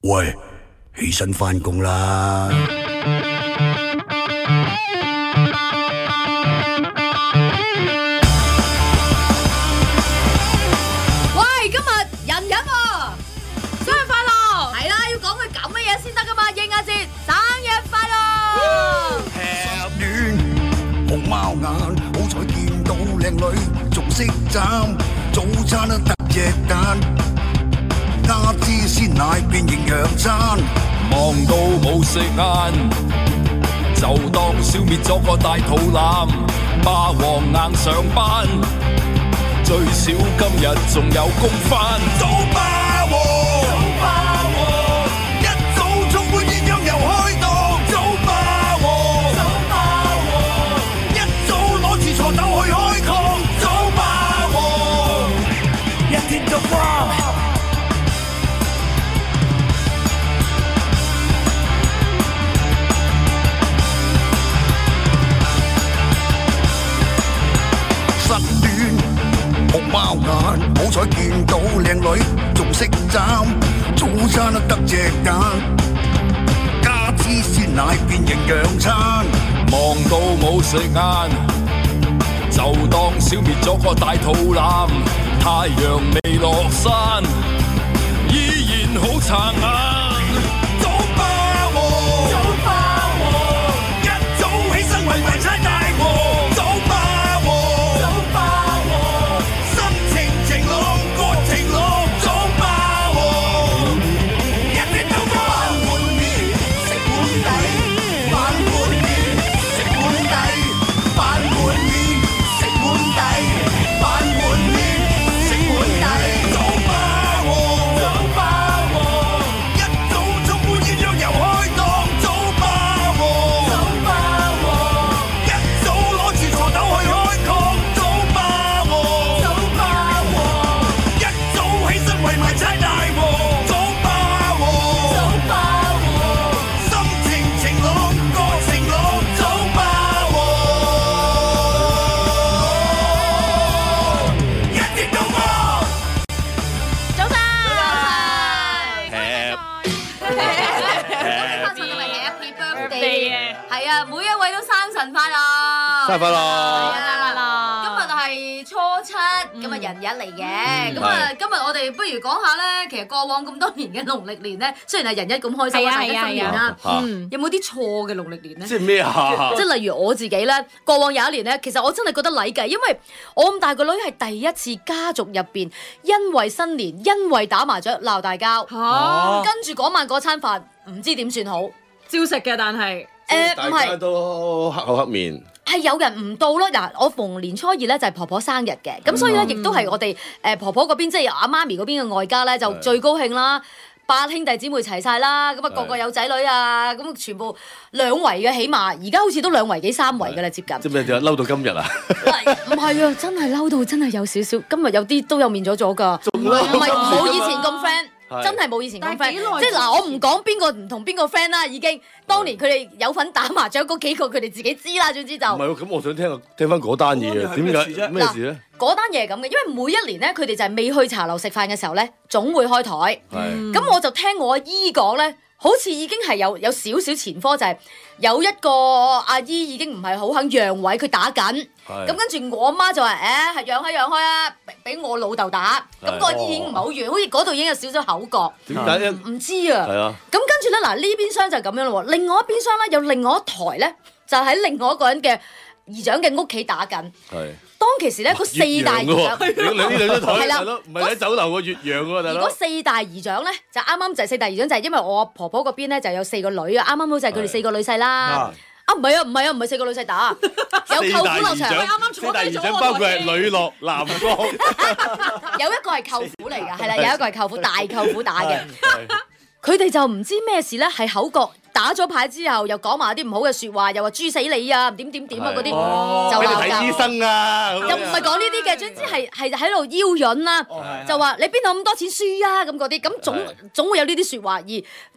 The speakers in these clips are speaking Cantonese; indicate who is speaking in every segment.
Speaker 1: 喂，起身翻工啦！
Speaker 2: 喂，今日人日喎，生日快樂！係啦，要講佢咁嘅嘢先得噶嘛，應下先，生日快樂！
Speaker 1: 吃暖紅貓眼，好彩見到靚女，仲識斬早餐都得隻蛋，加支鮮奶變營養餐。
Speaker 3: 望到冇食晏，就當消滅咗個大肚腩。霸王硬上班，最少今日仲有工翻。
Speaker 1: 早霸王，早霸王，一早沖杯鴛鴦又開檔。早霸王，早霸王，一早攞住鋤頭去開礦。早霸王，一天就光。失戀紅貓眼，好彩見到靚女，仲識斬早餐都得隻蛋，加支鮮奶變營養餐。
Speaker 3: 望到冇食晏，就當消滅咗個大肚腩。太陽未落山，依然好撐眼。
Speaker 1: 早霸王，早霸王，一早起身為大餐大王。早霸王，早霸王，心情晴朗過晴朗。早霸王，一天到晚玩碗面，食碗底，玩碗面，食碗底，玩碗面，食碗底，玩碗面，食碗底。早霸王，早霸王。一早充滿鴛鴦又開檔，早霸王，早霸王，一早攞住鋤頭去開礦，早霸王，早霸王，一早起身為埋餐大王，早霸王，早霸王，心情晴朗過晴朗，早霸王，一天到晚。
Speaker 2: 早晨，早晨，今日係 Happy Birthday 啊！係啊，每一位都生辰快樂，
Speaker 4: 生日快樂
Speaker 2: 今日係初七，咁啊人日嚟嘅，咁啊今日我哋不如講下咧，其實過往咁多年嘅農曆年咧，雖然係人日咁開心啊，大家新年啦，
Speaker 4: 嚇
Speaker 2: 有冇啲錯嘅農曆年咧？
Speaker 4: 即係咩啊？
Speaker 2: 即係例如我自己咧，過往有一年咧，其實我真係覺得禮計，因為我咁大個女係第一次家族入邊，因為新年，因為打麻雀鬧大交，
Speaker 4: 哦
Speaker 2: 嗯
Speaker 5: 嚇
Speaker 2: 跟住嗰晚嗰餐飯唔知點算好。
Speaker 5: 照食嘅，但係
Speaker 2: 誒
Speaker 4: 大
Speaker 2: 唔
Speaker 4: 家
Speaker 2: 係，
Speaker 4: 都黑口黑面，
Speaker 2: 係有人唔到咯。嗱，我逢年初二咧就係婆婆生日嘅，
Speaker 4: 嗯
Speaker 2: 咁所以咧亦都係我哋誒婆婆嗰邊，即係阿媽咪嗰邊嘅外家咧就
Speaker 4: 係
Speaker 2: 最高興啦。八兄弟姊妹齊晒啦，咁啊個個
Speaker 4: 係
Speaker 2: 有仔女啊，咁全部兩圍嘅起碼，而家好似都兩圍幾三圍㗎啦，接近。
Speaker 4: 即係咩就嬲到今日啊！
Speaker 2: 唔係啊，真係嬲到真係有少少，今日有啲都有面咗咗㗎，
Speaker 4: 仲
Speaker 2: 唔
Speaker 4: 嬲
Speaker 2: 係冇以前咁
Speaker 4: 係
Speaker 2: friend，真係冇以前咁
Speaker 5: 但
Speaker 2: friend，
Speaker 5: 係幾耐
Speaker 2: 即係嗱，我唔講邊個唔同邊個 friend 啦，已經當年佢哋有份打麻雀嗰幾個，佢哋自己知啦，總之就
Speaker 4: 唔係喎，咁我想聽個聽翻嗰單嘢啊，
Speaker 6: 嗰單嘢係咩
Speaker 4: 點
Speaker 6: 事
Speaker 4: 解
Speaker 6: 啫
Speaker 4: 咩事咧？
Speaker 2: 嗰單嘢係咁嘅，因為每一年咧，佢哋就係未去茶樓食飯嘅時候咧，總會開台。
Speaker 4: 係
Speaker 2: 咁、我就聽我阿姨講咧，好似已經係有有少少前科，就係、有一個阿姨已經唔係好肯讓位，佢打緊。咁
Speaker 4: 係
Speaker 2: 跟住我阿媽就話：，誒、係讓開讓開啊，俾俾我老豆打。咁、
Speaker 4: 係
Speaker 2: 個阿姨已經唔係好遠，好似嗰度已經有少少口角，
Speaker 4: 點解咧？
Speaker 2: 唔知啊。
Speaker 4: 係啊，
Speaker 2: 咁跟住咧，嗱呢邊箱就咁樣咯喎，另外一邊箱咧有另外一台咧，就喺另外一個人嘅姨丈嘅屋企打緊。
Speaker 4: 係
Speaker 2: 當其時咧，嗰四大
Speaker 4: 越
Speaker 2: 姨
Speaker 4: 洋
Speaker 2: 丈
Speaker 4: 嘅。 喎，你你呢兩張
Speaker 2: 係
Speaker 4: 台
Speaker 2: 啦
Speaker 4: 係咯，唔係喺酒樓喎，越洋嘅喎，大
Speaker 2: 而嗰
Speaker 4: 佬。
Speaker 2: 四大姨丈咧，就啱啱就係四大姨丈，就係因為我婆婆嗰邊咧就有四個女啊，啱啱好就係佢哋四個女婿啦。啊，唔係啊，唔係啊，唔係四個女婿 打，有舅父落
Speaker 4: 四大姨
Speaker 2: 場，
Speaker 4: 丈
Speaker 5: 啱啱坐低咗
Speaker 4: 四大姨丈
Speaker 5: 我
Speaker 4: 包括係
Speaker 5: 台
Speaker 4: 女樂、男樂，
Speaker 2: 有一個係舅父嚟㗎，係啦，有一個係舅父，大舅父打嘅。
Speaker 4: 係
Speaker 2: 佢哋就唔知咩事咧，喺口角打咗牌之後，又講埋啲唔好嘅説話，又話豬死你啊，點點點啊嗰啲，
Speaker 4: 哦
Speaker 2: 就
Speaker 4: 俾你
Speaker 2: 鬧
Speaker 4: 睇醫
Speaker 2: 交。
Speaker 4: 生啊！咁樣
Speaker 2: 又唔係講呢啲嘅，總之係係哦喺度邀引啦，就話你邊度咁多錢輸啊咁嗰啲，咁總
Speaker 4: 係
Speaker 2: 總會有呢啲説話。而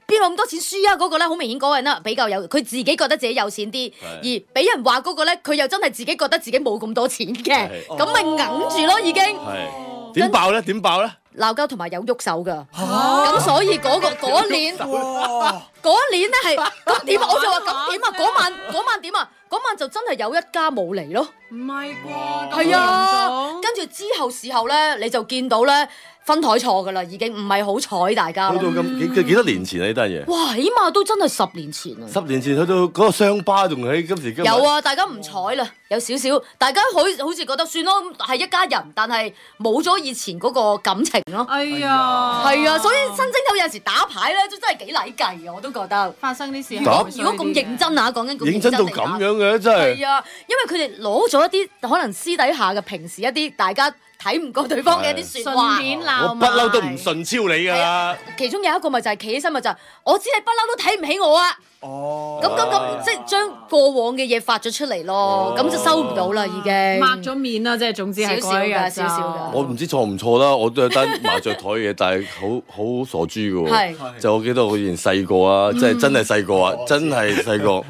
Speaker 2: 邊度咁多錢輸啊嗰個咧，好明顯嗰個人啦比較有，佢自己覺得自己有錢啲，而俾人話嗰個咧，佢又真係自己覺得自己冇咁多錢嘅，
Speaker 4: 係
Speaker 2: 咁咪揞住咯已經。
Speaker 4: 係點爆咧？點爆咧？
Speaker 2: 鬧交同埋有喐手㗎。咁所以嗰 個嗰一年。嗰一年咧係咁點啊？我就話咁點啊？嗰晚嗰晚點啊？嗰晚就真係有一家冇嚟咯。
Speaker 7: 唔係啩？咁
Speaker 2: 係啊
Speaker 7: 嚴重，
Speaker 2: 跟住之後事後咧，你就見到咧分台錯噶啦，已經唔係好彩大家啦。
Speaker 4: 去到咁幾幾幾多年前啊？呢單嘢
Speaker 2: 哇，起碼都真係十年前啊！
Speaker 4: 十年前去到嗰個傷疤仲喺今時今日。
Speaker 2: 有啊，大家唔睬啦，有少少，大家好好似覺得算咯，係一家人，但係冇咗以前嗰個感情咯。
Speaker 7: 哎呀，
Speaker 2: 係啊，所以新正頭有陣時打牌咧，都真係幾禮計啊，我都覺得。
Speaker 8: 發生啲事
Speaker 4: 打
Speaker 8: 係
Speaker 2: 如果咁認真啊，講緊咁
Speaker 4: 認真到
Speaker 2: 嚟打
Speaker 4: 咁樣嘅真係。
Speaker 2: 係啊，因為佢哋攞咗一啲可能私底下嘅平時一啲大家睇唔過對方嘅一啲説話
Speaker 8: 順，便
Speaker 9: 我
Speaker 8: 鬧
Speaker 9: 不
Speaker 8: 埋
Speaker 9: 嬲都唔順超你
Speaker 4: à.
Speaker 9: 㗎啦。
Speaker 2: 其中有一個咪就係企起身咪就係我知你不嬲都睇唔起我啊！
Speaker 9: 哦
Speaker 2: 咁咁咁，即係將過往嘅嘢發咗出嚟咯，咁就收唔到啦已經。
Speaker 7: 抹咗面啦，即係總之係
Speaker 2: 少
Speaker 7: 嗰一
Speaker 2: 少
Speaker 7: 日
Speaker 2: 㗎
Speaker 7: 就
Speaker 2: 少少㗎
Speaker 4: 我唔知錯唔錯啦，我都有單麻雀台嘅，但係好 好傻豬嘅
Speaker 2: 係嗯
Speaker 4: 喎。就我記得我以前細個啊，即係真係細個啊，真係細個。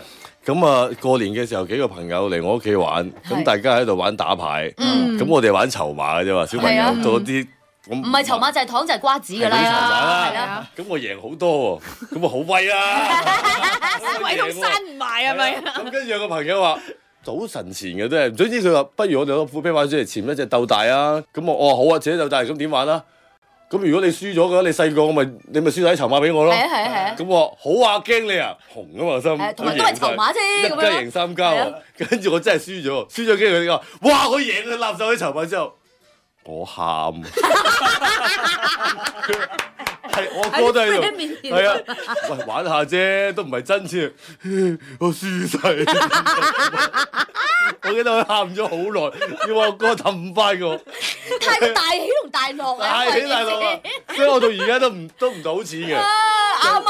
Speaker 4: 咁啊，過年嘅時候幾個朋友嚟我屋企玩，
Speaker 2: 係嗯
Speaker 4: 咁大家喺度玩打牌，咁我哋玩籌碼嘅啫嘛，小朋
Speaker 2: 係啊
Speaker 4: 友多啲。唔
Speaker 2: 唔係籌碼就係糖就係瓜子㗎
Speaker 4: 係嗰啲籌碼
Speaker 2: 啦，係啦。
Speaker 4: 啦，咁我贏好多喎，咁啊好威啊！
Speaker 7: 鬼同山唔埋
Speaker 2: 啊
Speaker 7: 係咪？
Speaker 4: 咁跟住有個朋友話。早晨前嘅都係，總之佢話不如我哋攞副啤牌出嚟潛一隻鬥大啊！咁我我話好啊，自己鬥大，咁點玩啊？咁如果你輸咗嘅話，你細個我咪你咪輸晒啲籌碼俾我咯。
Speaker 2: 係啊係啊係啊
Speaker 4: 咁我話好啊，驚你啊，紅啊嘛個心。
Speaker 2: 誒同埋都係籌碼啫
Speaker 4: 一
Speaker 2: 咁樣
Speaker 4: 家贏三家
Speaker 2: 係
Speaker 4: 喎
Speaker 2: 啊。
Speaker 4: 跟住我真係輸咗，輸咗跟住佢話：哇！我贏佢攬走啲籌碼之後，我喊。係我哥都喺
Speaker 2: 喺你面
Speaker 4: 度，
Speaker 2: 前
Speaker 4: 係啊，喂玩下啫，都唔係真錢， 我輸晒。 我記得佢喊咗好耐，要我哥氹翻我，
Speaker 2: 太過大喜同大 落啊！
Speaker 4: 大起大落啊！所以我到而家都唔都唔到錢嘅。
Speaker 2: 啊啱啊！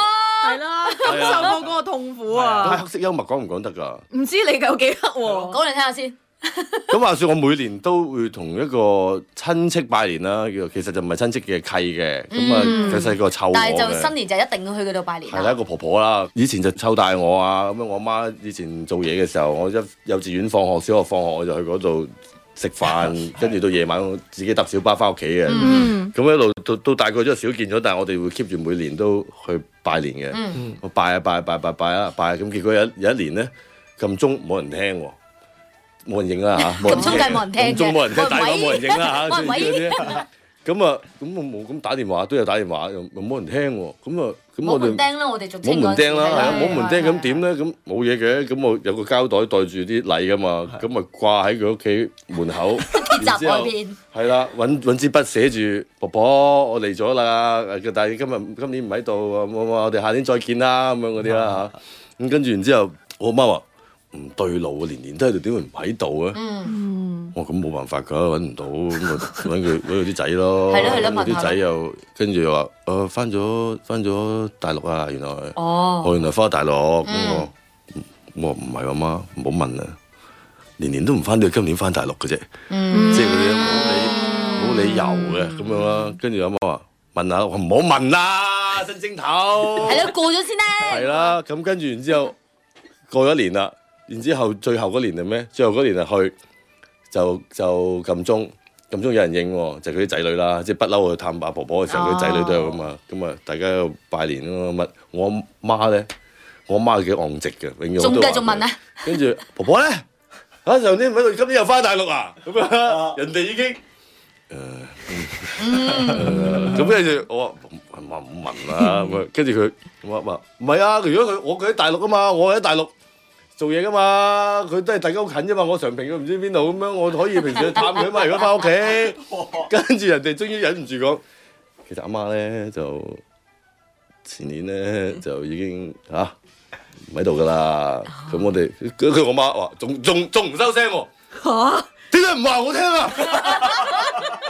Speaker 7: 係啦，感受到嗰個痛苦
Speaker 4: 咁
Speaker 2: 哦
Speaker 7: 啊！
Speaker 4: 黑色幽默講唔講得㗎？
Speaker 7: 唔知你有幾黑喎？
Speaker 2: 講嚟聽下先，
Speaker 4: 咁話說，我每年都會同一個親戚拜年啦，叫其實就唔係親戚嘅契嘅，咁啊佢細個湊我
Speaker 2: 嗯但係就
Speaker 4: 嘅
Speaker 2: 新。年就一定要去嗰度拜年
Speaker 4: 係啦，一
Speaker 2: 啦。
Speaker 4: 個婆婆啦，以前就湊大我啊，咁樣我媽以前做嘢嘅時候，我一幼稚園放學、小學放學，我就去嗰度食 飯，跟住到夜晚我自己搭小巴翻屋企嘅。
Speaker 2: 嗯
Speaker 4: 咁一路到到大個咗少見咗，但係我哋會 keep 住每年都去拜年嘅。
Speaker 2: 嗯
Speaker 4: 我拜啊拜啊拜啊拜啊拜啊拜啊，咁結果有一有一年咧撳鐘冇人聽喎。冇人應啦嚇，
Speaker 2: 撳鐘梗係冇人聽嘅
Speaker 4: 撳鐘冇人聽，大佬冇人應啦 嚇，
Speaker 2: 冇人位
Speaker 4: 知唔知咁啊，咁我冇咁打電話都有打電話，又又冇人聽喎。咁啊，咁
Speaker 2: 冇
Speaker 4: 我
Speaker 2: 門
Speaker 4: 哋
Speaker 2: 釘啦，我哋仲
Speaker 4: 冇
Speaker 2: 清嗰陣
Speaker 4: 門
Speaker 2: 時
Speaker 4: 釘啦，係啊，
Speaker 2: 係
Speaker 4: 冇門釘咁點咧？咁冇嘢嘅，咁我有個膠袋袋住啲禮噶嘛，咁咪掛喺佢屋企門 口，然
Speaker 2: 閘
Speaker 4: 之後
Speaker 2: 外邊
Speaker 4: 係啦，揾揾支筆寫住婆婆，我嚟咗啦，誒但係今日今年唔喺度，咁咁我哋下年再見啦，咁樣嗰啲啦
Speaker 2: 嗯
Speaker 4: 嚇。咁跟住然之後，我媽話唔對路啊，年年都喺度，點會唔喺度
Speaker 2: 嗯
Speaker 4: 啊？我咁冇辦法㗎，揾唔到，咁我揾佢揾佢啲仔咯，
Speaker 2: 係咯係咯
Speaker 4: 揾
Speaker 2: 問
Speaker 4: 佢
Speaker 2: 下
Speaker 4: 啲
Speaker 2: 咯
Speaker 4: 仔又跟住又話誒翻咗翻咗大陸啊，原來。
Speaker 2: 哦，
Speaker 4: 我原來翻大陸，咁我我話唔係阿媽，唔好問啦，年年都唔翻到，今年翻大陸嘅啫，即係嗰啲冇理冇理由嘅咁樣啦。跟住阿媽話問下，我話唔好問啦，新正頭
Speaker 2: 係咯，過咗先
Speaker 4: 係
Speaker 2: 咧。
Speaker 4: 啦。咁跟住然之後過咗一年啦，然之後最後嗰年係咩？最後嗰年係去就就撳鐘。撳鐘有人應喎，就係佢啲仔女啦，即係不嬲去探阿婆婆嘅時候，
Speaker 2: 哦
Speaker 4: 佢啲仔女都有咁啊，咁啊，大家喺度拜年咯乜，我媽咧，我媽幾昂直嘅，永遠我都話
Speaker 2: 仲
Speaker 4: 佢
Speaker 2: 繼續問啊，
Speaker 4: 跟住婆婆咧，啊上年唔喺度，今年又翻大陸啊，咁啊，人哋已經誒，嗯咁跟住我話唔話唔問啦，咁啊跟住佢我話唔係啊，如果佢我佢喺大陸啊嘛，我喺大陸。做嘢噶嘛，佢都係大家好近啫嘛，我常平佢唔知邊度咁樣，我可以平時去探佢嘛。如果翻屋企，跟住人哋終於忍唔住講，其實阿媽咧就前年咧就已經嚇唔喺度噶啦。
Speaker 2: 哦
Speaker 4: 咁我哋佢佢我媽話仲仲仲唔收聲喎、點解唔話我聽啊？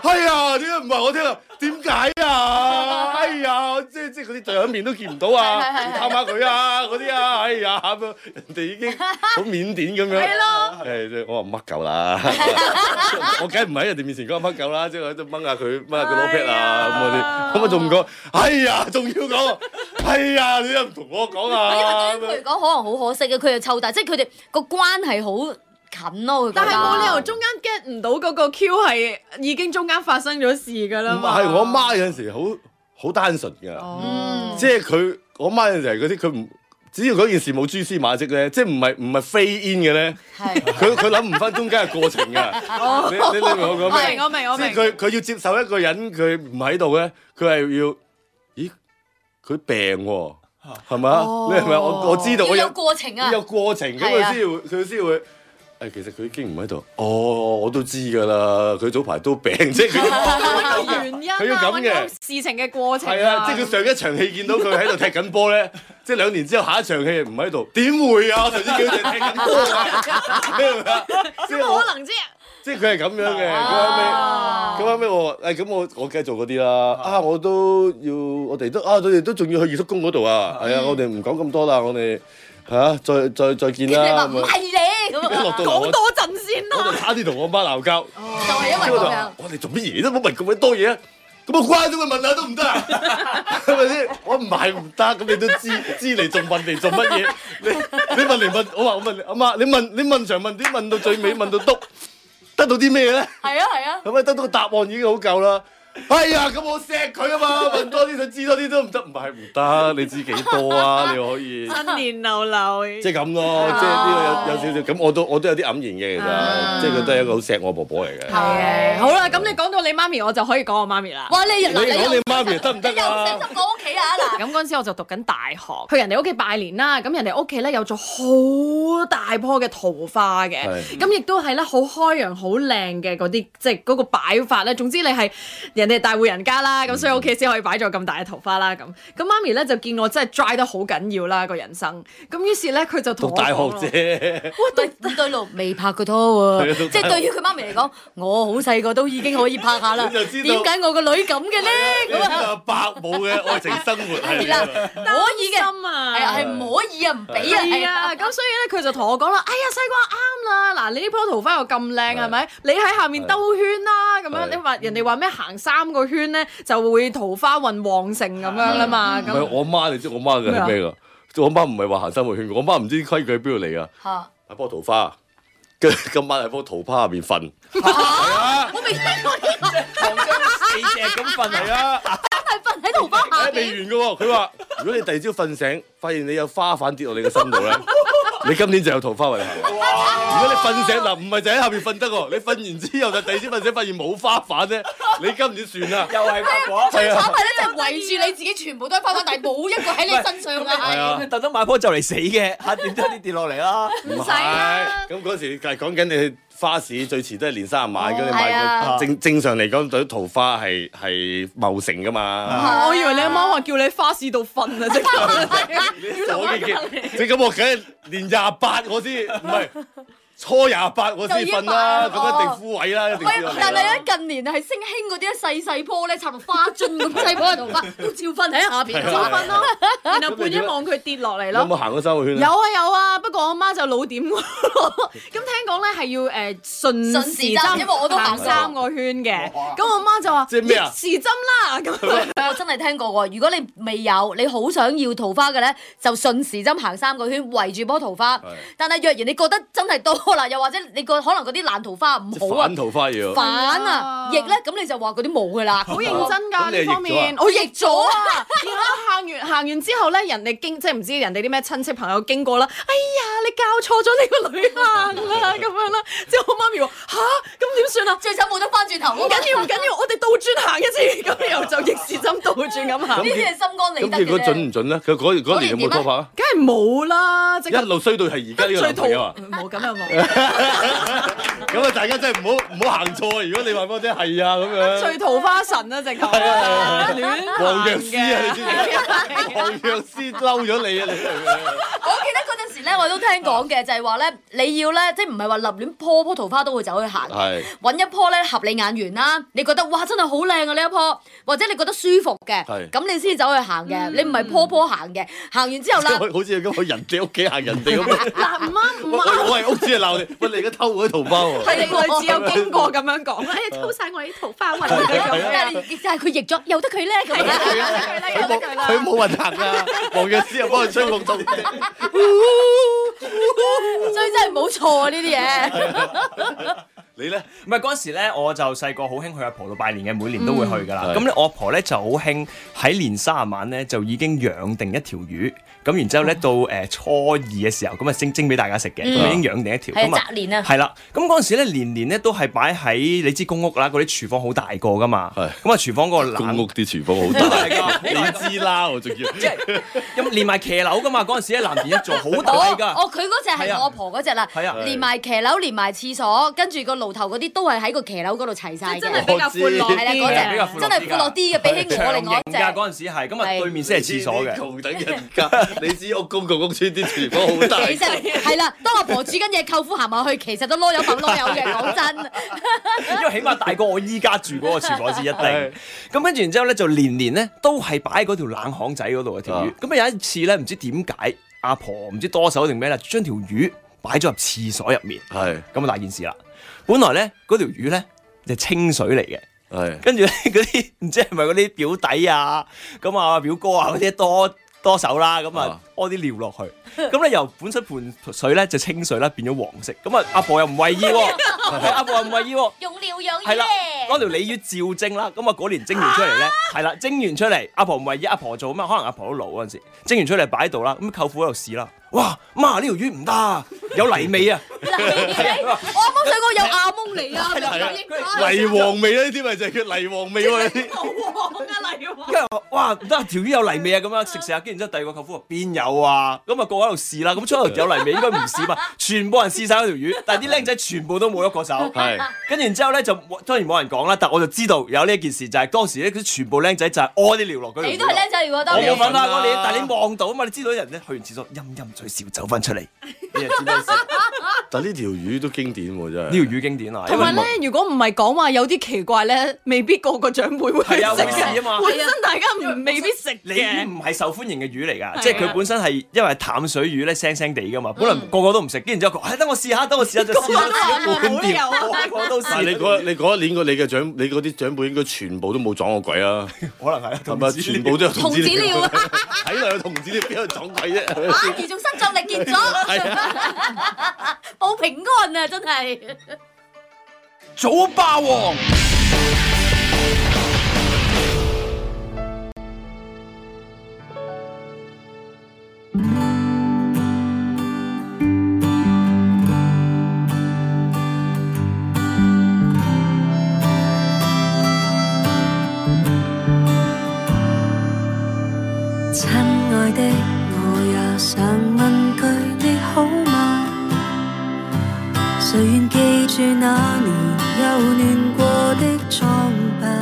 Speaker 4: 係啊，點解唔話我聽啊？點解啊？哎呀，即係即係嗰啲最後一面都見唔到啊，
Speaker 2: 係係係
Speaker 4: 唔探下佢啊，嗰啲啊，哎呀咁樣，人哋已經好腼腆咁樣。係咯。誒，我話乜狗啦， 我梗係唔喺人哋面前講乜狗啦，即係喺度掹下佢，掹下佢攞劈啊咁嗰啲，咁我仲唔講？哎呀，仲要講，哎呀，你又唔同我講
Speaker 2: 因為
Speaker 4: 啊？
Speaker 2: 對於佢嚟講，可能好可惜嘅，佢又湊大，即係佢哋個關係好近咯，我覺得
Speaker 7: 但係冇理由中間 get 唔到嗰個 Q 係已經中間發生咗事㗎啦
Speaker 4: 唔
Speaker 7: 嘛。
Speaker 4: 係我阿媽有陣時好好單純㗎。
Speaker 7: 哦，
Speaker 4: 即係佢，我媽有陣時係嗰啲，佢唔只要嗰件事冇蛛絲馬跡咧，即係唔係唔係飛煙嘅咧，
Speaker 2: 係
Speaker 4: 佢佢諗唔翻中間嘅過程㗎。你你你明我
Speaker 7: 我
Speaker 4: 講咩
Speaker 7: 明？我明我
Speaker 4: 即
Speaker 7: 明
Speaker 4: 係。佢佢要接受一個人，佢唔喺度咧，佢係要，咦？佢病喎，係咪啊？
Speaker 7: 哦
Speaker 4: 你係咪啊？我我知道
Speaker 2: 要
Speaker 4: 我
Speaker 2: 有
Speaker 4: 有
Speaker 2: 過程啊
Speaker 4: 有，過程，咁
Speaker 2: 係啊
Speaker 4: 佢先會佢先會。誒，其實佢已經唔喺度。哦，我都知㗎啦，佢早排都病，即係佢。
Speaker 7: 揾個原因啊，
Speaker 4: 佢要咁嘅
Speaker 7: 揾個事情嘅過程
Speaker 4: 係啊，即係佢上一場戲見到佢喺度踢緊波咧，即係兩年之後下一場戲唔喺度，點會啊？我頭先叫佢哋踢緊波啊，咩啊？即係我
Speaker 7: 可能啫。
Speaker 4: 即係佢係咁樣嘅，咁
Speaker 2: 啊
Speaker 4: 後尾，咁後尾我誒咁我我梗係做嗰啲啦，啊我都要我哋都啊我哋都仲要去二叔公嗰度啊，係啊我哋唔講咁多啦，我哋嚇再再再見
Speaker 2: 你話
Speaker 4: 啦
Speaker 2: 唔
Speaker 4: 咁啊，
Speaker 2: 係你咁
Speaker 4: 一落
Speaker 2: 啊，
Speaker 4: 到嚟
Speaker 7: 講
Speaker 4: 我
Speaker 7: 多陣先
Speaker 4: 我
Speaker 7: 啦。
Speaker 4: 就差啲同我媽鬧交。
Speaker 2: 就係因為
Speaker 4: 我就
Speaker 2: 咁
Speaker 4: 話
Speaker 2: 樣。
Speaker 4: 我哋做乜嘢都冇問咁鬼多嘢啊！咁我乖都咪問下都唔得 啊，係咪先？我唔係唔得，咁你都知 知嚟仲問嚟做乜嘢？你你問嚟問，我話我問你阿媽，你問你問長問啲，問到最尾問到篤，得到啲咩咧？
Speaker 2: 係啊係啊，
Speaker 4: 係咪得到個答案已經好夠啦？哎呀，咁我錫佢啊嘛，問多啲想知多啲都唔得，唔係唔得，你知幾多啊？你可以。
Speaker 7: 新年流欸流，
Speaker 4: 即係咁咯，即係呢個有有少少咁，我都我都有啲黯然嘅，其實，即係佢都係一個好錫我婆婆嚟嘅。
Speaker 7: 係好啦，咁你講到你媽咪，我就可以講我媽咪啦。
Speaker 2: 哇你人
Speaker 4: 你
Speaker 2: 嗱
Speaker 4: 講
Speaker 2: 你
Speaker 4: 你
Speaker 2: 又
Speaker 4: 媽咪得唔
Speaker 2: 你
Speaker 4: 得
Speaker 2: 又唔
Speaker 4: 啊
Speaker 2: 小？心講屋企啊嗱。
Speaker 7: 咁嗰陣時我就讀緊大學，去人哋屋企拜年啦。咁人哋屋企咧有咗好大棵嘅桃花嘅，
Speaker 4: 係
Speaker 7: 咁亦都係咧好開揚、好靚嘅嗰啲，即係嗰個擺法咧。總之你係人哋大户人家啦，
Speaker 4: 嗯
Speaker 7: 咁所以屋企先可以擺咗咁大嘅桃花啦。咁咁媽咪咧就見我真係 dry 得好緊要啦個人生，咁於是咧佢就同
Speaker 4: 讀
Speaker 7: 我
Speaker 4: 大學
Speaker 7: 講咯
Speaker 4: 啫，
Speaker 2: 喂，五對六未拍過拖
Speaker 4: 係啊
Speaker 2: 喎，
Speaker 4: 都
Speaker 2: 即係對於佢媽咪嚟講，我好細個都已經可以拍下啦。
Speaker 4: 你就
Speaker 2: 點
Speaker 4: 知道
Speaker 2: 解我個女咁嘅
Speaker 4: 你
Speaker 2: 咧？
Speaker 4: 知
Speaker 2: 咁啊，
Speaker 4: 道伯母嘅愛情生活
Speaker 2: 係
Speaker 4: 係啊
Speaker 2: 啦，唔
Speaker 4: 啦，
Speaker 2: 可以嘅，
Speaker 7: 心啊，
Speaker 2: 係啊，係唔可以啊，唔俾啊，
Speaker 7: 係
Speaker 2: 係
Speaker 7: 啊，
Speaker 2: 啊，
Speaker 7: 咁所以咧佢就同我講啦，哎呀西瓜啱啦，嗱你呢棵桃花又咁靚係咪？你喺下面兜圈啦，咁樣
Speaker 4: 係
Speaker 7: 你話人哋話咩行三個圈咧就會桃花運旺盛咁樣啦嘛，
Speaker 4: 唔係
Speaker 7: 咁
Speaker 4: 我媽，你知我媽嘅係咩㗎？我媽唔係話行三個圈，我媽唔知規矩喺邊度嚟㗎，
Speaker 2: 嚇，
Speaker 4: 喺棵桃花，跟住今晚喺棵桃花入面瞓，
Speaker 2: 我未聽過呢個，
Speaker 4: 係啊，
Speaker 2: 係瞓喺桃花下
Speaker 4: 係
Speaker 2: 邊，
Speaker 4: 未完㗎喎。佢話：如果你第二朝瞓醒，發現你有花瓣跌落你嘅身 度咧，你今年就有桃花運行。如果你瞓醒嗱，唔係就喺下面瞓得喎，你瞓完之後就第二朝瞓醒發現冇花瓣啫，你今年算啦。
Speaker 8: 又係發果，
Speaker 4: 係
Speaker 2: 慘
Speaker 4: 啊。
Speaker 2: 係咧就係圍住你自己全部都係花花，但係冇一個喺你身上啊，
Speaker 4: 係
Speaker 2: 係。
Speaker 4: 啊
Speaker 8: 你特登買棵就嚟死嘅， 嚇點都有啲跌落嚟啦。
Speaker 4: 唔
Speaker 7: 使啦
Speaker 4: 係，咁嗰時係講緊你去花市最遲都係年三十晚，咁你
Speaker 2: 係
Speaker 4: 買
Speaker 2: 啊
Speaker 4: 個正正常嚟講，對桃花係係茂盛噶嘛。
Speaker 7: 我以為你阿媽話叫你喺花市度瞓啊，即係
Speaker 4: 我嘅結，即係咁我梗係年廿八我先，唔係初廿八我先
Speaker 2: 就
Speaker 4: 瞓啦，
Speaker 2: 已經買啦
Speaker 4: 咁一定枯萎啦，一定
Speaker 2: 喂
Speaker 4: 枯，
Speaker 2: 但係
Speaker 4: 萎啦
Speaker 2: 咧。近年係星興嗰啲細細棵咧，插到花樽咁細棵嘅桃花，都照瞓喺下
Speaker 4: 啊
Speaker 2: 邊，
Speaker 7: 照
Speaker 2: 照瞓
Speaker 7: 瞓咯，然後半夜望佢跌落嚟
Speaker 4: 有
Speaker 7: 咯
Speaker 4: 冇。行過三個 圈
Speaker 7: 有
Speaker 4: 啊？
Speaker 7: 啊有啊，不過我媽就老點我咯。咁聽講咧係要誒順
Speaker 2: 順時
Speaker 7: 時
Speaker 2: 針因為我都行過
Speaker 7: 三個圈嘅。咁我媽就話
Speaker 4: 即係咩啊
Speaker 7: 逆時針啦 咁。
Speaker 2: 我真係聽過喎，如果你未有，你好想要桃花嘅咧，就順時針行三個圈，圍住棵桃花
Speaker 4: 係。
Speaker 2: 但係若然你覺得真係多啦，又或者你個可能嗰啲爛桃花
Speaker 4: 即
Speaker 2: 唔
Speaker 4: 係
Speaker 2: 好啊
Speaker 4: 反，桃花要。
Speaker 2: 反啊
Speaker 7: 啊
Speaker 2: 逆咧，咁你就話嗰啲冇噶啦。
Speaker 7: 好認真
Speaker 4: 咁
Speaker 7: 㗎
Speaker 4: 你係
Speaker 7: 呢方面哦
Speaker 4: 逆，啊
Speaker 7: 我逆咗啊！然後我行完行完之後咧，人哋經即係唔知人哋啲咩親戚朋友經過啦，哎呀你教錯咗你個女行啦咁樣啦，之後我媽咪話吓，咁點算啊？
Speaker 2: 最慘冇得翻轉頭
Speaker 7: 唔
Speaker 2: 啊嘛，
Speaker 7: 緊要唔緊要，我哋倒轉行一次， 咁又就逆時針倒轉咁行
Speaker 4: 咁，
Speaker 2: 呢啲係心安理
Speaker 4: 咁
Speaker 2: 得
Speaker 4: 結果
Speaker 2: 嘅啫
Speaker 4: 準唔準咧？佢嗰嗰年有冇拖拍啊？
Speaker 7: 梗係冇啦，即
Speaker 4: 一
Speaker 7: 係
Speaker 4: 路衰到係而家呢個
Speaker 7: 最
Speaker 4: 男
Speaker 7: 桃
Speaker 4: 朋友啊！
Speaker 7: 冇咁又冇，
Speaker 4: 咁啊，大家真係唔好唔好行錯啊！如果你話俾我聽係啊咁樣。
Speaker 7: 最桃花神啊，直頭
Speaker 4: 係啊係啊
Speaker 7: 亂
Speaker 4: 黃藥
Speaker 7: 行
Speaker 4: 師啊，你
Speaker 7: 嘅
Speaker 4: 知唔知？黃藥師嬲咗你啊！你明唔明啊
Speaker 2: 我記得嗰陣時咧，我都聽講嘅，就係話咧，你要咧，即係唔係話立亂棵棵桃花都會走去行嘅，
Speaker 4: 係
Speaker 2: 揾一棵咧合你眼緣啦，你覺得哇真係好靚啊呢一棵，或者你覺得舒服嘅，
Speaker 4: 係
Speaker 2: 咁你先走去行嘅，
Speaker 8: 嗯
Speaker 2: 你唔係棵棵行嘅，行完之 後啦，
Speaker 4: 好好似咁去人哋屋企行人哋咁樣，
Speaker 7: 嗱唔啱唔
Speaker 4: 我
Speaker 7: 啱。
Speaker 4: 我我係屋主人鬧 你，喂你而家偷我啲桃啊花喎！
Speaker 7: 係我只有經過咁樣講，哎呀偷晒我啲桃花運啊
Speaker 4: 啊
Speaker 7: 咁
Speaker 2: 但
Speaker 7: 樣。
Speaker 2: 係你但係佢逆咗，由得佢咧咁樣。
Speaker 7: 係啦，啊
Speaker 4: 佢
Speaker 7: 有
Speaker 4: 冇啊
Speaker 7: 得佢啦
Speaker 4: 佢。冇運行啊！黃藥師又幫佢吹風筒，
Speaker 2: 所以真係冇錯啊呢啲嘢。
Speaker 4: 你咧
Speaker 8: 唔係嗰陣時咧，我就細個好興去阿婆度拜年嘅，每年都會去㗎啦。
Speaker 4: 嗯
Speaker 8: 咁咧、我阿婆咧就好興喺年卅晚咧就已經養定一條魚，咁然之後
Speaker 2: 哦
Speaker 8: 咧到誒、呃初二嘅時候，咁啊蒸蒸俾大家食嘅，咁、已經養定一條。
Speaker 2: 係啊
Speaker 8: 咁啊
Speaker 2: 擇年啊
Speaker 8: 係啦，咁嗰陣時咧年年咧都係擺喺你知公屋啦，嗰啲廚房好大個㗎嘛。咁
Speaker 4: 係
Speaker 8: 啊廚房嗰個冷
Speaker 4: 公屋啲廚房好大，
Speaker 8: 大㗎。
Speaker 4: 你知啦，我仲要
Speaker 8: 即係 咁連埋騎樓噶嘛，嗰陣時喺南邊一座好
Speaker 10: 啊
Speaker 2: 哦，
Speaker 8: 大㗎，
Speaker 2: 哦，佢嗰只係
Speaker 8: 係啊
Speaker 2: 我阿婆嗰只啦
Speaker 8: 係啊，
Speaker 2: 連埋騎樓，連埋廁所，跟住個爐頭嗰啲都係喺個騎樓嗰度齊晒嘅。
Speaker 7: 真係比較闊落
Speaker 2: 係啦，
Speaker 7: 啲
Speaker 8: 係啊比較
Speaker 2: 嗰只真係
Speaker 8: 闊落啲㗎
Speaker 2: 闊落啲嘅，比起我
Speaker 8: 長
Speaker 2: 另外
Speaker 8: 型
Speaker 2: 一
Speaker 8: 㗎
Speaker 2: 隻。
Speaker 8: 嗰陣時係，咁啊
Speaker 2: 係
Speaker 8: 對面先係廁所
Speaker 4: 你知
Speaker 8: 嘅，
Speaker 4: 窮等人 家，你知屋公共屋村啲廚房好大
Speaker 2: 其。實係啦，當阿婆煮緊嘢，舅父行埋去，其實都攞有份攞 有嘅。講真，
Speaker 8: 因為起碼大過我依家住嗰個廚房先一定。咁跟住然之後咧，就年年咧都係擺喺嗰條冷巷仔嗰度嘅條魚
Speaker 4: 啊。
Speaker 8: 咁啊有一次咧，唔知點解阿婆唔知多手定咩啦，將條魚擺咗入廁所入面，
Speaker 4: 係
Speaker 8: 咁啊大件事啦。本來咧嗰條魚咧就清水嚟嘅。
Speaker 4: 係
Speaker 8: 跟住咧 嗰啲唔知係咪嗰啲表弟啊，咁啊表哥啊嗰啲多多手啦，咁啊
Speaker 4: 啊
Speaker 8: 屙啲尿落去，咁咧由本身盤水咧就清水啦變咗黃色，咁啊阿婆又唔為意 喎，係阿婆又唔為意喎。
Speaker 2: 用料養
Speaker 8: 係啦，攞條鯉魚照蒸啦，咁啊嗰年蒸完出嚟咧，係啦，蒸完出嚟，阿婆唔為意，阿婆做咁啊，可能阿婆都老嗰陣時，蒸完出嚟擺喺度啦，咁舅父喺度試啦，哇，媽呢條魚唔得啊，有泥味啊，
Speaker 2: 我啱啱想講有阿蒙嚟啊，明明應該
Speaker 4: 泥黃味呢啲咪就係叫泥黃味喎，呢啲
Speaker 8: 因為我哇唔得條魚有泥味啊咁樣食食下，跟住然之後第二個舅父話邊有啊，咁啊個個喺度試啦，咁出嚟有泥味應該唔試嘛，全部人試晒嗰條魚，但係啲僆仔全部都冇喐過手，
Speaker 4: 係
Speaker 8: 跟住然之後咧就冇當然冇人講啦，但我就知道有呢一件事就係、當時咧佢全部僆仔就係屙啲尿落嗰條
Speaker 2: 你
Speaker 8: 魚
Speaker 2: 都係僆
Speaker 8: 度。
Speaker 2: 仔，如果當
Speaker 8: 我冇
Speaker 2: 年
Speaker 8: 份啦
Speaker 4: 你
Speaker 8: 嗰年，但係你望到啊嘛，你知道人咧去完廁所陰陰嘴笑走 翻出嚟，你就知咩事？呢
Speaker 4: 但呢條魚都經典喎，真係。
Speaker 8: 條魚經典啊，因
Speaker 7: 同
Speaker 8: 為
Speaker 7: 埋咧，如果唔係講話有啲奇怪咧，未必個個長輩會去
Speaker 8: 係啊
Speaker 7: 食
Speaker 8: 會試啊嘛
Speaker 7: 嘅，本身大家唔未必食
Speaker 8: 你魚
Speaker 7: 嘅。
Speaker 8: 唔係受歡迎嘅魚嚟
Speaker 7: 啊嗯
Speaker 8: 㗎，即係佢本身係因為淡水魚咧腥腥地㗎嘛，本來個個都唔食，跟住之後佢話：，唉等我試下，等我試下就試
Speaker 7: 個個都話
Speaker 8: 咗半
Speaker 7: 冇理由
Speaker 8: 條，
Speaker 7: 啊
Speaker 8: 個個都
Speaker 4: 但
Speaker 8: 試。
Speaker 4: 係你嗰你嗰一年個你嘅長你嗰啲長輩應該全部都冇撞過鬼啊，
Speaker 8: 可能係啊
Speaker 4: 係咪？全部都有
Speaker 2: 童
Speaker 4: 童
Speaker 2: 子
Speaker 4: 子
Speaker 2: 尿
Speaker 4: 尿
Speaker 2: 啊，，
Speaker 4: 睇落有童子尿邊有撞鬼啫？
Speaker 2: 反而仲身壯力健咗， 報平安啊，真係。
Speaker 11: 早霸王。
Speaker 12: 親愛的，我也想問句你好嗎？誰願記住那年幼嫩過的妝扮？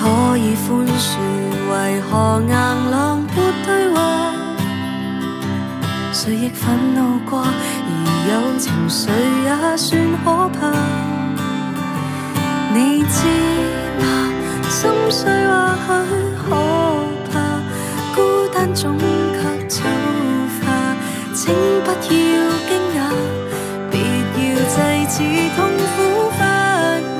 Speaker 12: 可以寬恕，為何硬朗的對話？誰亦憤怒過，而有情緒也算可怕。你知嗎？心碎或許可怕，孤單總卻醜化。請不要驚訝，別要制止痛苦發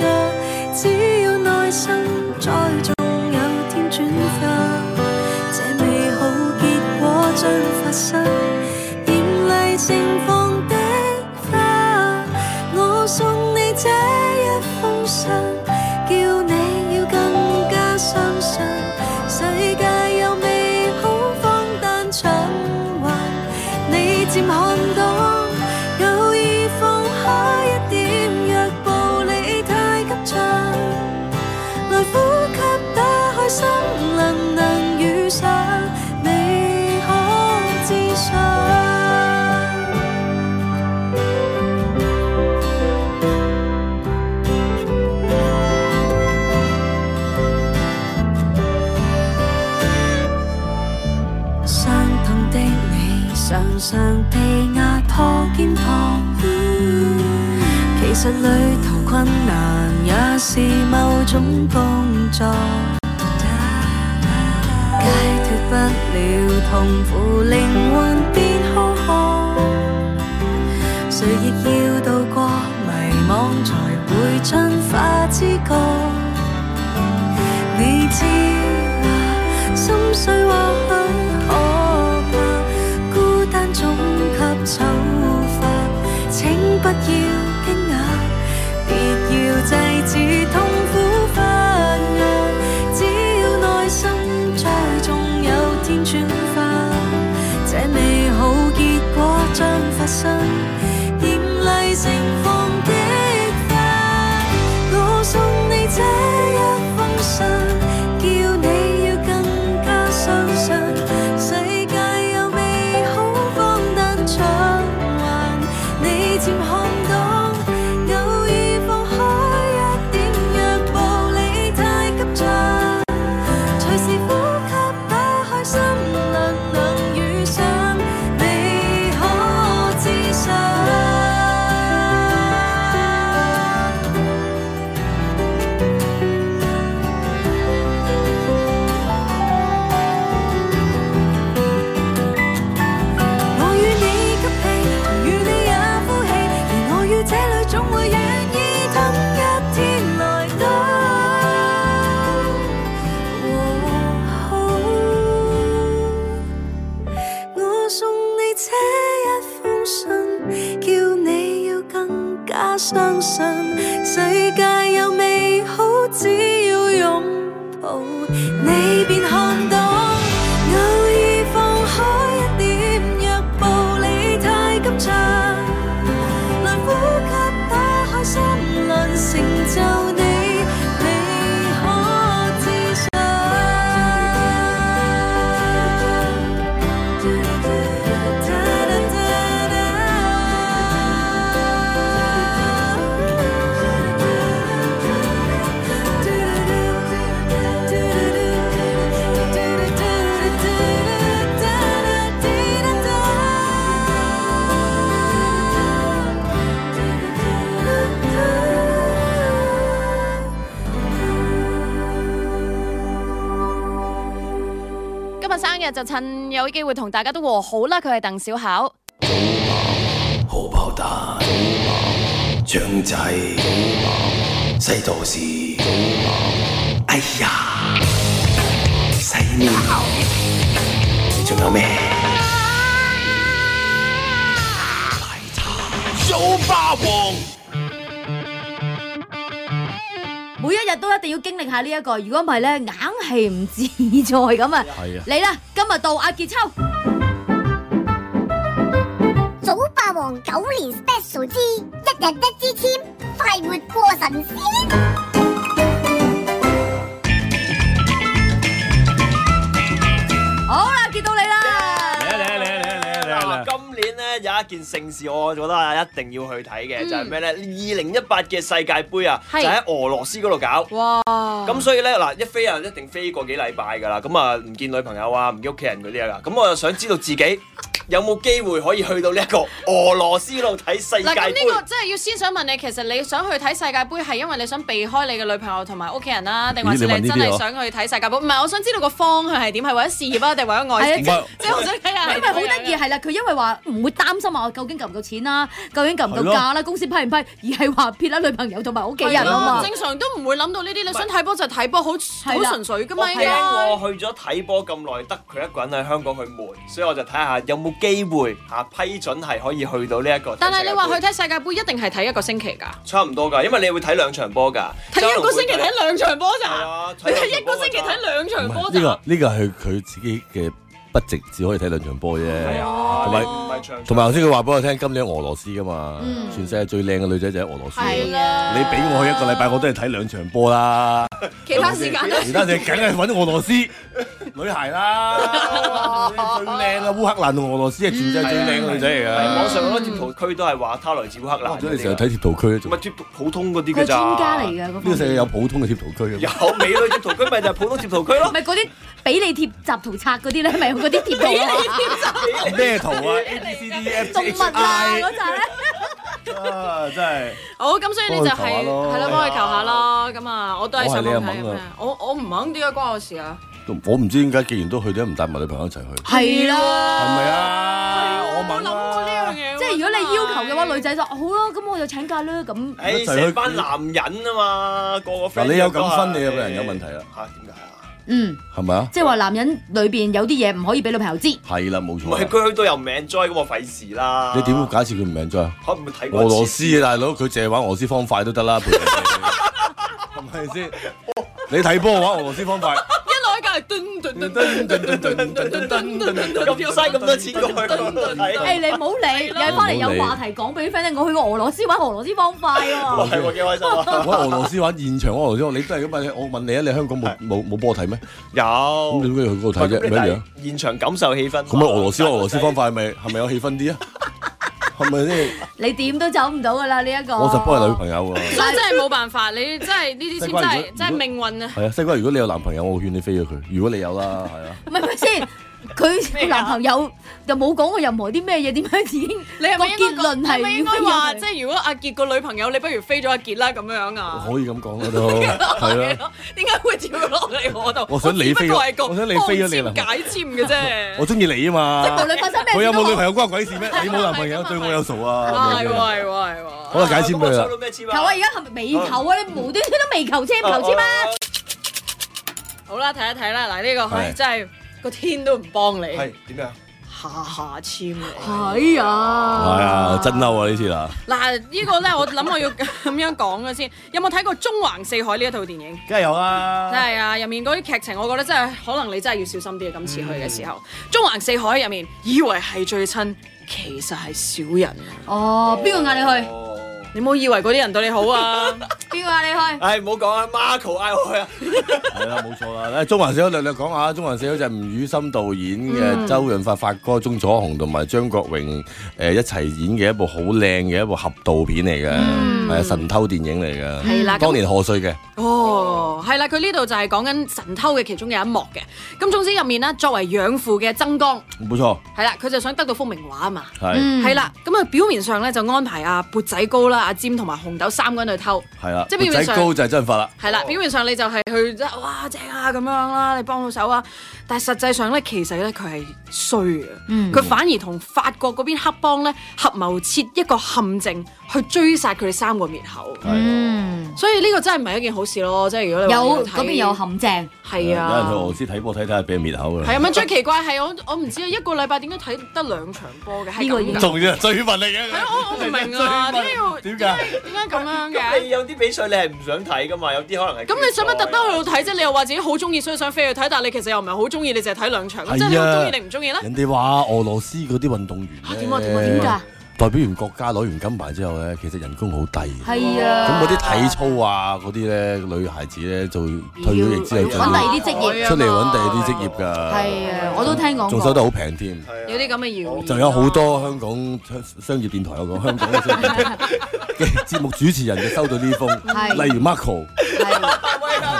Speaker 12: 芽。只要耐心栽種，有天轉化。這美好結果將發生，豔麗盛放的花。我送你這一封信，叫你要更加相信，世界有美好荒誕循環。你漸看到，有意放開一點，若步履太急進。來呼吸，打開心能能遇上，你可自信。傷痛的你，常常被壓破肩膀。其實旅途困難也是某種工作，解脱不了痛苦，靈魂變空殼。誰亦要渡過迷惘，才會進化之覺。你知嗎？心碎或許可怕，孤哦信世界有美好，只要擁抱你便看到。偶爾放開一點，若步履太急促，來呼吸，打開心輪，成就你美好之想。
Speaker 7: 今日生日就趁有機會同大家都和好啦。佢係鄧小巧，
Speaker 13: 荷包蛋、腸仔、西多士，哎呀，西面，仲有咩？奶茶，小霸王。
Speaker 2: 每一日都一定要經歷下呢、一個，如果唔係咧，硬係唔自在咁啊！
Speaker 4: 係啊
Speaker 2: 嚟啦，今日到阿傑秋，
Speaker 14: 早霸王九年 special 之一日一支签，快活過神仙。
Speaker 2: 好啦，傑到你啦！
Speaker 1: 嚟啊嚟啊嚟啊嚟啊嚟啊嚟啊嚟啊！
Speaker 8: 今年咧有一件盛事，我覺得啊一定要去睇
Speaker 7: Ừ.
Speaker 8: 嘅，就係咩咧？二零一八嘅世界盃啊，就
Speaker 7: 係
Speaker 8: 喺俄羅斯嗰度搞。
Speaker 15: 哇！
Speaker 8: 咁所以咧嗱，一飛啊一定飛過幾禮拜㗎啦，咁啊唔見女朋友啊，唔見屋企人嗰啲啊，咁我就想知道自己有冇機會可以去到呢一個俄羅斯度睇世界
Speaker 7: 嗱咁呢個
Speaker 8: 盃。
Speaker 7: 真係要先想問你，其實你想去睇世界盃係因為你想避開你嘅女朋友同埋屋企人啦，定還是
Speaker 4: 咦
Speaker 7: 你
Speaker 4: 你問
Speaker 7: 真
Speaker 4: 呢啲
Speaker 7: 係
Speaker 4: 啊
Speaker 7: 想去睇世界盃？唔係，我想知道個方向係點，係為咗事業啊，定為咗愛情？
Speaker 4: 係啊
Speaker 7: 即係我想睇 下，
Speaker 2: 因為好得
Speaker 7: Dạ,
Speaker 2: 意係啦，佢因為話唔會擔心話我究竟夠唔夠錢啦，究竟夠唔
Speaker 4: 係
Speaker 2: 夠
Speaker 4: 咯
Speaker 2: 價啦，公司批唔批，而係話撇甩女朋友同埋屋企人啊嘛。
Speaker 7: 正常都唔會諗到呢啲，你想睇波就睇波，好好
Speaker 2: 啦
Speaker 7: 純粹噶
Speaker 8: 我
Speaker 7: 嘛，應
Speaker 8: 聽
Speaker 7: 該。
Speaker 8: 我去咗睇波咁耐，得佢一個人喺香港去悶，所以我就睇下有冇機會啊批准係可以去到呢一個。
Speaker 7: 但係你話去睇世界盃一定係睇一個星期㗎，
Speaker 8: 差唔多㗎，因為你會睇兩場波㗎，
Speaker 7: 睇一個星期
Speaker 8: 可能會
Speaker 7: 睇兩場波
Speaker 8: 係
Speaker 7: 咋？
Speaker 8: 啊，
Speaker 7: 你
Speaker 8: 睇兩場
Speaker 7: 係一
Speaker 8: 波
Speaker 7: 個
Speaker 8: 㗎
Speaker 7: 星期睇兩場波
Speaker 4: 呢
Speaker 7: 咋
Speaker 4: 個？呢個係佢自己嘅筆值，只可以睇兩場波啫。
Speaker 8: 係啊，
Speaker 4: 同埋
Speaker 8: 唔係場
Speaker 4: 同埋頭先佢話俾我聽，今年俄羅斯噶嘛，全世界最靚嘅女仔就喺俄羅斯。
Speaker 7: 係啦，
Speaker 4: 你俾我去一個禮拜，我都係睇兩場波啦。
Speaker 7: 其他時間都啊
Speaker 4: 其他就梗係揾俄羅斯女孩啦，最靚啊！烏克蘭同俄羅斯係全世界最靚嘅女仔嚟
Speaker 8: 係網
Speaker 4: 㗎。
Speaker 8: 上好多貼圖區都係話他來自烏克
Speaker 4: 哇
Speaker 8: 蘭嗰啲㗎。
Speaker 4: 咗你成日睇貼圖區啊仲
Speaker 8: 咪貼普通嗰啲
Speaker 2: 佢專
Speaker 8: 㗎咋？
Speaker 2: 家嚟嘅嗰
Speaker 4: 呢個
Speaker 2: 方
Speaker 4: 世界
Speaker 2: 面。
Speaker 4: 有普通嘅貼圖區啊
Speaker 8: 有。美女貼圖區咪就係普通貼圖 區咯
Speaker 2: 唔。係嗰啲俾你貼集圖冊嗰啲咧，咪有嗰啲貼圖啊，
Speaker 4: 咩圖 啊？A B C D E F
Speaker 2: 動
Speaker 4: G
Speaker 2: 物
Speaker 4: H
Speaker 2: 啊
Speaker 4: I
Speaker 2: 嗰扎咧，
Speaker 4: 啊，真係。
Speaker 7: 好，咁所以你就
Speaker 4: 幫佢
Speaker 7: 係
Speaker 4: 求下咯
Speaker 7: 係啊咯，幫佢求下咯。咁啊，我都係想
Speaker 4: 我係你阿
Speaker 7: 問睇
Speaker 4: 敏
Speaker 7: 咩
Speaker 4: 啊？
Speaker 7: 我我唔肯，點解關我事啊？
Speaker 4: 我唔知點解，既然都去，點解唔帶埋女朋友一齊去？
Speaker 2: 係啦。
Speaker 4: 係咪啊？我
Speaker 7: 我
Speaker 4: 問
Speaker 7: 諗過呢樣
Speaker 4: 啦。
Speaker 7: 嘢喎，
Speaker 2: 即係如果你要求嘅 話，女仔就好咯，咁我就請假啦。咁
Speaker 8: 誒，成班男人啊嘛，個個 friend
Speaker 4: 嗱你有咁
Speaker 8: 都係
Speaker 4: 分你有個人有問題啦。
Speaker 8: 嚇點解啊？
Speaker 2: 嗯，
Speaker 4: 係咪啊？
Speaker 2: 即係話男人裏邊有啲嘢唔可以俾女朋友知。
Speaker 4: 係啦，冇
Speaker 8: 唔
Speaker 4: 錯
Speaker 8: 係
Speaker 4: 啦。
Speaker 8: 佢去到又唔 enjoy 咁，我費事啦。
Speaker 4: 你點會假設佢唔明啫？
Speaker 8: 嚇？唔會睇過
Speaker 4: 俄
Speaker 8: 一次
Speaker 4: 羅斯啊，大佬，佢淨係玩俄羅斯方塊都得啦，陪 你係咪先？你睇波玩俄羅斯方
Speaker 7: 一
Speaker 4: 塊，
Speaker 7: 路喺隔離蹲 蹲蹲蹲蹲蹲蹲蹲蹲蹲
Speaker 8: 咁要嘥咁多錢過去嗰度
Speaker 2: 誒、
Speaker 4: 哎
Speaker 8: 睇，
Speaker 2: 你唔好理，又係翻嚟有話題講俾 friend 聽，我去過俄羅斯玩俄羅斯方塊
Speaker 8: 哇
Speaker 2: 喎。
Speaker 8: 係喎幾開心 啊！
Speaker 4: 玩俄羅斯玩現場玩俄羅斯，你都係咁啊！我問你啊，你香港冇冇冇波睇咩？
Speaker 8: 有
Speaker 4: 哦咁你點解去嗰度睇啫？咪一
Speaker 8: 咁你
Speaker 4: 樣。
Speaker 8: 睇現場感受氣氛。
Speaker 4: 咁啊，俄羅斯玩俄羅斯方塊係咪係咪有氣氛啲啊？係咪先？
Speaker 2: 你點都走唔到㗎啦呢一個。
Speaker 4: 我就幫你女朋友喎。
Speaker 7: 所以真係冇辦法，你真係呢啲先
Speaker 4: 西瓜
Speaker 7: 真
Speaker 4: 如果
Speaker 7: 係真係命運啊！
Speaker 4: 係啊，西瓜，如果你有男朋友，我會勸你飛咗佢。如果你有啦，係啊。
Speaker 2: 唔 係咪先？佢男朋友又冇講過任何啲咩嘢，點解已經
Speaker 7: 你係咪應該
Speaker 2: 個結論係
Speaker 7: 你係咪啊應該
Speaker 2: 要
Speaker 7: 話，
Speaker 2: 飛咗佢
Speaker 7: 即係如果阿傑個女朋友，你不如飛咗阿傑啦咁樣啊？
Speaker 4: 可以咁講啦都 係啊！，
Speaker 7: 點解會跳落嚟我度？
Speaker 4: 我想你飛咗
Speaker 7: 只不過係個
Speaker 4: 我想你飛咗你啦
Speaker 7: 幫簽解簽嘅啫。
Speaker 4: 我中意你啊嘛
Speaker 2: 即係無論發生咩
Speaker 4: 佢
Speaker 2: 事
Speaker 4: 有
Speaker 2: 都
Speaker 4: 冇女
Speaker 2: 好
Speaker 4: 朋。友關我鬼 事咩？你冇男朋友 對我有數啊！
Speaker 7: 係喎係喎係喎
Speaker 8: 啊
Speaker 4: 好。啦，解簽俾佢啦
Speaker 8: 收。到咩簽啊？
Speaker 2: 求啊！而家係咪未求啊？你無端端都未求簽唔求簽啊？
Speaker 7: 好啦，睇一睇啦。嗱，呢個
Speaker 4: 係
Speaker 7: 唉真係個天都唔幫你。
Speaker 4: 啊
Speaker 8: 係點樣？
Speaker 1: 下下簽
Speaker 7: 哦
Speaker 2: 哎
Speaker 1: 嘅。係啊，
Speaker 4: 係啊，真嬲啊呢次啦，
Speaker 7: 嗱，呢個咧，我諗我要咁樣講嘅先。有冇睇過《中環四海》呢一套電影？
Speaker 4: 梗係有啦。
Speaker 7: 真係啊！入面嗰啲劇情，我覺得真係可能你真係要小心啲啊！今次去嘅時候，
Speaker 4: 嗯
Speaker 7: 中環四海》入面以為係最親，其實係小人。
Speaker 2: 哦，邊個嗌你去？
Speaker 7: 你唔好以為嗰啲人對你好啊！
Speaker 2: 邊個嗌你去？
Speaker 8: 唉，唔好講啊，Marco 嗌我去啊。
Speaker 4: 係啦，冇錯啦。誒中環四海略略講下，中環四海就係吳宇森導演嘅
Speaker 16: 嗯
Speaker 4: 周潤發發哥、鐘楚紅同埋張國榮誒一齊演嘅一部好靚嘅一部合導片嚟嘅，係啊神偷電影嚟嘅。
Speaker 7: 嗯係啦咁
Speaker 4: 當年賀歲嘅。
Speaker 7: 哦，係啦，佢呢度就係講緊神偷嘅其中嘅一幕嘅。咁總之入面呢，作為養父嘅曾江，
Speaker 4: 冇錯，
Speaker 7: 係啦，佢就想得到幅名畫啊嘛。
Speaker 4: 係嗯
Speaker 7: 係啦，咁啊表面上咧就安排阿缽仔糕啦、阿尖同埋紅豆三個人去偷。
Speaker 4: 係啦，
Speaker 7: 即係表面
Speaker 4: 個
Speaker 7: 上
Speaker 4: 仔高就係周潤發啦。
Speaker 7: 係啦，表面上你就係去哇正啊咁樣啦，你幫到手啊，但係實際上咧，其實咧佢係衰嘅，佢、
Speaker 2: 嗯
Speaker 7: 反而同法國嗰邊黑幫咧合謀設一個陷阱去追殺佢哋三個滅口。
Speaker 2: 嗯，
Speaker 7: 所以呢個真係唔係一件好事咯，即係如果你話
Speaker 2: 有
Speaker 7: 要睇
Speaker 2: 嗰邊有陷阱。
Speaker 7: 係
Speaker 4: 有人去俄
Speaker 7: 啊。
Speaker 4: 羅斯睇波睇睇下俾人滅口㗎啦。
Speaker 7: 係啊，咪最奇怪係我我唔知啊，一個禮拜點解睇得兩場波嘅？係咁㗎
Speaker 4: 仲要係追問嚟嘅。係
Speaker 7: 我唔明啊，點解要
Speaker 4: 點解？
Speaker 7: 點解咁樣
Speaker 8: 咁
Speaker 7: 嘅
Speaker 8: 你？有啲比賽你係唔想睇噶嘛，有啲可能係。
Speaker 7: 咁你使乜特登去度睇啫？你又話自己好中意，所以想飛去睇，但係你其實又唔係好中意，你淨係睇兩
Speaker 4: 啊
Speaker 7: 場。咁即係你好中意定唔中意咧？
Speaker 4: 人哋話俄羅斯嗰啲運動員咧，
Speaker 7: 點啊點啊點㗎
Speaker 4: 代表完國家攞完金牌之後咧，其實人工好低嘅。
Speaker 2: 係
Speaker 7: 哦
Speaker 2: 啊
Speaker 4: 咁嗰啲體操啊，嗰啲咧女孩子咧，就退咗役之後就
Speaker 2: 揾第二啲職業
Speaker 4: 出嚟揾第二啲職業㗎。
Speaker 2: 係啊，我都聽講過。
Speaker 4: 仲收得好平添。
Speaker 7: 有啲咁嘅謠言。
Speaker 4: 就有好多香港商商業電台有講香港嘅商業電台嘅節目主持人就收到呢封，
Speaker 2: 係
Speaker 4: 例如 Marco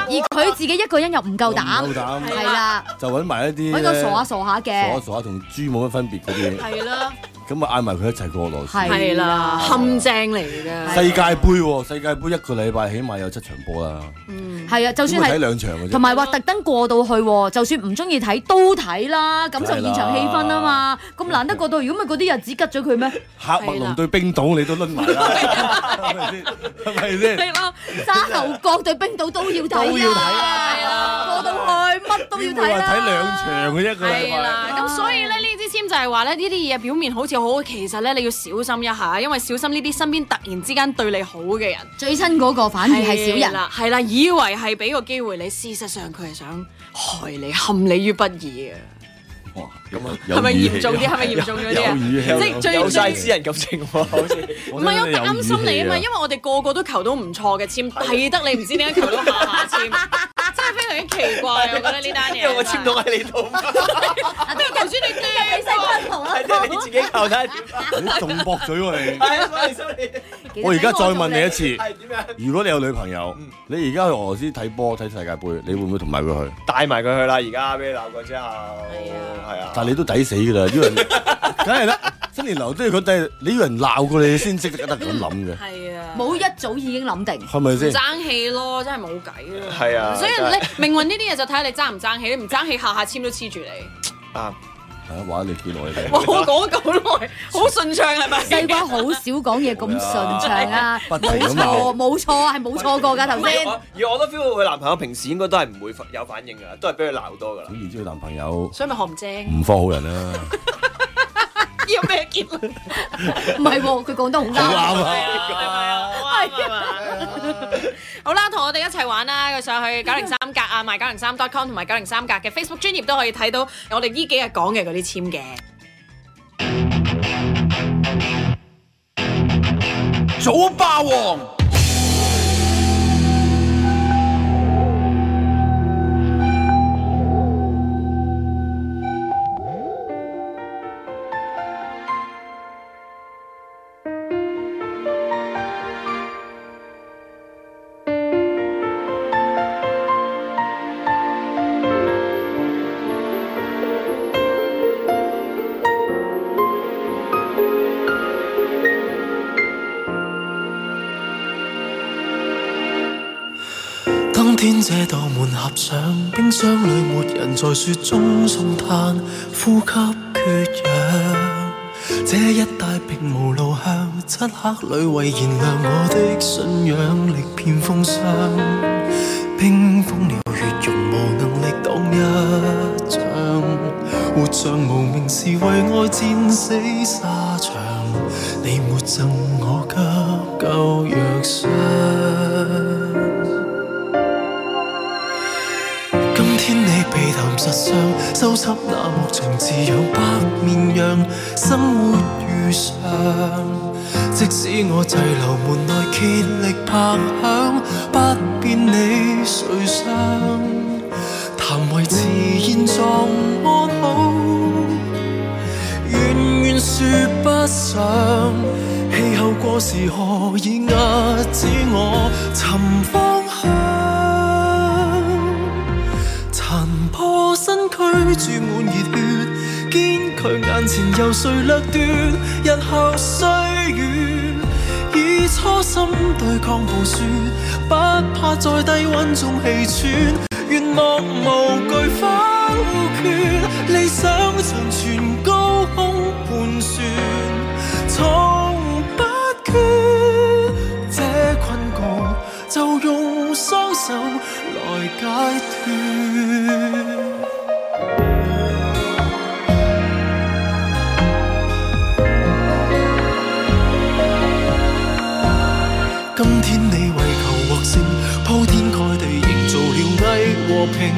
Speaker 2: 而佢自己一個人又唔夠膽，
Speaker 4: 夠膽
Speaker 2: 係啦，
Speaker 4: 就揾埋一啲
Speaker 2: 揾個傻啊下傻下
Speaker 4: 傻下
Speaker 2: 嘅，
Speaker 4: 傻下同豬冇乜分別嗰啲，
Speaker 7: 係啦，
Speaker 4: 咁啊嗌埋佢一齊過俄羅斯。
Speaker 7: 係啦，陷阱嚟嘅。
Speaker 4: 世界盃喎，世界盃一個禮拜起碼有七場波啦，
Speaker 2: 係啊，就算
Speaker 4: 咁咪睇
Speaker 2: 係
Speaker 4: 兩場嘅啫。
Speaker 2: 同埋話特登過到去喎，就算唔中意睇都睇啦，感受現場氣氛啊嘛。 咁難得過到，如果咪嗰啲日子吉咗佢咩？
Speaker 4: 喀麥隆對冰島你都攆埋 啦，係咪先？
Speaker 2: 係啦，沙頭角對冰島都要
Speaker 4: 都要
Speaker 2: 睇
Speaker 4: 睇
Speaker 2: 啊，過到去乜都要
Speaker 4: 會
Speaker 2: 睇
Speaker 4: 話睇
Speaker 2: 啦。
Speaker 4: 兩場嘅一個
Speaker 7: 係
Speaker 4: 禮拜。
Speaker 7: 啦，咁所以咧呢啲簽就係話咧呢啲嘢表面好似好，其實咧你要小心一下，因為小心呢啲身邊突然之間對你好嘅人。
Speaker 2: 最親嗰個反而係小
Speaker 7: 係
Speaker 2: 人。
Speaker 7: 啦，係啦，以為係俾個機會你，事實上佢係想害你、陷你於不義嘅。
Speaker 4: 咁啊，
Speaker 7: 係咪嚴重啲？係咪嚴重咗啲啊？即係最
Speaker 8: 有晒
Speaker 7: 最
Speaker 8: 私人感情喎，好似。
Speaker 7: 唔係我擔心你啊嘛，因為我哋個個都求到唔錯嘅簽，係啊得你唔知點解求到下下 簽，真係非常之奇怪。啊我覺得呢單嘢，
Speaker 8: 因為我簽到喺 你度，
Speaker 2: 啊
Speaker 7: 頭先你
Speaker 2: 俾
Speaker 7: 驚
Speaker 2: 西昆同啦
Speaker 8: 係，即係你自己求睇下點。
Speaker 4: 你仲駁嘴 喎
Speaker 8: 啊係啊，所以所以
Speaker 4: 你！我而家再問你一次，
Speaker 8: 係點樣？
Speaker 4: 如果你有女朋友，
Speaker 7: 嗯
Speaker 4: 你而家去俄羅斯睇波睇世界盃，你會唔會同埋佢
Speaker 7: 嗯
Speaker 4: 去？
Speaker 8: 帶埋佢去啦，而家俾你鬧過之後，係啊，
Speaker 4: 但係你都抵死㗎啦，因為 梗係啦，新年流都要佢抵，你要人鬧過你先識得得咁諗嘅，
Speaker 7: 係啊，
Speaker 2: 冇一早已經諗定。
Speaker 4: 係咪先？
Speaker 7: 爭氣咯，真係冇計啊。
Speaker 8: 係啊
Speaker 7: 所以
Speaker 8: 真係
Speaker 7: 你命運呢啲嘢就睇下你爭唔爭氣，你唔爭氣下下簽都黐住 你。
Speaker 8: 啊，
Speaker 4: 係啊，玩你幾耐嘅？
Speaker 7: 哇我講咗咁耐，好順暢啊係咪？
Speaker 2: 西瓜好少講嘢咁順暢啊，
Speaker 4: 不停
Speaker 2: 冇
Speaker 4: 咁鬧
Speaker 2: 錯冇錯係冇錯過㗎頭 先。
Speaker 8: 而我都 feel 到佢男朋友平時應該都係唔會有反應㗎，都係俾佢鬧多㗎啦
Speaker 4: 咁。然之後男朋友
Speaker 7: 所以咪學唔精，
Speaker 4: 唔放好人啦，
Speaker 7: 要咩結論？
Speaker 2: 唔係喎，佢講得好啱。
Speaker 4: 啱啊！
Speaker 7: 好啦，同我哋一齊玩啦！上去九零三格啊，賣九零三 .com 同埋九零三格嘅 Facebook 專頁都可以睇到我哋呢幾日講嘅嗰啲簽嘅。
Speaker 3: 早霸王，
Speaker 13: 當天這道門合上，冰箱裏沒人在雪中送炭，呼吸缺氧。這一帶並無路向，漆黑裏為燃亮我的信仰，力遍風霜。冰封了血，容無能力擋一掌。活像無名是為愛戰死沙場。你沒贈我急救藥箱。今天你被談實相，收拾那牧場飼養白綿羊，生活如常。即使我滯留門內竭力拍響，不變你垂想。談維持現狀安好，遠遠説不上。氣候過時何以壓止我尋方向？殘破身軀注滿熱血，堅拒眼前由誰掠奪？日後歲月以初心對抗暴雪，不怕在低温中氣喘，願望無懼否決，理想長存高空盤旋，從不缺。這困局就用雙手來解脱。今天你為求獲勝，鋪天蓋地營造了偽和平，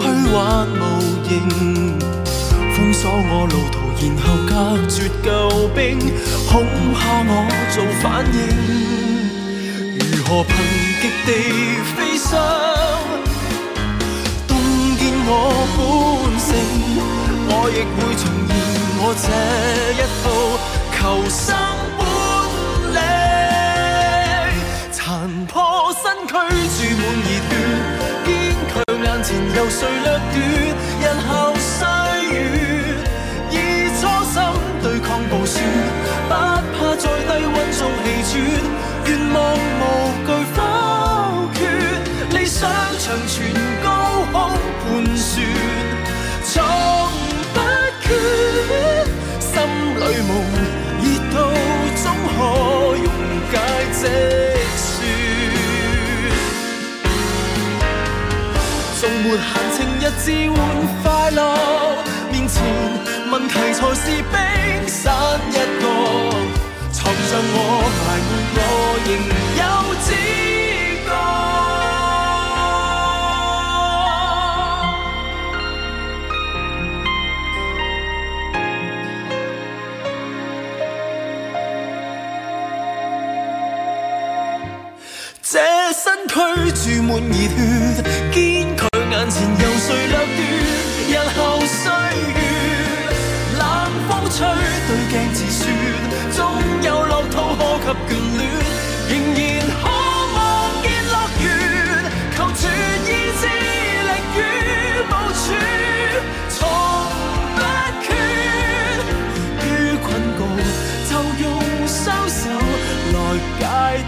Speaker 13: 虛幻無形，封鎖我路途，然後隔絕救兵，恐嚇我做反應，如何憑極地飛翔？洞見我本性，我亦會重現我這一套求生本領。殘破身軀注滿熱血，堅強眼前由誰掠奪？日後歲月以初心對抗暴雪，不怕在低温中氣喘，願望無懼否決，理想長存高空盤旋，從不缺，心裏夢。熱到終可溶解積雪，縱沒閒情日置換快樂，面前問題才是冰山一角，藏着我埋沒我仍有知覺。這身軀注滿熱血，堅拒眼前由誰掠奪？日後歲月，冷風吹對鏡自説，終有樂土可及眷戀，仍然可望見樂園，求全意志力與部署，從不缺。於困局，就用雙手來解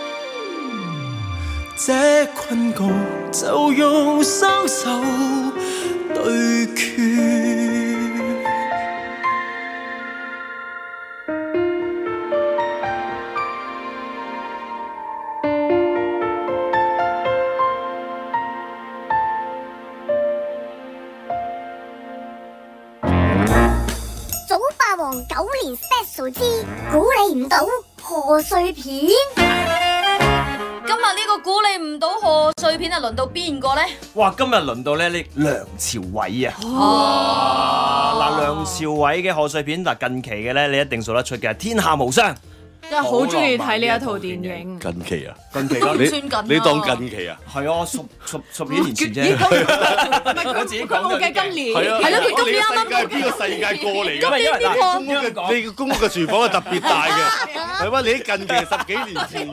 Speaker 13: 脱。這困局就用雙手對決。
Speaker 14: 早霸王九年 special 之估你唔到賀歲片，
Speaker 2: 今日呢個估你唔到賀歲片啊，輪到邊個咧？
Speaker 8: 哇！今日輪到咧呢梁朝偉啊！
Speaker 2: 哦
Speaker 8: 哇！嗱，梁朝偉嘅賀歲片嗱，近期嘅咧你一定數得出嘅《天下無雙》。
Speaker 7: 真係好中意睇呢一套電影。
Speaker 4: 近期啊，
Speaker 8: 近期啦，
Speaker 4: 你算近啦你當近期啊？
Speaker 8: 係啊，十十十幾年前啫。哦 我自己
Speaker 7: 佢冇
Speaker 8: 講
Speaker 7: 計今年，
Speaker 4: 係啊
Speaker 7: 係咯，佢今年啱
Speaker 4: 我
Speaker 7: 啱
Speaker 4: 哋嘅世界邊個世界過嚟㗎？
Speaker 7: 今年邊個
Speaker 4: 啊因為嗱你個公屋嘅廚房係特別大嘅，係嘛？你喺近期十幾年前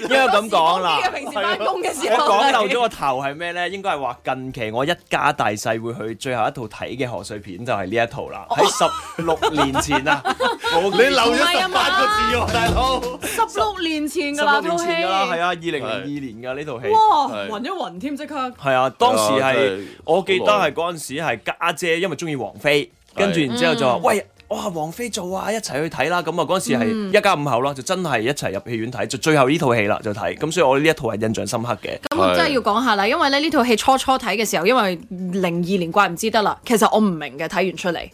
Speaker 8: 因為咁講啦，
Speaker 7: 平時翻工嘅時
Speaker 8: 啊我
Speaker 7: 候
Speaker 8: 講漏咗個頭係咩咧？應該係話近期我一家大細會去最後一套睇嘅賀歲片就係呢一套啦。喺十六年前 啊，我
Speaker 4: 你漏咗十八個字喎，大佬。
Speaker 7: 十六年前
Speaker 8: 十
Speaker 7: 㗎
Speaker 8: 六
Speaker 7: 啦，
Speaker 8: 年
Speaker 7: 套戲
Speaker 8: 前㗎啦，係啊，二零零二年㗎呢套戲。
Speaker 7: 哇，
Speaker 8: 係
Speaker 7: 暈一暈添，即刻。
Speaker 8: 係啊，當時
Speaker 4: 係啊真
Speaker 8: 係
Speaker 4: 係
Speaker 8: 我記得
Speaker 4: 好耐
Speaker 8: 係嗰陣時係家姐，因為中意王菲，跟住
Speaker 4: 係
Speaker 8: 然之後就話：
Speaker 7: 嗯
Speaker 8: 喂，哇，王菲做啊，一齊去睇啦！咁啊，嗰陣時係一家五口啦，就真係一齊入戲院睇，就最後呢套戲啦，就睇。咁所以我呢一套係印象深刻嘅。
Speaker 7: 咁我真係要講下啦，因為咧呢套戲初初睇嘅時候，因為零二年怪唔知得啦，其實我唔明嘅，睇完出嚟，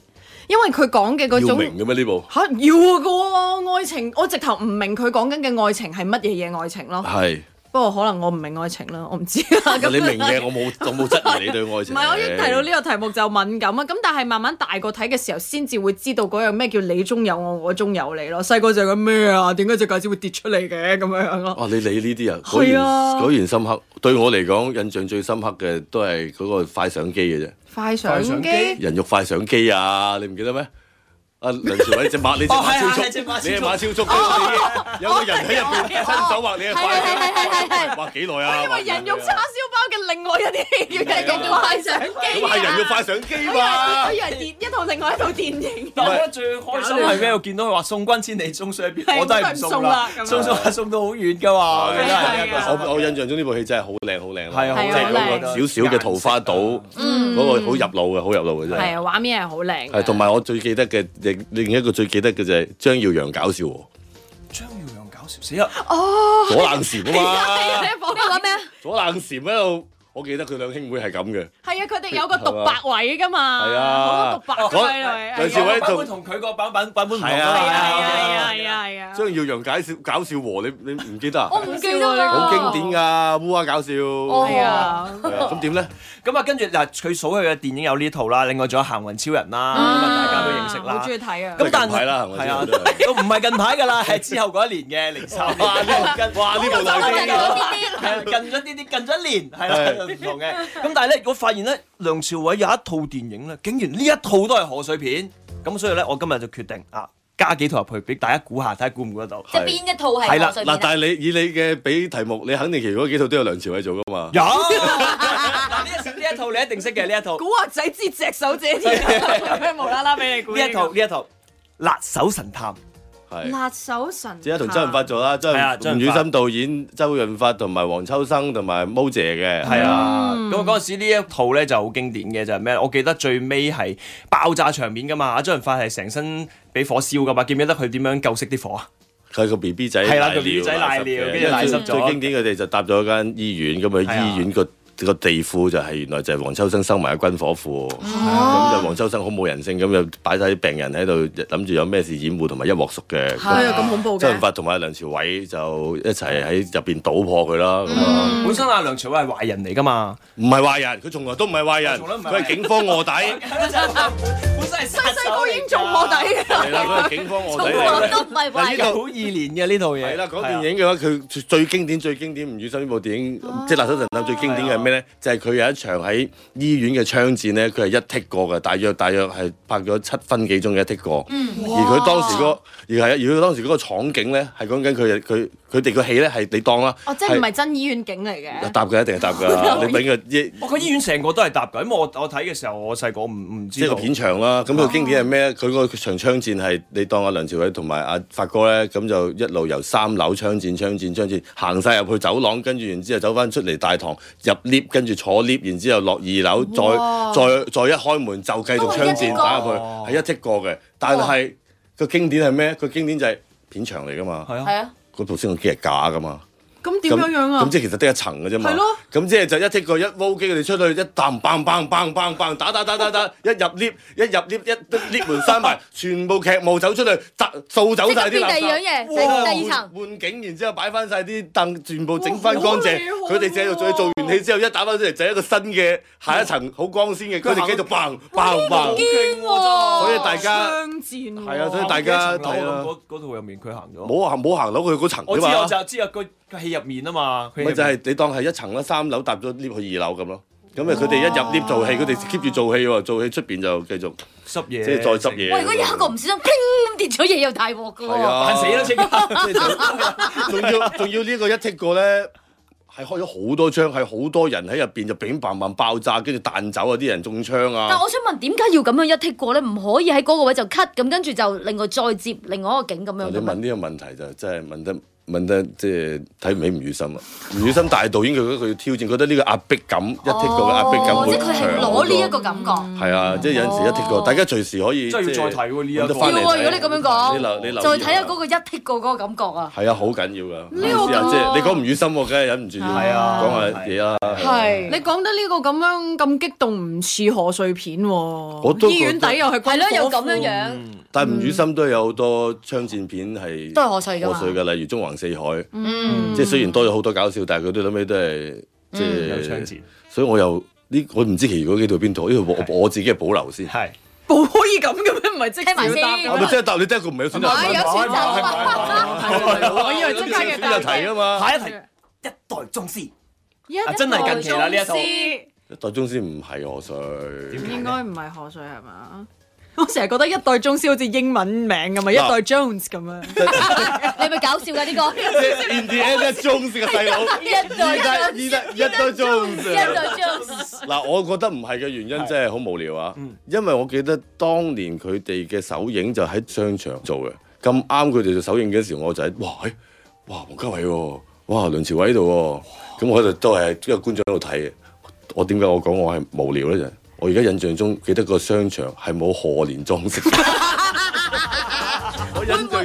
Speaker 7: 因為佢講嘅嗰
Speaker 4: 要
Speaker 7: 種
Speaker 4: 明嘅咩呢部？
Speaker 7: 嚇要嘅喎，愛情我直頭唔明佢講緊嘅愛情係乜嘢嘢愛情咯。
Speaker 4: 係，
Speaker 7: 不過可能我唔明愛情啦，我唔知啦。咁
Speaker 4: 啊你明嘅，我冇我冇質疑你對愛
Speaker 7: 唔
Speaker 4: 情。
Speaker 7: 係，我一提到呢個題目就敏感啊！咁但係慢慢大個睇嘅時候，先至會知道嗰樣咩叫你中有我，我中有你咯。細個就係咁咩啊？點解隻戒指會跌出嚟嘅咁樣樣咯？
Speaker 4: 哦，你理呢啲啊，果然、
Speaker 7: 係啊
Speaker 4: 果然深刻。對我嚟講，印象最深刻嘅都係嗰個快相機嘅啫，
Speaker 7: 快相機
Speaker 4: 人肉快相機啊，你唔記得咩？阿梁朝偉隻馬，你隻
Speaker 11: 哦係
Speaker 4: 馬
Speaker 11: 啊
Speaker 4: 超速，
Speaker 11: 係隻馬超速
Speaker 4: 你係馬超速，我哋已經有個人喺入邊親手畫你嘅快相
Speaker 7: 係係係係係
Speaker 4: 機，畫幾耐啊？
Speaker 7: 因為人肉叉燒包嘅另外一啲戲 叫人肉快相機
Speaker 4: 咁
Speaker 7: 啊
Speaker 4: 係人肉快相機嘛
Speaker 7: 我以為我以為電一套另外一套電影。
Speaker 8: 但我覺得最開心係咩？我見到佢話送君千里 送水邊，
Speaker 7: 係
Speaker 8: 我真係唔送啦，
Speaker 7: 真係唔送啦咁樣啊
Speaker 8: 送送下送到好遠㗎嘛，真係一個
Speaker 4: 我我印象中呢部戲真係好靚好靚，
Speaker 8: 係啊好
Speaker 4: 即係嗰個
Speaker 8: 靚
Speaker 4: 小小嘅桃花島，
Speaker 7: 嗯
Speaker 4: 嗰個好入腦嘅，好入腦嘅真
Speaker 7: 係
Speaker 4: 係。
Speaker 7: 啊，畫面係好靚嘅。
Speaker 4: 係同埋我最記得嘅，另另一個最記得嘅就係張耀揚搞笑喎，
Speaker 8: 搞笑死啦！
Speaker 7: 哦，
Speaker 4: 左冷禪 啊嘛，
Speaker 7: 你講咩啊？
Speaker 4: 左冷禪喺度，我記得佢兩兄妹係咁嘅。
Speaker 7: 係啊，佢哋有個獨白位㗎嘛，
Speaker 4: 係啊
Speaker 7: 好多獨白㗎佢哋。
Speaker 4: 梁朝偉
Speaker 8: 版
Speaker 4: 同
Speaker 8: 本同佢個版本版本唔同
Speaker 4: 係
Speaker 8: 㗎
Speaker 4: 啊
Speaker 8: 嘛。
Speaker 7: 係啊係啊，
Speaker 4: 張耀揚搞笑搞笑和，你你唔記得啊？
Speaker 7: 我唔記得啦。
Speaker 4: 好經典㗎，烏鴉搞笑。
Speaker 7: 係啊
Speaker 4: 係啊，咁點咧？
Speaker 8: Ờ。咁啊，跟住嗱，佢數佢嘅電影有呢套啦，另外仲有《行雲超人》啦，咁啊大家都認識啦。
Speaker 7: 好中意睇啊！
Speaker 8: 咁但
Speaker 4: 近排啦行雲
Speaker 8: 係
Speaker 4: 超
Speaker 8: 啊
Speaker 4: 人，
Speaker 8: 都唔係近 排㗎啦，係之後嗰一年嘅零三
Speaker 4: 哇呢部
Speaker 8: 年。
Speaker 4: 哇呢部
Speaker 8: 大
Speaker 4: 大
Speaker 8: 啲
Speaker 4: 啲
Speaker 8: 係啊，近咗啲啲，近咗一年，係啦，
Speaker 4: 係
Speaker 8: 唔同嘅。咁但係咧，我發現咧，梁朝偉有一套電影咧，竟然呢一套都係賀歲片，咁所以咧，我今日就決定啊，加幾套入去俾大家估下，睇下估唔估得到。
Speaker 2: 即係邊一套係
Speaker 4: 係啦，
Speaker 2: 賀歲片
Speaker 4: 嗱，
Speaker 2: 啊
Speaker 4: 但係你以你嘅俾題目，你肯定其實嗰幾套都有梁朝偉做㗎嘛？
Speaker 8: 有嗱呢一呢一套你一定識嘅呢一套，
Speaker 7: 古惑仔之隻手遮天，有咩無啦啦俾你估
Speaker 8: 呢一套呢一套《辣手神探》。
Speaker 4: 係。
Speaker 7: 辣手神，
Speaker 4: 即係同周潤發做啦，周
Speaker 8: 係啊
Speaker 4: 潤
Speaker 8: 周潤
Speaker 4: 吳宇
Speaker 8: 發
Speaker 4: 森導演，周潤發同埋黃秋生同埋毛姐嘅，
Speaker 8: 係啊，
Speaker 4: 嗯
Speaker 8: 咁嗰陣時呢一套咧就好經典嘅就係咩？我記得最尾係爆炸場面噶嘛，阿周潤發係成身俾火燒噶嘛，記唔記得佢點樣救熄啲火啊？
Speaker 4: 佢個 B B 仔
Speaker 8: 係啦
Speaker 4: 瀨
Speaker 8: 個 BB
Speaker 4: 尿
Speaker 8: 仔
Speaker 4: 瀨
Speaker 8: 瀨尿
Speaker 4: 嘅
Speaker 8: 跟住瀨
Speaker 4: 最
Speaker 8: 濕咗
Speaker 4: 最經典佢哋就搭咗間醫院，咁啊醫院個個地庫就係原來就係黃秋生收埋嘅軍火庫，咁
Speaker 7: 哦
Speaker 4: 就黃秋生好冇人性，咁就擺晒啲病人喺度，諗住有咩事掩護同埋一鑊熟嘅。
Speaker 7: 係啊咁恐怖嘅
Speaker 4: 周潤發同埋梁朝偉就一齊喺入邊搗破佢啦，咁啊。
Speaker 8: 本身阿梁朝偉係壞人嚟噶嘛，
Speaker 4: 唔係壞人，佢從來都唔係壞人，
Speaker 8: 唔係壞
Speaker 4: 佢係警方臥 底。
Speaker 8: 本身係細細個已經做
Speaker 7: 臥底㗎
Speaker 4: 係啦，佢係警方臥底嚟
Speaker 2: 從
Speaker 4: 嘅
Speaker 2: 來都唔係壞人
Speaker 8: 好二年嘅呢套嘢。
Speaker 10: 啊
Speaker 8: 係啦，
Speaker 4: 講電影嘅話，佢最最經典、最經典吳宇森呢部電影，即係《辣手神探》最經典嘅係咩咧？就係佢有一場喺醫院嘅槍戰咧，佢係一剔過嘅，大約大約係拍咗七分幾鐘嘅一剔過。而佢當時嗰個而係而佢當時嗰個場景咧，係講緊佢佢佢哋個戲咧係你當啦，
Speaker 7: 哦，即係唔係真醫院景嚟嘅？
Speaker 4: 搭嘅一定係搭㗎，你揾個一
Speaker 8: 我哦個醫院成個都係搭㗎，因為我我睇嘅時候我細個唔唔
Speaker 4: 即
Speaker 8: 知
Speaker 4: 係
Speaker 8: 道
Speaker 4: 個。片場啦，咁佢經典係咩咧？佢個場槍戰係你當阿梁朝偉同埋阿發哥咧，咁就一路由三樓槍戰、槍戰、槍戰，行晒入去走廊，跟住然之後走翻出嚟大堂，入 lift，跟住坐 lift，然之後落二樓，
Speaker 11: 哇
Speaker 4: 再再再一開門就繼續槍戰打入去，係一剔過嘅。但係個經典係咩？個經典就係片場嚟噶嘛，
Speaker 2: 係啊，
Speaker 4: 嗰部升降機係假噶嘛。
Speaker 7: 咁點樣樣啊？
Speaker 4: 咁即係其實得一層嘅啫嘛。
Speaker 7: 係咯。
Speaker 4: 咁即係就一剔過一踎機，佢哋出去一啖 bang bang bang bang bang 打打打打打，一入 lift 一入 lift 一 lift 門閂埋，全部劇務走出嚟，擲掃走
Speaker 2: 即刻
Speaker 4: 晒啲
Speaker 2: 變
Speaker 4: 垃
Speaker 2: 第二樣
Speaker 4: 圾。啊
Speaker 2: 嘢，第二層。
Speaker 4: 換景，然之後擺翻晒啲凳，全部整翻乾淨。佢哋淨係做做完戲之後，一打翻出嚟就係一個新嘅下一層，好光鮮嘅。佢哋繼續 bang bang bang。所以
Speaker 7: 啊
Speaker 4: 大家
Speaker 7: 槍戰喎
Speaker 4: 係啊所以大家
Speaker 8: 後面
Speaker 4: 睇
Speaker 8: 一層
Speaker 4: 啦
Speaker 8: 樓咁嗰嗰套入面佢行咗。
Speaker 4: 冇行冇行到佢嗰層
Speaker 8: 我
Speaker 4: 啫
Speaker 8: 知我
Speaker 4: 嘛。
Speaker 8: 就知啊，個個戲入面啊嘛，佢入
Speaker 4: 咪
Speaker 8: 面
Speaker 4: 就係你當係一層啦，三樓搭咗 lift 去二樓咁咯。咁啊，佢哋一入 lift 做戲，佢哋 keep 住做戲喎，做戲出邊就繼續
Speaker 8: 執嘢
Speaker 4: 即係再執
Speaker 2: 喂，如果有一
Speaker 4: 嘢。
Speaker 2: 個唔小心，砰跌咗嘢又大鑊㗎
Speaker 4: 係
Speaker 2: 喎。
Speaker 4: 啊
Speaker 8: 扮死啦即刻
Speaker 4: 即係仲要仲要呢個一剔過咧，係開咗好多槍，係好多人喺入邊就乒砰砰爆炸，跟住彈走啊啲人中槍
Speaker 2: 但
Speaker 4: 啊
Speaker 2: 我。想問點解要咁樣一剔過咧？唔可以喺嗰個位就 cut 咁，跟住就另外再接另外一個景咁樣
Speaker 4: 你
Speaker 2: 嘅
Speaker 4: 問
Speaker 2: 咩？
Speaker 4: 呢個問題就真係問得問得即係睇唔起吳宇森啊！吳宇森大導演佢佢挑戰，覺得呢個壓迫感一剔過嘅壓迫感
Speaker 2: 哦
Speaker 4: 會
Speaker 2: 即係佢係
Speaker 4: 強好
Speaker 2: 攞呢一
Speaker 4: 多。
Speaker 2: 個感覺。
Speaker 4: 係啊，即係有陣時一剔過，大家隨時可以
Speaker 8: 真係要再睇喎呢一個
Speaker 4: 揾得返嚟睇
Speaker 2: 要啊！如果你咁樣
Speaker 4: 你留你
Speaker 2: 講，
Speaker 4: 留
Speaker 2: 就
Speaker 4: 意
Speaker 2: 睇下嗰個一剔過嗰個感覺啊。
Speaker 4: 係啊，好緊要㗎。
Speaker 2: 呢個
Speaker 4: 知啊
Speaker 2: 咁
Speaker 4: 即係你講吳宇森，我梗係忍唔住要
Speaker 2: 係啊
Speaker 4: 講下嘢啦。
Speaker 7: 係你講得呢個咁樣咁激動，唔似賀歲片喎。
Speaker 4: 我都覺得
Speaker 7: 醫院底又係軍火庫
Speaker 2: 係咯又咁樣樣
Speaker 4: 但係吳宇森都有好多槍戰片係
Speaker 2: 都係賀歲㗎嘛
Speaker 4: 賀歲㗎，例如《縱橫四海》，
Speaker 2: 嗯
Speaker 4: 即係雖然多咗好多搞笑，但係佢到後尾都係即係
Speaker 8: 嗯有槍戰，
Speaker 4: 所以我又呢我唔知其餘嗰幾套邊套，因為我我我自己嘅保留先。係，
Speaker 7: 冇 可以咁嘅咩？唔係即
Speaker 2: 聽埋
Speaker 7: 係
Speaker 2: 先
Speaker 7: 要答
Speaker 4: 我咪
Speaker 7: 㗎
Speaker 4: 即係答你得一個唔係有選
Speaker 7: 唔
Speaker 2: 哎
Speaker 7: 係有
Speaker 2: 啊
Speaker 7: 選擇
Speaker 4: 擇。
Speaker 7: 我以為即刻嘅答
Speaker 4: 就題啊嘛，
Speaker 8: 下一題一代宗師，
Speaker 7: 一
Speaker 8: 啊真係近期啦呢一
Speaker 7: 代
Speaker 8: 套
Speaker 7: 宗師
Speaker 4: 一代宗師唔係賀歲，
Speaker 7: 應該唔係賀歲係嘛？ 我成日覺得一代宗師好似英文名咁啊，一代 Jones 咁 樣。
Speaker 2: 你係咪搞笑㗎呢個？
Speaker 4: In the end，宗師嘅細佬，
Speaker 2: 一代宗師
Speaker 4: 二代一代一代宗師啊
Speaker 2: 一代宗師
Speaker 4: 嗱，我覺得唔係嘅原因真係好無聊啊，因為我記得當年佢哋嘅首映就喺商場做嘅，咁啱佢哋就首映嘅時候，我就喺哇，哎哇王家衞喎，哇梁朝偉喺度喎，咁我就都係一個觀眾喺度睇嘅。我點解我講我係無聊咧？就係我而家印象中記得個商場係冇賀年裝飾。我印象中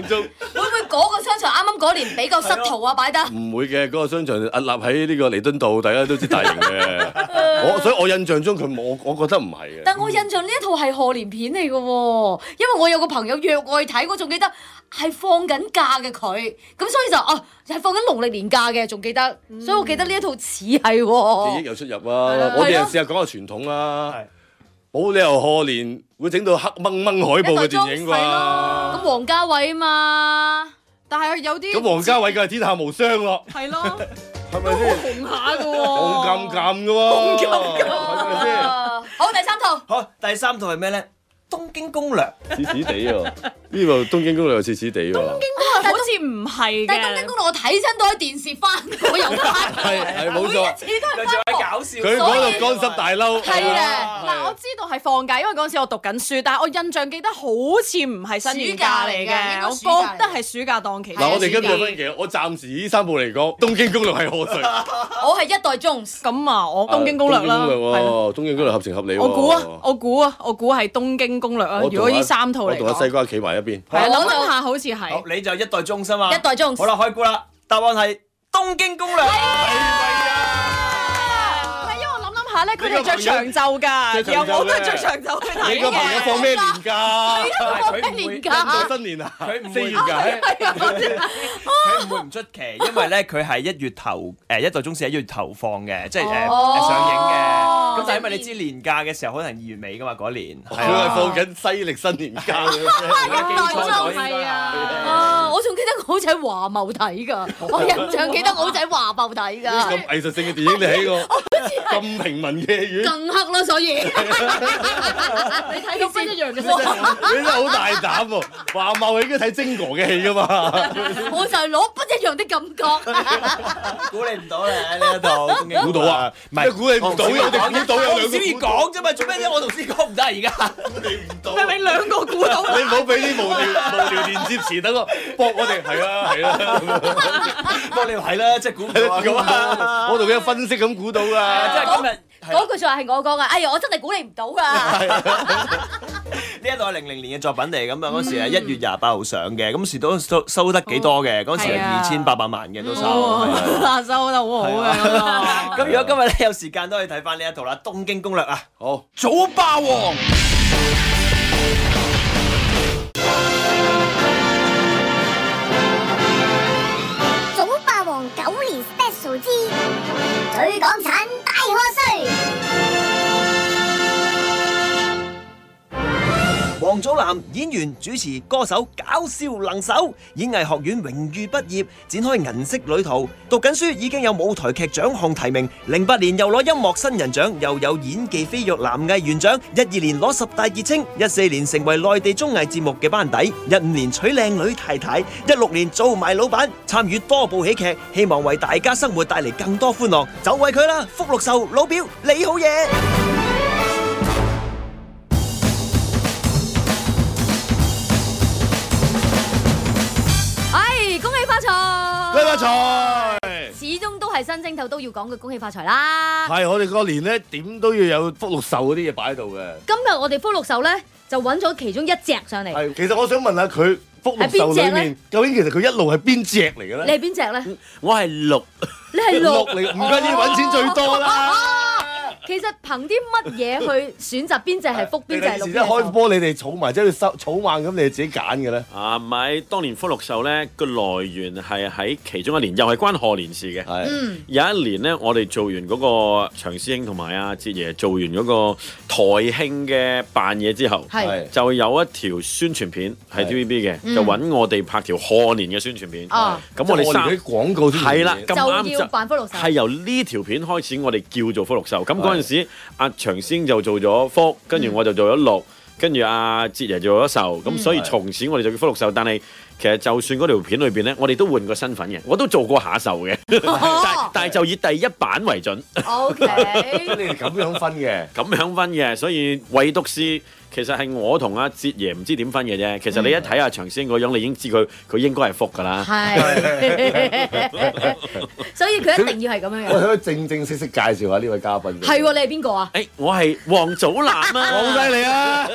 Speaker 2: 會唔會嗰個商場啱啱嗰年比較失圖啊？擺得
Speaker 4: 唔會嘅，嗰、個商場啊屹立喺呢個彌敦道，大家都知大型嘅。我所以我印象中佢冇，我我覺得唔係嘅。
Speaker 2: 但我印象呢一套係賀年片嚟嘅喎，因為我有個朋友約我去睇，我仲記得係放緊假嘅佢，咁所以就哦係放緊農曆年假嘅，仲記得，
Speaker 4: 嗯
Speaker 2: 所以我記得呢一套似係
Speaker 7: 哦
Speaker 4: 記憶
Speaker 2: 喎。
Speaker 4: 有出入啊！我哋又試下講下傳統啦，冇理由賀年會整到黑掹掹海報嘅電影啩。
Speaker 2: 咁王家衞啊嘛，
Speaker 7: 但係有啲
Speaker 4: 咁王家衞梗係天下無雙咯，
Speaker 7: 係哦咯，
Speaker 4: 係咪先？
Speaker 7: 紅下嘅
Speaker 4: 好
Speaker 7: 喎。
Speaker 4: 尷尷嘅喎，
Speaker 2: 好，第三套
Speaker 8: 好，第三套係咩咧？東京攻略。
Speaker 4: 似似地喎。呢部《東京攻略》又似似地喎，
Speaker 7: 好似唔係
Speaker 2: 但係東京公路我睇親都喺電視翻，我有睇，
Speaker 4: 係係冇錯。
Speaker 2: 每一次都係
Speaker 8: 仲
Speaker 2: 翻
Speaker 8: 係
Speaker 2: 播。
Speaker 8: 搞笑。
Speaker 4: 佢嗰度乾濕大褸，
Speaker 7: 係
Speaker 4: 啊
Speaker 7: 咧，嗱我知道係放假，因為嗰陣時我讀緊書，但係我印象記得好似唔係新年
Speaker 2: 暑假
Speaker 7: 假嚟
Speaker 2: 嚟㗎應
Speaker 7: 嘅，
Speaker 2: 該
Speaker 7: 我
Speaker 2: 暑假嚟㗎
Speaker 7: 覺得係暑假檔期。
Speaker 4: 嗱，我哋今日分歧，我暫時呢三部嚟講，《東京攻略》係賀歲，《
Speaker 2: 我係一代宗師，
Speaker 7: 咁啊，我 東京攻略啦，係啦
Speaker 4: 東京攻略喎，東京攻略合情合理喎。
Speaker 7: 我估啊，我估啊，我估係東京攻略啊。
Speaker 4: 我
Speaker 7: 如
Speaker 4: 同
Speaker 7: 果呢
Speaker 4: 阿
Speaker 7: 三套
Speaker 4: 我
Speaker 7: 嚟
Speaker 4: 同阿西
Speaker 7: 講，
Speaker 4: 瓜企埋一邊，
Speaker 7: 係啊，
Speaker 2: 我
Speaker 7: 諗
Speaker 2: 就
Speaker 7: 諗下好似
Speaker 8: 好
Speaker 7: 係，
Speaker 8: 你就一代宗師嘛。
Speaker 2: 一代宗師
Speaker 8: 好啦，開估啦，答案係東京攻略。
Speaker 7: 唔係因為我諗諗下咧，佢
Speaker 4: 你個
Speaker 7: 哋着
Speaker 4: 朋友
Speaker 7: 長袖㗎，
Speaker 4: 着長
Speaker 7: 然後我都係
Speaker 4: 袖嘅
Speaker 7: 着長袖去睇
Speaker 4: 你個
Speaker 8: 啊
Speaker 4: 朋友
Speaker 7: 嘅。
Speaker 4: 放咩年假？
Speaker 8: 但係佢唔
Speaker 2: 年
Speaker 8: 會
Speaker 2: 假
Speaker 4: 放新年啊？
Speaker 8: 佢唔會
Speaker 4: 四月
Speaker 8: 啊
Speaker 4: 㗎？
Speaker 8: 佢唔會唔出奇，因為咧佢係一月頭 誒一代宗師係一月頭放嘅，即係誒
Speaker 2: 哦
Speaker 8: 誒上映嘅。咁但係因為你知年假嘅時候可能二月尾噶嘛， 嗰年
Speaker 4: 佢
Speaker 8: 係
Speaker 4: 係
Speaker 8: 啊。
Speaker 4: 放緊西歷新年假嘅，
Speaker 8: 係啊。
Speaker 2: 啊！我仲記得我好似喺華茂睇 㗎，我印象記得我好似喺華茂睇㗎。
Speaker 4: 咁藝術性嘅電影你喺個咁平民嘅戲院，
Speaker 2: 更黑啦，所 以你睇到不一樣嘅先，
Speaker 4: 你真係好大膽喎！華茂應該睇精娥嘅戲㗎 嘛？
Speaker 2: 我就係攞不一樣的感覺。
Speaker 8: 估你唔到咧呢一 度，東京
Speaker 4: 估到啊
Speaker 8: 唔係
Speaker 4: 即
Speaker 8: 哦
Speaker 4: 係估你唔到有定估到有兩個
Speaker 8: 我頭先講啫嘛，做咩啫？我頭先講唔得啊而家。
Speaker 7: 係咪兩個估到？
Speaker 8: 哦
Speaker 4: 你唔好俾啲無聊 無聊連接詞等我搏我哋係啊係啊，
Speaker 8: 不過你話係啦，即係估唔到啊
Speaker 4: 咁啊，我同佢分析咁估到
Speaker 8: 即
Speaker 4: 㗎。
Speaker 8: 係今日係
Speaker 2: 嗰句説話係我講㗎，哎呀，我真係估你唔到㗎。
Speaker 8: 呢一度係零零年嘅作品嚟，咁啊嗰時係一月廿八號上嘅，咁時都收收得幾多嘅，嗰時係
Speaker 7: 係啊
Speaker 8: 二千八百萬嘅都 收。係啊
Speaker 7: 哇，收得好好啊！
Speaker 8: 咁如果今日咧有時間都可以睇翻呢一套啦，《東京攻略》啊，
Speaker 4: 好。
Speaker 8: 早霸王。
Speaker 14: 早霸王九年 special 之最港產大賀歲，
Speaker 8: 王祖藍演員、主持、歌手，搞笑能手，演藝學院榮譽畢業，展開銀色旅途。讀緊書已經有舞台劇獎項提名，零八年又攞音樂新人獎，又有演技飛躍男藝員獎，一二年攞十大熱稱，一四年成為內地綜藝節目嘅班底，一五年娶靚女太太，一六年做埋老闆，參與多部喜劇，希望為大家生活帶嚟更多歡樂。就為佢啦，福祿壽老表，你好嘢！
Speaker 2: 哎，恭喜發財！
Speaker 4: 恭喜財。
Speaker 2: 始終都係新正頭都要講句恭喜發財啦。
Speaker 4: 係我哋過年咧點都要有福祿壽嗰啲嘢擺喺度嘅。
Speaker 2: 今日我哋福祿壽咧就揾咗其中一隻上嚟，
Speaker 4: 係，其實我想問下佢福
Speaker 2: 係
Speaker 4: 祿壽
Speaker 2: 邊隻
Speaker 4: 裏
Speaker 2: 咧
Speaker 4: 面究竟其實佢一路係邊只嚟 嘅
Speaker 2: 你
Speaker 4: 咧？
Speaker 2: 係邊只咧？
Speaker 4: 我係六，
Speaker 2: 你係
Speaker 4: 六
Speaker 2: 六
Speaker 4: 嚟，唔怪之揾錢最多啦。
Speaker 2: 其實憑啲乜嘢去選擇邊只 係福，邊
Speaker 4: 你
Speaker 2: 只係
Speaker 4: 哋
Speaker 2: 六邊
Speaker 4: 時
Speaker 2: 隻
Speaker 4: 一
Speaker 2: 係
Speaker 4: 開
Speaker 2: 壽？
Speaker 4: 波，你哋儲埋即係收儲萬咁，你哋自己 揀嘅咧。
Speaker 10: 啊，唔係，當年福祿壽咧個來源係喺其中一年，又係關賀年事嘅。係
Speaker 11: 嗯
Speaker 10: 有一年咧，我哋做完嗰個長師兄同埋阿哲爺做完嗰個台慶嘅扮嘢之後，
Speaker 11: 係係
Speaker 10: 就有一條宣傳片係 TVB 嘅，
Speaker 11: 嗯
Speaker 10: 就揾我哋拍條賀年嘅宣傳片。
Speaker 2: 哦
Speaker 10: 咁我哋
Speaker 4: 即係賀
Speaker 10: 三
Speaker 4: 年嗰啲廣告宣傳
Speaker 10: 係啦，咁
Speaker 2: 就
Speaker 10: 啱
Speaker 2: 要扮福祿壽
Speaker 10: 係由呢條片開始，我哋叫做福祿壽。咁嗰陣時，阿長先就做咗福，跟
Speaker 2: 嗯
Speaker 10: 住我就做咗六，跟住阿哲爺做咗壽。咁
Speaker 11: 嗯
Speaker 10: 所以從此我哋就叫福祿壽。但係其實就算嗰條片裏邊咧，我哋都換過身份嘅，
Speaker 2: 嗯
Speaker 10: 我都做過下壽嘅，但係但係就以第一版為準。
Speaker 2: O K，
Speaker 4: 你哋咁樣分嘅，
Speaker 10: 咁樣分嘅，所以唯獨是其實係我同阿哲爺唔知點分嘅啫。其實你一睇阿長先個樣，你已經知佢佢應該係福㗎 啦。
Speaker 2: 係，所以佢一定要係咁 樣
Speaker 4: 我哋
Speaker 2: 樣。
Speaker 4: 可以正正式式介紹下呢位嘉賓。
Speaker 2: 係喎，你係邊個啊？
Speaker 10: 誒，我係黃祖藍啊！
Speaker 4: 好犀利 啊！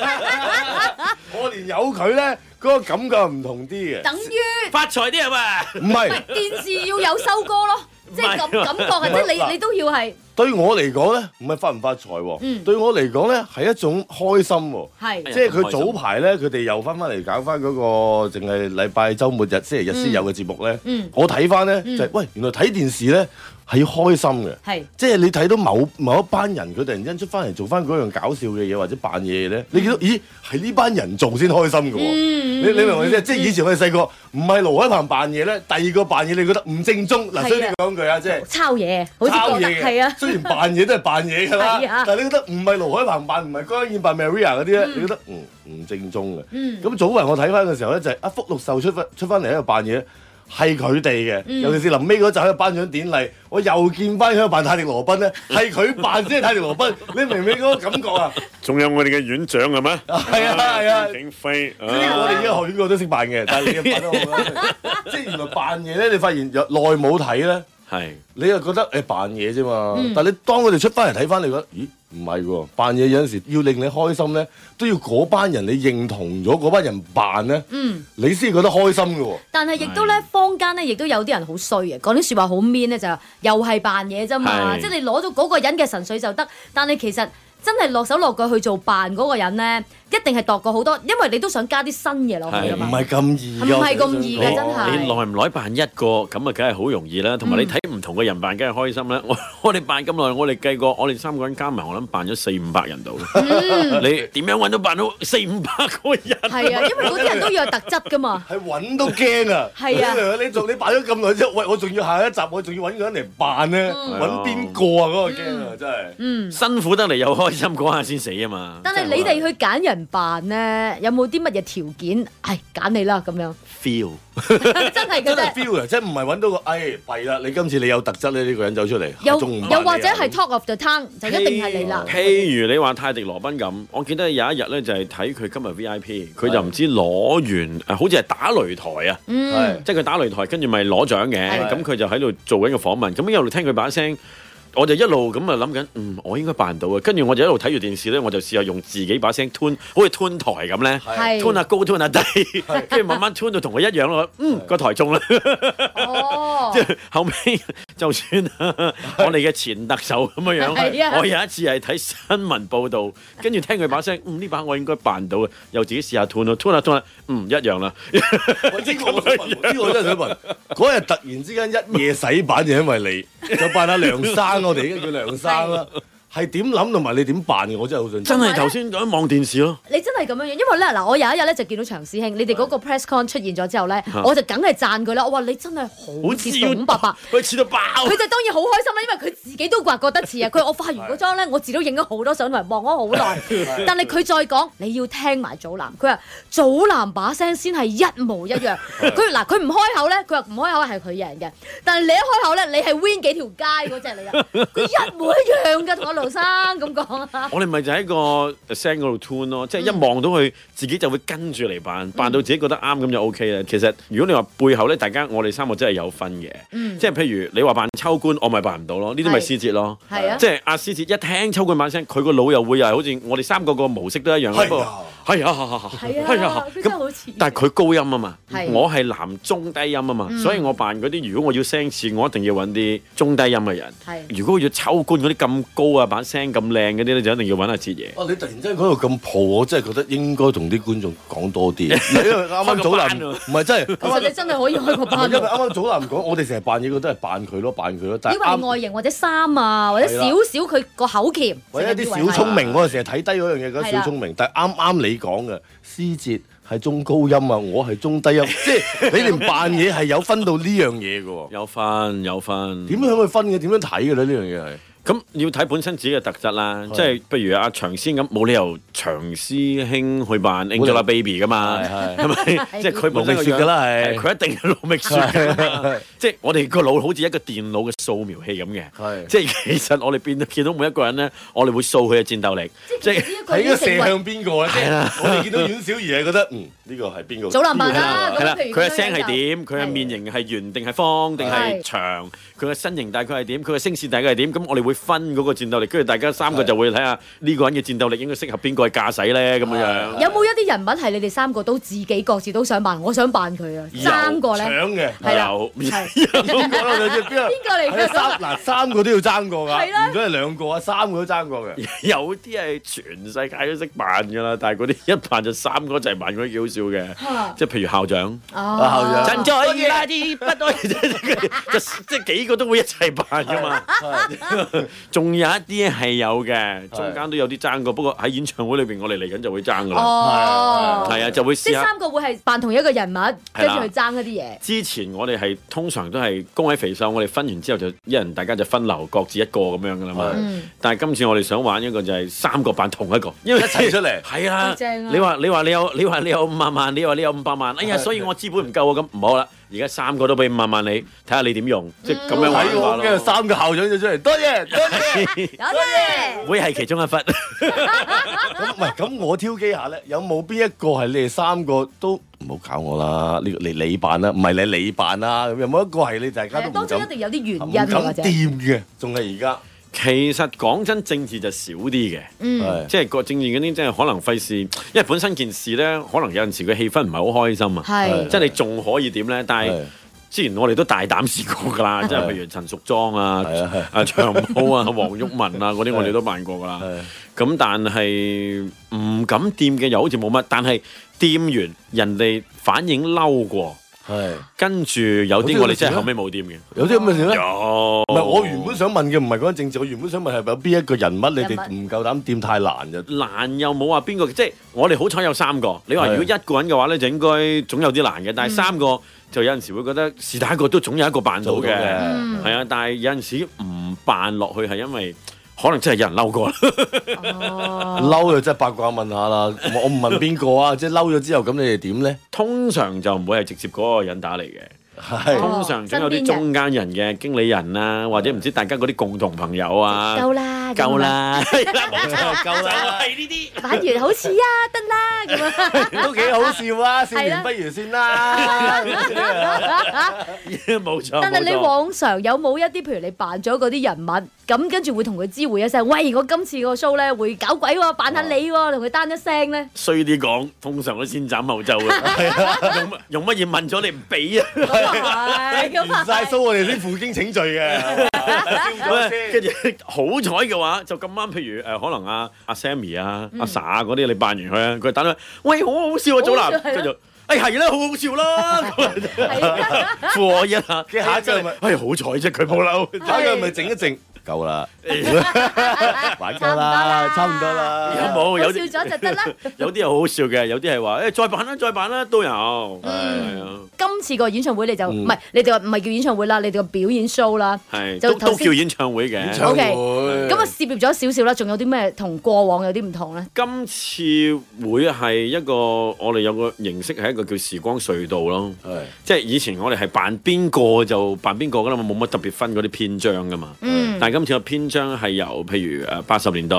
Speaker 4: 我連有佢咧，嗰個感覺唔同啲嘅。
Speaker 2: 等於
Speaker 10: 發財啲係嘛？
Speaker 4: 唔係
Speaker 2: 電視要有收歌咯，即係
Speaker 4: 唔係
Speaker 2: 咁感覺啊！即 係
Speaker 4: 唔係
Speaker 2: 你你都要係
Speaker 4: 對我嚟講咧，唔係發唔發財
Speaker 2: 嗯
Speaker 4: 喎，對我嚟講咧係一種開心喎。
Speaker 2: 係
Speaker 4: 即係佢早排咧，佢哋又翻翻嚟搞翻嗰個淨係禮拜週末日星期日先有嘅節目咧。
Speaker 2: 嗯
Speaker 4: 我睇翻咧
Speaker 2: 嗯
Speaker 4: 就係喂，原來睇電視咧係要開心嘅。
Speaker 2: 係
Speaker 4: 即係你睇到某某一班人，佢突然間出翻嚟做翻嗰樣搞笑嘅嘢或者扮嘢
Speaker 2: 嗯
Speaker 4: 嘅咧，你見到咦係呢班人做先開心嘅喎、
Speaker 11: 嗯嗯
Speaker 4: 你你明唔明
Speaker 11: 嗯
Speaker 4: 先？即係以前我哋細個唔係盧海鵬扮嘢咧，第二個扮嘢你覺得唔正宗
Speaker 2: 係啊
Speaker 4: 嗱，所以你講句啊，即係
Speaker 2: 抄嘢，好似
Speaker 4: 抄
Speaker 2: 覺得
Speaker 4: 嘢嘅
Speaker 2: 係啊。
Speaker 4: 雖然扮嘢都係扮嘢㗎 啦
Speaker 2: 係啊，
Speaker 4: 但係你覺得唔係盧海鵬扮，唔係江燕扮 Maria 嗰啲咧，你覺得嗯唔正宗嘅。
Speaker 11: 嗯
Speaker 4: 咁早排我睇翻嘅時候咧，就係阿福祿壽出翻出翻嚟喺度扮嘢，係佢哋嘅。
Speaker 11: 嗯
Speaker 4: 尤其是臨尾嗰集喺度頒獎典禮，我又見翻喺度扮泰迪羅賓 咧，係佢扮先係泰迪羅賓。你明唔明嗰個感覺啊？
Speaker 17: 仲有我哋嘅院長係咩？
Speaker 4: 係啊係
Speaker 17: 葉
Speaker 4: 啊
Speaker 2: 嗯
Speaker 17: 景輝
Speaker 4: 即係我哋而家學院個都識扮嘅，但係你嘅扮得好 啦。即係原來扮嘢咧，你發現有耐冇睇咧，
Speaker 10: 係
Speaker 4: 你又覺得誒扮嘢啫嘛。
Speaker 11: 嗯
Speaker 4: 但係你當佢哋出翻嚟睇翻，你覺得咦唔係喎，扮嘢有陣時要令你開心咧，都要嗰班人你認同咗嗰班人扮咧，
Speaker 2: 嗯。
Speaker 4: 你先覺得開心嘅喎。
Speaker 2: 但係亦都咧，坊間咧亦都有啲人好衰嘅，講啲説話好 mean 咧，就係又係扮嘢啫嘛，
Speaker 4: 係
Speaker 2: 即係你攞到嗰個人嘅神髓就得，但係其實真係落手落腳去做扮嗰個人咧，一定係度過好多，因為你都想加啲新嘢落去
Speaker 10: 係
Speaker 2: 㗎嘛。
Speaker 10: 唔係
Speaker 4: 咁易
Speaker 2: 啊唔係咁易嘅真係
Speaker 10: 你耐唔耐扮一個咁啊，梗係好容易啦。同
Speaker 4: 嗯
Speaker 10: 埋你睇唔同嘅人扮，梗係開心啦。 我我哋扮咁耐，我哋計過，我哋三個人加埋，我諗扮咗四五百人度。
Speaker 2: 嗯
Speaker 10: 你點樣揾到扮到四五百個人？
Speaker 2: 係啊，因為嗰啲人都要有特質㗎 嘛。
Speaker 4: 係揾都驚啊！
Speaker 2: 係啊
Speaker 4: 你明唔明你做你扮咗咁耐之後，喂，我仲要下一集，我仲要揾個人嚟扮咧，
Speaker 10: 嗯
Speaker 4: 揾邊個啊？嗰個驚啊，真係。
Speaker 2: 嗯，
Speaker 10: 辛苦得嚟又開心嗰下先死啊嘛。
Speaker 2: 但係你哋去揀人扮咧，有冇啲乜嘢條件？唉，揀你啦咁樣，
Speaker 10: feel
Speaker 2: 真係嘅
Speaker 4: 真
Speaker 2: 啫。
Speaker 4: 係 feel 啊！即係唔係揾到個，哎弊啦！你今次你有特質咧，呢個人走出嚟，
Speaker 2: 又
Speaker 4: 仲唔扮
Speaker 2: 又
Speaker 4: 你啊
Speaker 2: 或者係 Talk of the Town 就一定係你啦。
Speaker 10: 譬如你話泰迪羅賓咁，我記得有一日咧就係睇佢今日 V I P，佢就唔知攞完，誒好似係打擂台啊，
Speaker 11: 嗯係
Speaker 10: 即係佢打擂台，跟住咪攞獎嘅，
Speaker 11: 係
Speaker 10: 咁佢就喺度做緊個訪問，咁一路聽佢把聲。我就一路咁啊諗緊，嗯，我應該扮到嘅。跟住我就一路睇住電視咧，我就試下用自己把聲 tune，好似 tune 台咁
Speaker 11: 係
Speaker 10: 咧，tune 下高，tune 下低，跟住慢慢 tune 到同佢一樣咯。嗯，個台中啦。
Speaker 2: 哦，
Speaker 10: 即係後尾 就算啊我哋嘅前特首咁樣
Speaker 11: 係啊
Speaker 10: 樣，我有一次係睇新聞報導，跟住聽佢把聲，嗯呢把我應該扮到嘅，又自己試下 tune 咯，tune 下 tune 下，嗯一樣啦。
Speaker 4: 我呢個我想問，呢個我真係想問，嗰日突然之間一夜洗版就因為你，就扮阿梁生，我哋而家叫梁生啦，係點諗同埋你點扮嘅？我真係好想知。
Speaker 10: 真係頭先咁望電視咯，
Speaker 2: 啊你真係咁樣樣，因為咧嗱，我有一日咧就見到長師兄，你哋嗰個 press con 出現咗之後咧
Speaker 10: 嚇，
Speaker 2: 我就梗係讚佢啦。我話你真係好似董伯伯，
Speaker 10: 佢似到爆。
Speaker 2: 佢就當然好開心啦，因為佢自己都話覺得似啊。佢話我化完嗰妝咧，我自己都影咗好多相同埋望咗好耐
Speaker 11: 係。
Speaker 2: 但係佢再講你要聽埋祖藍，佢話祖藍把聲先係一模一樣。佢嗱佢唔開口咧，佢話唔開口係佢贏嘅，但係你一開口咧，你係 win 幾條街嗰只嚟㗎，佢一模一樣㗎，同阿梁後生咁講啊。
Speaker 10: 我哋咪就喺個 send 嗰度 tune 咯，即係一望到佢自己就會跟住嚟扮，扮到自己覺得啱咁就 OK 啦。其實如果你話背後咧，大家我哋三個真係有分嘅，
Speaker 18: 嗯
Speaker 10: 即係譬如你話扮秋官，我咪扮唔到咯，呢啲咪
Speaker 18: 係
Speaker 10: 師姐咯，
Speaker 18: 係啊
Speaker 10: 即係阿師姐一聽秋官把聲，佢個腦又會又係好似我哋三個個模式都一樣嘅，不過係啊，係啊，
Speaker 2: 佢真係好似。
Speaker 10: 但係佢高音啊嘛
Speaker 2: 係，
Speaker 10: 我係男中低音啊嘛，
Speaker 2: 嗯
Speaker 10: 所以我扮嗰啲，如果我要聲似，我一定要揾啲中低音嘅人
Speaker 2: 係。
Speaker 10: 如果我要秋官嗰啲咁高啊，把聲咁靚嗰啲咧，就一定要揾阿哲爺。
Speaker 4: 哦哇！你突然之間講到咁蒲，我真係覺得應該同啲觀眾講多啲。因為啱啱祖
Speaker 10: 開個
Speaker 4: 藍
Speaker 10: 班啊
Speaker 4: 唔係 真係，
Speaker 2: 其實你真係可以開個班
Speaker 4: 因為啱啱祖藍講，我哋成日扮嘢，佢都係扮佢咯，扮佢咯。但
Speaker 2: 以
Speaker 4: 係
Speaker 2: 為
Speaker 4: 啱
Speaker 2: 外形或者衫啊，或者
Speaker 4: 係
Speaker 2: 少
Speaker 4: 啦
Speaker 2: 少佢個口鉗，
Speaker 4: 或者一啲小聰明，我哋成日睇低嗰樣嘢，覺得
Speaker 2: 係
Speaker 4: 小
Speaker 2: 啦
Speaker 4: 聰明。但係啱啱你講嘅，師節係中高音啊，我係中低音， 即係你連扮嘢係有分到呢樣嘢嘅喎。
Speaker 10: 有分有分，
Speaker 4: 點樣去分嘅？點樣睇嘅咧？呢樣嘢係。
Speaker 10: 咁要睇本身自己嘅特質啦，即係譬如阿長師咁，冇理由長師兄去扮 Angelababy 噶嘛，係咪？即係佢本身個
Speaker 4: 盧覓雪㗎啦
Speaker 10: 樣
Speaker 4: 係
Speaker 10: 佢一定係盧覓雪㗎嘛
Speaker 4: 係
Speaker 10: 即係我哋個腦好似一個電腦嘅掃描器咁嘅，即係其實我哋變見到每一個人咧，我哋會掃佢嘅戰鬥力，即係
Speaker 4: 睇個射向邊個啊咧？即
Speaker 10: 係啦
Speaker 4: 係我哋見到阮小儀係覺得，嗯，呢個係邊個？
Speaker 2: 祖藍扮啦
Speaker 10: 係啦，
Speaker 2: 咁譬如
Speaker 10: 佢嘅
Speaker 2: 咁樣
Speaker 10: 聲係
Speaker 2: 就
Speaker 10: 點？佢嘅面型係圓定係方定係
Speaker 2: 係
Speaker 10: 長？佢嘅身形大概係點？佢嘅聲線大概係點？咁我哋會分嗰個戰鬥力，跟住大家三個就會睇下呢個人嘅戰鬥力應該適合邊個去駕駛咧咁樣樣。
Speaker 2: 有冇一啲人物係你哋三個都自己各自都想扮？我想扮佢啊，
Speaker 10: 有
Speaker 2: 爭過咧，
Speaker 4: 搶嘅
Speaker 2: 係啦，
Speaker 10: 有
Speaker 4: 邊個啦？兩隻邊啊？
Speaker 2: 邊個嚟㗎
Speaker 4: 係啊三嗱，三個都要爭過㗎。
Speaker 2: 係啦
Speaker 4: 唔該係兩個啊，三個都爭過嘅。
Speaker 10: 有啲係全世界都識扮㗎啦，但係嗰啲一扮就三個一齊扮嗰啲幾好笑
Speaker 2: 嚇
Speaker 10: 嘅，即係譬如校長，
Speaker 2: 哦
Speaker 10: 陳在拉啲不多，即係即係幾個都會一齊扮㗎嘛。仲有一啲係有嘅，中間都有啲爭過，不過喺演唱會裏邊，我哋嚟緊就會爭噶啦。
Speaker 2: 哦
Speaker 10: 係啊，就會
Speaker 2: 即係
Speaker 10: 試下。
Speaker 2: 三個會係扮同一個人物，跟住
Speaker 10: 啦
Speaker 2: 去爭一啲嘢。
Speaker 10: 之前我哋係通常都係公位肥瘦，我哋分完之後就一人大家就分流，各自一個咁樣噶啦嘛
Speaker 2: 嗯。
Speaker 10: 但係今次我哋想玩一個就係三個扮同一個，因為
Speaker 4: 一齊出嚟
Speaker 10: 係 啊
Speaker 4: 好正啊，
Speaker 10: 你話你話你有你話你有五萬萬，你話你有五百萬，哎呀，
Speaker 4: 係
Speaker 10: 所以我資本唔夠啊，咁唔好啦。而家三個都俾五萬萬你，睇下你點用，即係咁啊樣玩法
Speaker 4: 睇我跟
Speaker 10: 咯
Speaker 4: 住。三個校長就出嚟，多謝多謝。
Speaker 2: 有啲
Speaker 10: 會係其中一忽。
Speaker 4: 咁唔係咁，我挑機下咧，有冇邊一個係你哋三個都唔好搞我啦？呢個你你扮啦，唔係你你扮啦。咁有冇一個係你大家
Speaker 2: 係啊，
Speaker 4: 都唔
Speaker 2: 當中一
Speaker 4: 敢
Speaker 2: 定有啲
Speaker 4: 唔
Speaker 2: 原因啊或
Speaker 4: 敢
Speaker 2: 者。
Speaker 4: 掂嘅？仲係而家。
Speaker 10: 其實講真，政治就少啲嘅，
Speaker 2: 嗯係
Speaker 10: 即係個政治嗰啲，即係可能費事，因為本身件事咧，可能有陣時個氣氛唔係好開心啊，
Speaker 2: 係
Speaker 10: 即係你仲可以點咧？但係之前我哋都大膽試過㗎 啦，即係譬如陳淑莊啊、啊長毛啊、黃毓民啊嗰啲，我哋都扮過㗎啦。咁但係唔敢掂嘅又好似冇乜，但係掂完人哋反應嬲過，
Speaker 4: 係
Speaker 10: 跟住有啲我哋真係後尾冇掂嘅。
Speaker 4: 有啲咁嘅事咧？
Speaker 10: 有。
Speaker 4: 唔係，我原本想問嘅唔係講政治，我原本想問係有邊一個人物你哋
Speaker 10: 人
Speaker 4: 唔夠膽掂太難就
Speaker 10: 難又冇話邊個，即係我哋好彩有三個。你話
Speaker 4: 係
Speaker 10: 如果一個人嘅話咧，就應該總有啲難嘅。但係三個就有陣時會覺得是但一個都總有一個扮到
Speaker 4: 做
Speaker 10: 嘅，
Speaker 4: 到 嘅
Speaker 10: 係
Speaker 4: 嗯
Speaker 10: 啊。但係有陣時唔扮落去係因為可能真係有人嬲過啦。
Speaker 4: 嬲就真係八卦問下啦。我我唔問邊個 啊，即係嬲咗之後咁你哋點咧？
Speaker 10: 通常就唔會係直接嗰個人打嚟嘅。
Speaker 2: Ờ.
Speaker 4: 係
Speaker 10: 通常總有啲中間人嘅經理人啊，或者唔知大家嗰啲共同朋友啊，
Speaker 2: 夠啦咁
Speaker 10: 夠啦， Dạ,
Speaker 4: 夠啦，
Speaker 2: 玩完好似啊，得啦
Speaker 10: Dạ.
Speaker 2: 咁啊，
Speaker 4: 都幾好笑 啊！笑
Speaker 2: 係啦
Speaker 4: 完不如先啦。
Speaker 10: 冇錯。
Speaker 2: 但係你
Speaker 10: 冇錯
Speaker 2: 往常有冇一啲譬如你扮咗嗰啲人物，咁跟住會同佢知會一聲，喂，我今次個 show 咧會搞鬼喎，扮
Speaker 10: Ờ.
Speaker 2: 下你喎，同佢單一聲 咧。
Speaker 10: 衰啲講，通常都先斬後奏嘅，用乜用乜嘢問咗你唔俾啊？
Speaker 2: 係咁
Speaker 4: 完晒須，我哋先負荊請罪 嘅。
Speaker 10: 喂跟住好彩嘅話，就咁啱，譬如誒，可能阿阿 Sammy 啊、阿 Sa 嗰啲，你扮完佢啊，佢打咗，喂，好好笑啊，祖
Speaker 4: 好笑
Speaker 10: 藍，
Speaker 4: 係咯
Speaker 10: 跟住。哎，係啦，好好笑啦，咁我一下，
Speaker 4: 跟住下一句咪
Speaker 10: 哎，好彩啫，佢冇嬲，
Speaker 4: 下一句咪靜一靜，夠啦，玩夠
Speaker 2: 啦，
Speaker 4: 差唔多啦。
Speaker 10: 有冇有
Speaker 2: 笑
Speaker 10: 啲
Speaker 2: 咗就得啦。
Speaker 10: 有啲係好好笑嘅，有啲係話誒再扮啦，再扮啦，都有，係啊，
Speaker 2: 今次個演唱會你就
Speaker 10: 嗯
Speaker 2: 唔係你哋話唔係叫演唱會啦，你哋個表演 show 啦。
Speaker 10: 係
Speaker 2: 就
Speaker 10: 都都
Speaker 2: 頭先
Speaker 10: 叫演唱會嘅，
Speaker 2: O K，咁啊涉獵咗少少啦，仲有啲咩同過往有啲唔同咧？
Speaker 10: 今次會係一個我哋有個形式係一個叫時光隧道咯，即係以前我哋係扮邊個就扮邊個噶啦嘛，冇乜特別分嗰啲篇章噶嘛。
Speaker 2: 嗯
Speaker 10: 但係今次嘅篇章係由譬如誒八十年代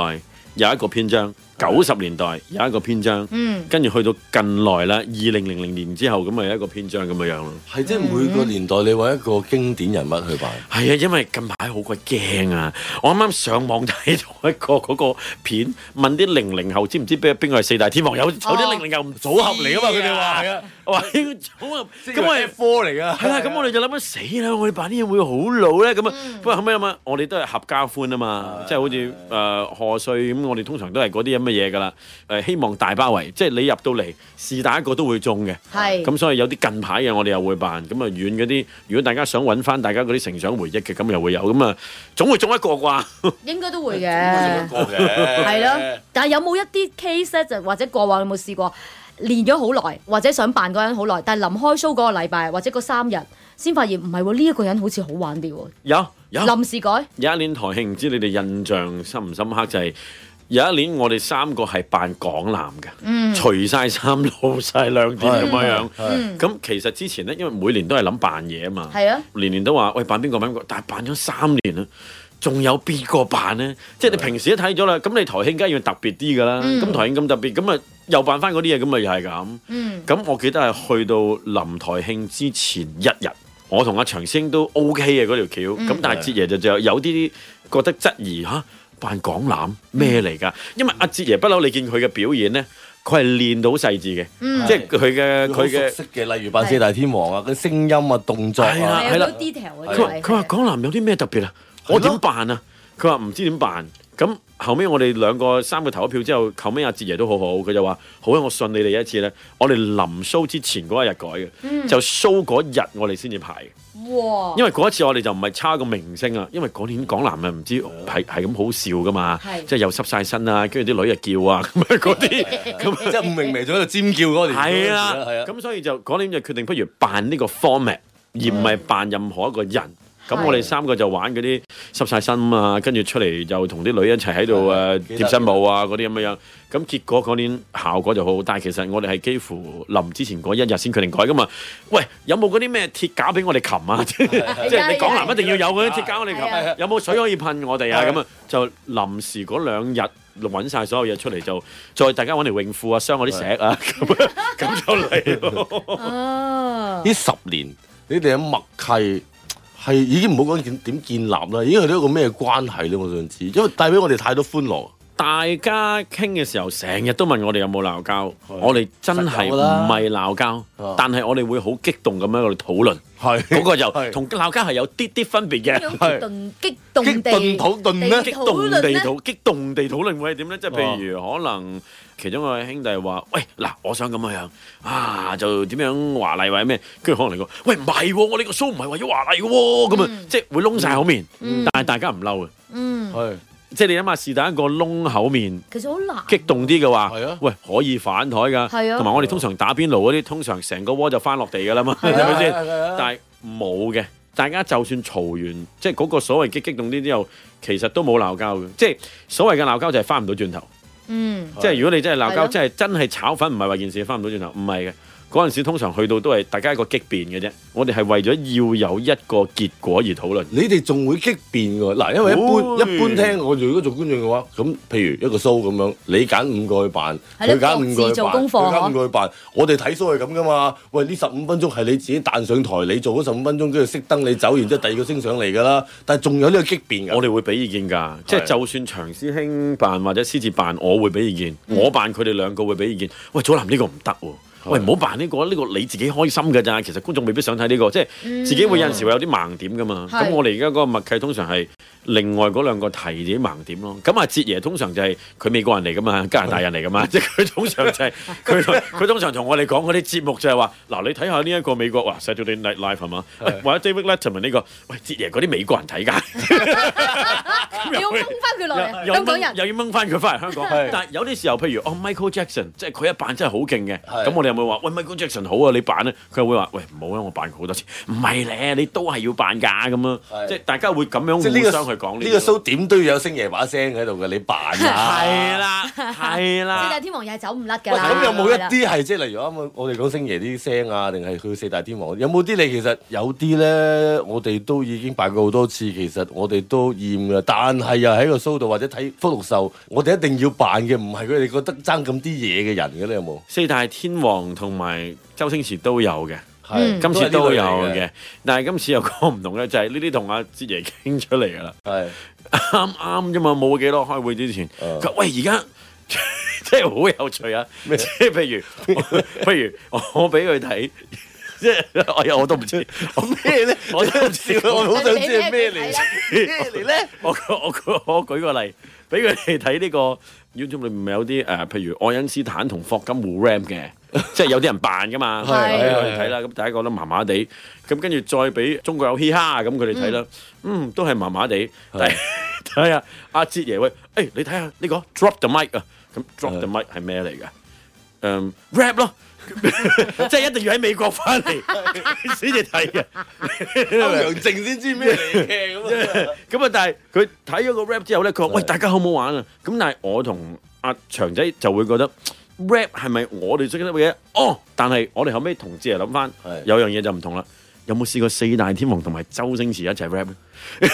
Speaker 10: 有一個篇章，九十年代有一個篇章，
Speaker 2: 嗯
Speaker 10: 跟住去到近來啦，二零零零年之後咁咪有一個篇章咁嘅樣咯。
Speaker 4: 係即係每個年代你揾一個經典人物去扮。
Speaker 10: 係啊，因為近排好鬼驚啊！我啱啱上網睇到一個嗰個片，問啲零零後知唔知邊邊個係四大天王？有有啲零零後唔知
Speaker 4: 組合嚟㗎嘛佢哋話係啊，
Speaker 10: 話組合咁我係
Speaker 4: 科嚟㗎。
Speaker 10: 係啦，咁我哋就諗緊死啦！我哋扮啲嘢會好老咧咁啊。不過後尾諗下，我哋都係合家歡啊嘛，即係好似誒賀歲咁，我哋通常都係嗰啲咁嘅嘢㗎啦。誒希望大包圍，即係你入到嚟是但一個都會中嘅。
Speaker 2: 係
Speaker 10: 啊咁所以有啲近排嘅我哋又會辦，咁啊遠嗰啲，如果大家想揾翻大家嗰啲成長回憶嘅，咁又會有，咁啊總會中一個啩。
Speaker 2: 應該都會嘅，
Speaker 10: 中一個嘅
Speaker 2: 係咯。但係有冇一啲 case 咧，就或者過往有冇試過練咗好耐，或者想扮嗰個人好耐，但係臨開 show 嗰個禮拜或者嗰三日，先發現唔係喎，呢一個人好似好玩啲喎，
Speaker 10: 有有啊
Speaker 2: 臨時改。
Speaker 10: 有一年台慶，唔知你哋印象深唔深刻？就係、有一年我哋三個係扮港男嘅，
Speaker 2: 嗯
Speaker 10: 除晒衫露晒兩點啊咁樣樣。咁、
Speaker 2: 嗯
Speaker 10: 其實之前咧，因為每年都係諗扮嘢啊嘛，
Speaker 2: 係啊
Speaker 10: 年年都話喂扮邊個扮邊個，但係扮咗三年啦。仲有邊個扮呢？即係你平時都睇咗啦，咁你台慶梗係要特別啲㗎啦。
Speaker 8: 嗯
Speaker 10: 咁、台慶咁特別，咁啊又扮翻嗰啲嘢，咁咪又係咁。
Speaker 8: 嗯
Speaker 10: 咁我記得係去到臨台慶之前一日，我同阿長星都 O K 嘅嗰條橋。
Speaker 8: 嗯
Speaker 10: 咁、但係哲爺就就有啲覺得質疑吓，扮港男咩嚟
Speaker 8: 嗯
Speaker 10: 㗎？因為阿哲爺不嬲，你見佢嘅表演呢，佢係練到好細緻嘅，
Speaker 2: 嗯
Speaker 10: 即係佢嘅
Speaker 4: 佢
Speaker 10: 佢
Speaker 4: 嘅
Speaker 10: 嘅
Speaker 4: 識嘅，例如扮四大天王啊，佢聲音啊、動作
Speaker 10: 係啦
Speaker 4: 啊，
Speaker 10: 係啦
Speaker 2: 好 detail 嘅
Speaker 10: 佢話佢話港男有啲咩特別啊？我點辦啊？佢話唔知點辦。咁後尾我哋兩個三個投咗票之後，後尾阿哲爺都好好，佢就話：好啊，我信你哋一次咧。我哋臨 show 之前嗰一日改嘅，
Speaker 2: 嗯
Speaker 10: 就 show 嗰日我哋先至排嘅。
Speaker 2: 哇！
Speaker 10: 因為嗰一次我哋就唔係差個明星啊，因為嗰年港男啊唔知係係咁好笑噶嘛
Speaker 2: 係，
Speaker 10: 即係又濕晒身啊，跟住啲女又叫啊咁樣嗰啲，咁
Speaker 4: 即係五明眉仲喺度尖叫嗰條
Speaker 10: 係啦
Speaker 4: 嗰陣時係啊，
Speaker 10: 咁所以就嗰年就決定不如扮呢個 format，而唔係扮任何一個人。咁
Speaker 4: 嗯係
Speaker 10: 我哋三個就玩嗰啲濕晒身啊，跟住出嚟就同啲女一齊喺度誒
Speaker 4: 記得
Speaker 10: 貼身舞啊嗰啲咁樣樣。咁結果嗰年效果就好好，但係其實我哋係幾乎臨之前嗰一日先決定改噶嘛。喂，有冇嗰啲咩鐵架俾我哋擒啊？即係即係你港男一定要有嗰啲鐵架我哋
Speaker 8: 係啊係啊
Speaker 10: 擒，有冇水可以噴我哋啊？
Speaker 8: 係啊
Speaker 10: 咁啊就臨時嗰兩日揾晒所有嘢出嚟，就再大家揾條泳褲啊，傷我啲石啊。咁就嚟
Speaker 2: 哦
Speaker 4: 呢十年你哋嘅默契係已經唔好講點點建立啦，已經去到一個咩關係咧？我想知，因為帶俾我哋太多歡樂。
Speaker 10: 大家傾嘅時候，成日都問我哋有冇鬧交，我哋真係
Speaker 4: 實有啦哦
Speaker 10: 唔係鬧交，但係我哋會好激動咁樣喺度討論， 嗰個就同鬧交係有啲啲分別嘅，
Speaker 2: 動激動地
Speaker 10: 激
Speaker 2: 地
Speaker 10: 動
Speaker 2: 討
Speaker 10: 地
Speaker 2: 論咧
Speaker 10: 討激動地討論會係點咧？即係譬
Speaker 4: 哦
Speaker 10: 如可能其中一個兄弟話：喂，嗱，我想咁樣樣啊，就點樣華麗或者咩？跟住可能你講：喂，唔係喎，我呢個 show 唔係為咗華麗嘅喎，咁啊，即係會窿晒口面，
Speaker 2: 嗯
Speaker 10: 但係大家唔嬲嘅，
Speaker 2: 嗯，
Speaker 10: 係即係你諗下，是但一個窿口面。
Speaker 2: 其實好難。
Speaker 10: 激動啲嘅話，喂可以反台㗎，
Speaker 2: 嗯啊係啊
Speaker 10: 同埋我哋通常打邊爐嗰啲，通常成個鍋就翻落地㗎啦嘛，係咪先
Speaker 4: 係啊係啊？
Speaker 10: 但係冇嘅，大家就算嘈完，即係嗰個所謂激激動啲之後，其實都冇鬧交嘅，即係所謂嘅鬧交就係翻唔到轉頭，
Speaker 2: 嗯，
Speaker 10: 即係如果你真係鬧
Speaker 2: 係
Speaker 10: 交，
Speaker 2: 咯
Speaker 10: 真係真係炒粉，唔係話件事翻唔到轉頭，唔係嘅。嗰陣時通常去到都係大家一個激辯嘅啫，我哋係為咗要有一個結果而討論。
Speaker 4: 你哋仲會激辯㗎嗱，因為一般
Speaker 10: 會
Speaker 4: 一般聽我如果做觀眾嘅話，咁譬如一個 show 咁樣，你揀五個去扮，
Speaker 2: 係咯
Speaker 4: 佢揀五
Speaker 2: 各自
Speaker 4: 個去
Speaker 2: 做
Speaker 4: 扮，
Speaker 2: 功課呵
Speaker 4: 佢揀五個去扮，我哋睇 show 係咁㗎嘛。喂，呢十五分鐘係你自己彈上台，你做嗰十五分鐘，跟住熄燈你走，然之後第二個升上嚟㗎啦。但係仲有呢個激辯㗎。我
Speaker 10: 哋會俾意見㗎，即係就算長師兄扮或者獅子扮，我會俾意見，我扮佢哋兩個會俾意見。喂，祖藍呢個唔得喎。喂，唔嗯好扮呢個，呢個你自己開心㗎咋。其實觀眾未必想睇呢個，即係
Speaker 8: 嗯
Speaker 10: 自己會有陣時會有啲盲點㗎嘛。
Speaker 8: 係
Speaker 10: 咁我哋而家嗰個默契通常係另外嗰兩個提自己盲點咯。咁啊，哲爺通常就係佢美國人嚟㗎嘛，加拿大人嚟㗎 嘛，即係佢通常就係佢佢通常同我哋講嗰啲節目就係話，嗱你睇下呢一個美國哇 Saturday Night Live 係嘛，喂或者 David Letterman 呢個，喂哲爺嗰啲美國人睇㗎。
Speaker 2: 你要掹翻佢落嚟，
Speaker 10: 又
Speaker 2: 香港
Speaker 10: 掹
Speaker 2: 人。
Speaker 10: 又要掹翻佢翻嚟香
Speaker 2: 係
Speaker 10: 港，但係有啲時候，譬如哦 Michael Jackson，即係佢一扮真係好勁嘅，
Speaker 4: 係
Speaker 10: 咁我哋又會話喂 Michael Jackson 好啊，你扮咧，佢又會話喂唔好啊啦，我扮過好多次，唔係咧，你都係要扮㗎咁樣，即係大家會咁樣
Speaker 4: 即係呢個
Speaker 10: 互相去講
Speaker 4: 呢個 show
Speaker 10: 點都要有星爺把聲喺度嘅，你扮係啦，係
Speaker 2: 四大
Speaker 4: 啦。
Speaker 2: 天王又係走唔甩㗎
Speaker 4: 喂，
Speaker 2: 啦。
Speaker 4: 咁有冇一
Speaker 2: 係
Speaker 4: 啲
Speaker 2: 啦？
Speaker 4: 係即係例如啱啱我哋講星爺啲聲啊，定係佢四大天王？有冇啲你其實有啲咧，我哋都已經扮過好多次，其實我哋都厭嘅，但係又喺個 show 度或者睇福祿壽，我哋一定要扮嘅，唔係佢哋覺得爭咁啲嘢嘅人嘅咧，有冇？
Speaker 10: 四大天王同埋周星馳都有嘅。
Speaker 4: 嗯
Speaker 10: 今次都有
Speaker 4: 都係呢類嚟
Speaker 10: 嘅
Speaker 4: 嘅，
Speaker 10: 但係今次有個唔同嘅就係呢啲同阿哲爺傾出嚟噶啦，啱啱啫嘛，冇幾多開會之前，
Speaker 4: 啊
Speaker 10: 佢話喂而家 即係好有趣啊！即係譬如， 譬如我俾佢睇，即係哎呀我都唔 知我咩咧， 我都唔知，
Speaker 4: 我好想知係咩嚟
Speaker 10: 嚟咧？我我我我舉個例，俾佢哋睇呢個 YouTube 裏面咪有啲誒、呃譬如愛因斯坦同霍金互 rap 嘅，即係有啲人扮噶嘛，
Speaker 4: 係
Speaker 10: 俾佢哋睇啦。咁第一個都麻麻地，咁跟住再俾中國有嘻哈咁佢哋睇啦，嗯，都係麻麻地。但係睇下阿哲爺喂，誒、你睇下呢個 drop the mic 啊，咁 drop the mic 係咩嚟㗎？誒 rap 咯，即係一定要喺美國翻嚟先至睇嘅。
Speaker 4: 歐陽靖先知咩嚟嘅咁啊！
Speaker 10: 咁啊，但係佢睇咗個 rap 之後咧，佢話：喂，大家好唔好玩啊？咁但係我同阿長仔就會覺得 rap 係咪我哋識得嘅嘢？哦，但係我哋後尾同志嚟諗翻，有樣嘢就唔同啦。有冇試過四大天王同埋周星馳一齊 rap 咧？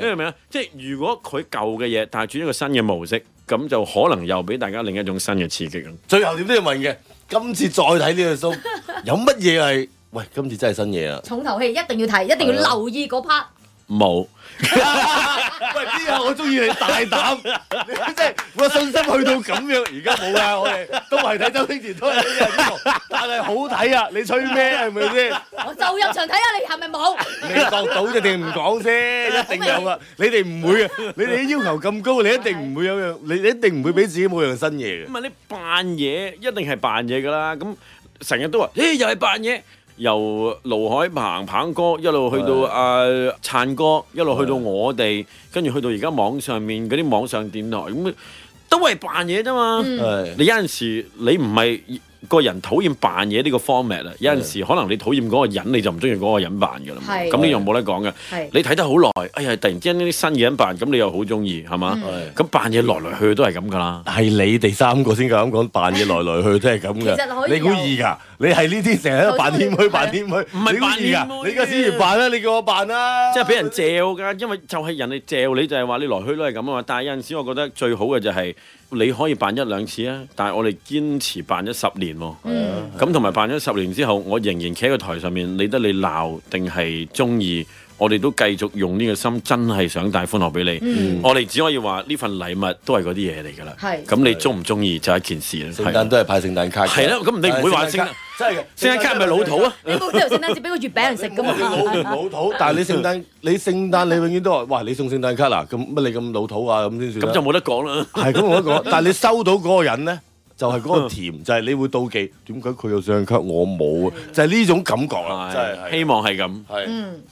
Speaker 10: 你明唔明啊？即係如果佢舊嘅嘢，但係轉一個新嘅模式，咁就可能又俾大家另一種新嘅刺激。
Speaker 4: 最後點都要問嘅，今次再睇呢個 show 有乜嘢係？喂，今次真係新嘢啦！
Speaker 2: 重頭戲一定要睇，一定要留意嗰 part。
Speaker 10: 冇。
Speaker 4: 喂，呢下我中意你大膽，你即係我信心去到咁樣，而家冇啊！我哋都係睇周星馳，都係睇呢個節目但係好睇啊！你吹咩係咪先？
Speaker 2: 我就入場睇下你係咪冇。
Speaker 4: 你度到就定唔講先，一定有啊！你哋唔會啊！你哋啲要求咁高，你一定唔會有樣，你你一定唔會俾自己冇樣新嘢嘅
Speaker 10: 唔。係你啊扮嘢，一定係扮嘢噶啦。咁成日都話，咦、又係扮嘢。由盧海鵬、鵬哥一路去到阿燦哥，一路去到我哋，跟住去到而家網上面嗰啲網上電台，咁都係扮嘢啫嘛。
Speaker 4: 嗯係
Speaker 10: 你有陣時你唔係個人討厭扮嘢呢個 format 啊，有陣時可能你討厭嗰個人，你就唔中意嗰個人扮噶啦嘛。
Speaker 4: 係
Speaker 10: 咁呢樣冇得講嘅。
Speaker 4: 係
Speaker 10: 你睇得好耐，哎呀，突然之間呢啲新嘢人扮，咁你又好中意係嘛？咁扮嘢來來去去都係咁噶啦。
Speaker 4: 係你哋三個先夠膽講扮嘢來來去去都係咁
Speaker 10: 其實可
Speaker 4: 嘅，
Speaker 10: 以有
Speaker 4: 你估易㗎？你係呢啲成日喺度扮謙虛扮謙虛，唔
Speaker 10: 係扮謙
Speaker 4: 易㗎，
Speaker 10: 虛
Speaker 4: 你而家先至扮啦，你叫我扮啦，
Speaker 10: 即係俾人嚼㗎，因為就係人哋嚼你，就係話你來去都係咁啊嘛。但係有陣時，我覺得最好嘅就係你可以扮一兩次啊，但係我哋堅持扮咗十年喎。
Speaker 4: 嗯
Speaker 10: 咁同埋扮咗十年之後，我仍然企喺個台上面，理得你鬧定係中意，我哋都繼續用呢個心，真係想帶歡樂俾你。
Speaker 4: 嗯
Speaker 10: 我哋只可以話呢份禮物都係嗰啲嘢嚟㗎啦。
Speaker 4: 係
Speaker 10: 咁你中唔中意就係一件事啦。
Speaker 4: 聖誕都係派聖誕卡㗎。
Speaker 10: 係啦，咁你
Speaker 4: 呃
Speaker 10: 唔會話聖誕
Speaker 4: 真係嘅
Speaker 10: 聖誕卡係咪老土啊？
Speaker 2: 你冇理由聖誕節俾個月餅人食㗎嘛？
Speaker 4: 老土，但係你 聖誕你聖誕你永遠都話，哇！你送聖誕卡啦，咁乜你咁老土啊？咁先算啦。
Speaker 10: 咁就冇得講啦。
Speaker 4: 係咁 我講，但係你收到嗰個人咧，就係嗰個甜，就係你會妒忌，點解佢有上級我冇啊？就係呢種感覺啦，真係
Speaker 10: 希望係咁。
Speaker 4: 係
Speaker 2: 嗯，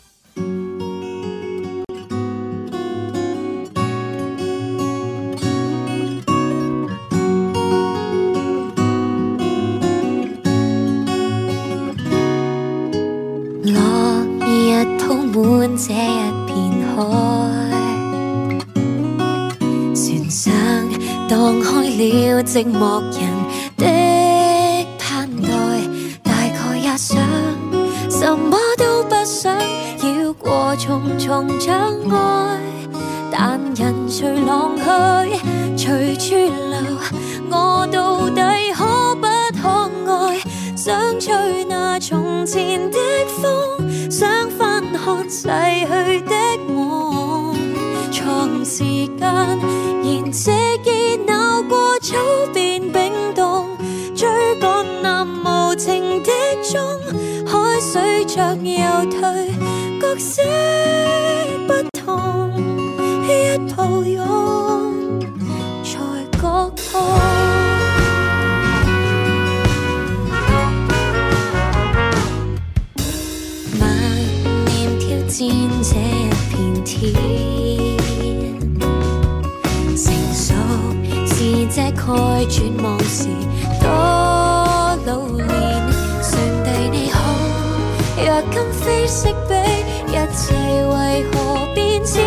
Speaker 19: 落日吐滿這一片海，船上蕩開了寂寞人的盼待，大概也想什麼都不想，繞過重重障礙，但人隨浪去，隨處流，我到底可不可愛？想吹那從前的風，想翻看逝去的夢。長時間燃這熱鬧過早變冰凍，追趕那無情的鐘，海水漲又退，角色不同，一抱擁才覺痛。默念挑戰這一片天。
Speaker 12: 概絕望時，多老練。上帝你好，若今非昔比，一切為何變遷？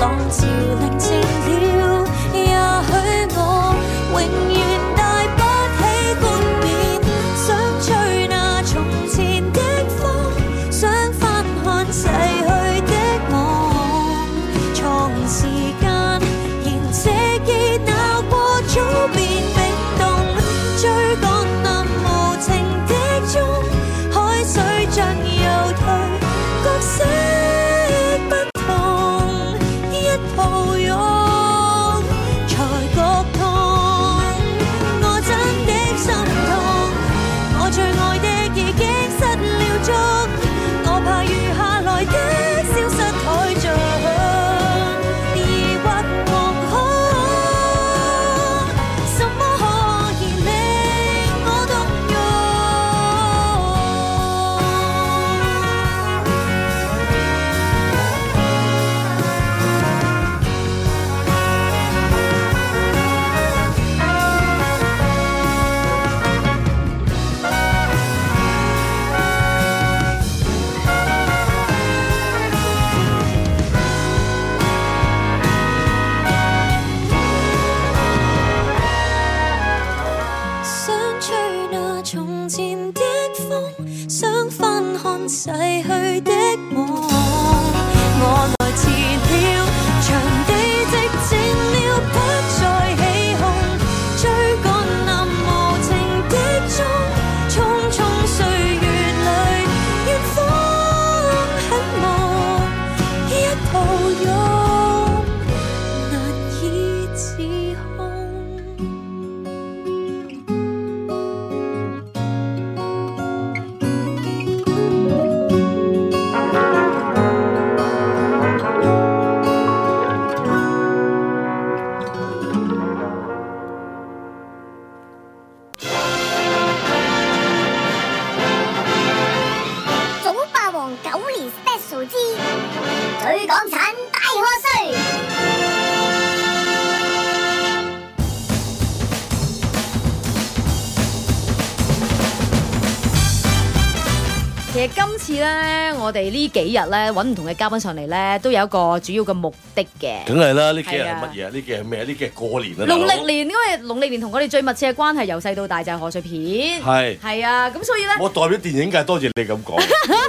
Speaker 12: 浪潮寧靜了，也許我永遠帶不起冠冕。想追那從前的風，想翻看逝去的我。床時間，燃這熱鬧過早變冰凍，追趕那無情的鐘，海水漲又退，角色不同，一抱擁才覺痛，我真的心痛，我最愛的已經失了蹤，我怕餘下來的消失台像。疑惑惶恐，什麼可以令我動想吹那從前的風，想翻看逝去的我。我來遲了，場地寂靜了，不再起哄，追趕那無情的鐘，匆匆歲月裏，遠方很望，一抱擁難以自控。
Speaker 14: 早霸王九年 special 之對港產大可衰。
Speaker 2: 其實今次咧，我哋呢幾日咧揾唔同嘅嘉賓上嚟咧，都有一個主要嘅目的嘅。
Speaker 4: 梗係啦，呢幾日
Speaker 2: 係
Speaker 4: 係
Speaker 2: 啊
Speaker 4: 乜嘢？呢幾日係咩？呢幾日過年啊，大佬
Speaker 2: 農曆年，因為農曆年同我哋最密切嘅關係，由細到大就係賀歲片。
Speaker 4: 係
Speaker 2: 係啊，咁所以咧，
Speaker 4: 我代表電影界多謝你 咁講，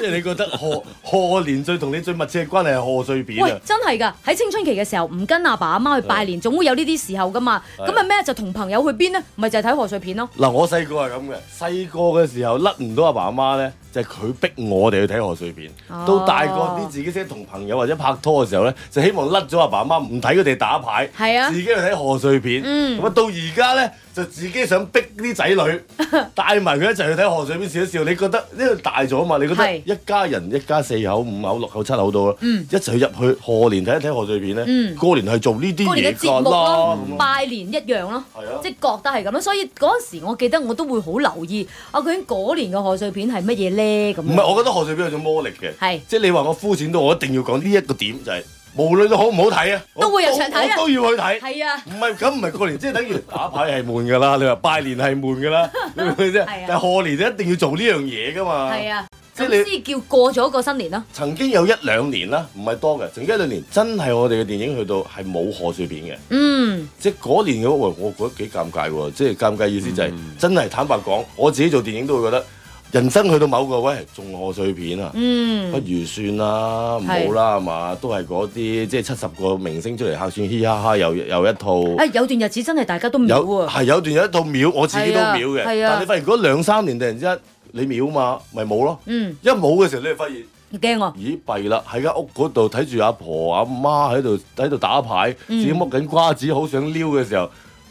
Speaker 4: 因為你覺得賀賀年最同你最密切嘅關係係賀歲片
Speaker 2: 喂
Speaker 4: 啊，。
Speaker 2: 真係㗎！喺青春期嘅時候，唔跟阿爸阿媽去拜年，總會有呢啲時候㗎嘛。
Speaker 4: 係
Speaker 2: 咁咪咩就同朋友去邊呢？咪就係睇賀歲片咯。
Speaker 4: 嗱，我細個係咁嘅，細個嘅時候甩唔到阿爸阿媽咧，就係佢逼我哋去睇賀歲片。
Speaker 2: 哦
Speaker 4: 到大個啲自己識同朋友或者拍拖嘅時候咧，就希望甩咗阿爸阿媽，唔睇佢哋打牌，
Speaker 2: 係啊
Speaker 4: 自己去睇賀歲片。
Speaker 2: 嗯
Speaker 4: 咁啊到而家咧，就自己想逼啲仔女 帶埋佢一齊去睇賀歲片笑一笑。你覺得因為大咗嘛？你覺得
Speaker 2: 係
Speaker 4: 一家人一家四口、五口、六口、七口到啦，
Speaker 2: 嗯
Speaker 4: 一齊入去賀年睇一睇賀歲片咧，
Speaker 2: 嗯
Speaker 4: 過年係做呢啲
Speaker 2: 過年
Speaker 4: 嘢
Speaker 2: 嘅節
Speaker 4: 㗎
Speaker 2: 目
Speaker 4: 啦
Speaker 2: 咯，
Speaker 4: 咁啊咯。
Speaker 2: 拜年一樣咯，即係覺得係咁咯。所以嗰陣時，我記得我都會好留意啊，究竟嗰年嘅賀歲片係乜嘢咧？咁樣
Speaker 4: 唔係，我覺得賀歲片有種魔力嘅，
Speaker 2: 係
Speaker 4: 即係你話我膚淺到，我一定要講呢一個點就係、無論你好唔好睇啊，我
Speaker 2: 都會有場睇啊
Speaker 4: 我都要去睇。
Speaker 2: 係啊，
Speaker 4: 唔係咁，唔係過年，即係等於打牌係悶㗎啦。你話拜年係悶㗎 啦，你明唔明啫
Speaker 2: 係啊？
Speaker 4: 但係賀年就一定要做呢樣嘢㗎嘛。
Speaker 2: 係啊，
Speaker 4: 即係
Speaker 2: 咁
Speaker 4: 你
Speaker 2: 先叫過咗個新年咯。
Speaker 4: 曾經有一兩年啦，唔係多嘅，曾經一兩年真係我哋嘅電影去到係冇賀歲片嘅。
Speaker 2: 嗯，
Speaker 4: 即係嗰年嘅話，喂我覺得幾尷尬喎。即係尷尬意思就係、真係坦白講，我自己做電影都會覺得人生去到某個位，仲賀歲片啊。
Speaker 6: 嗯
Speaker 4: 不如算啦，唔好啦，係嘛？都係嗰啲即係七十個明星出嚟客串，嘻嘻哈哈又又一套。
Speaker 2: 誒哎有段日子真係大家都秒啊
Speaker 4: 有
Speaker 2: 喎。
Speaker 4: 係有段有一套秒，我自己都
Speaker 2: 係啊
Speaker 4: 秒嘅。
Speaker 2: 係啊
Speaker 4: 但你發現嗰兩三年突然之間你秒嘛，咪冇咯。
Speaker 2: 嗯，
Speaker 4: 一冇嘅時候，你就發現
Speaker 2: 驚我。
Speaker 4: 咦弊啦！喺間屋嗰度睇住阿婆阿媽喺度喺度打牌，
Speaker 2: 嗯
Speaker 4: 自己剝緊瓜子，好想撩嘅時候。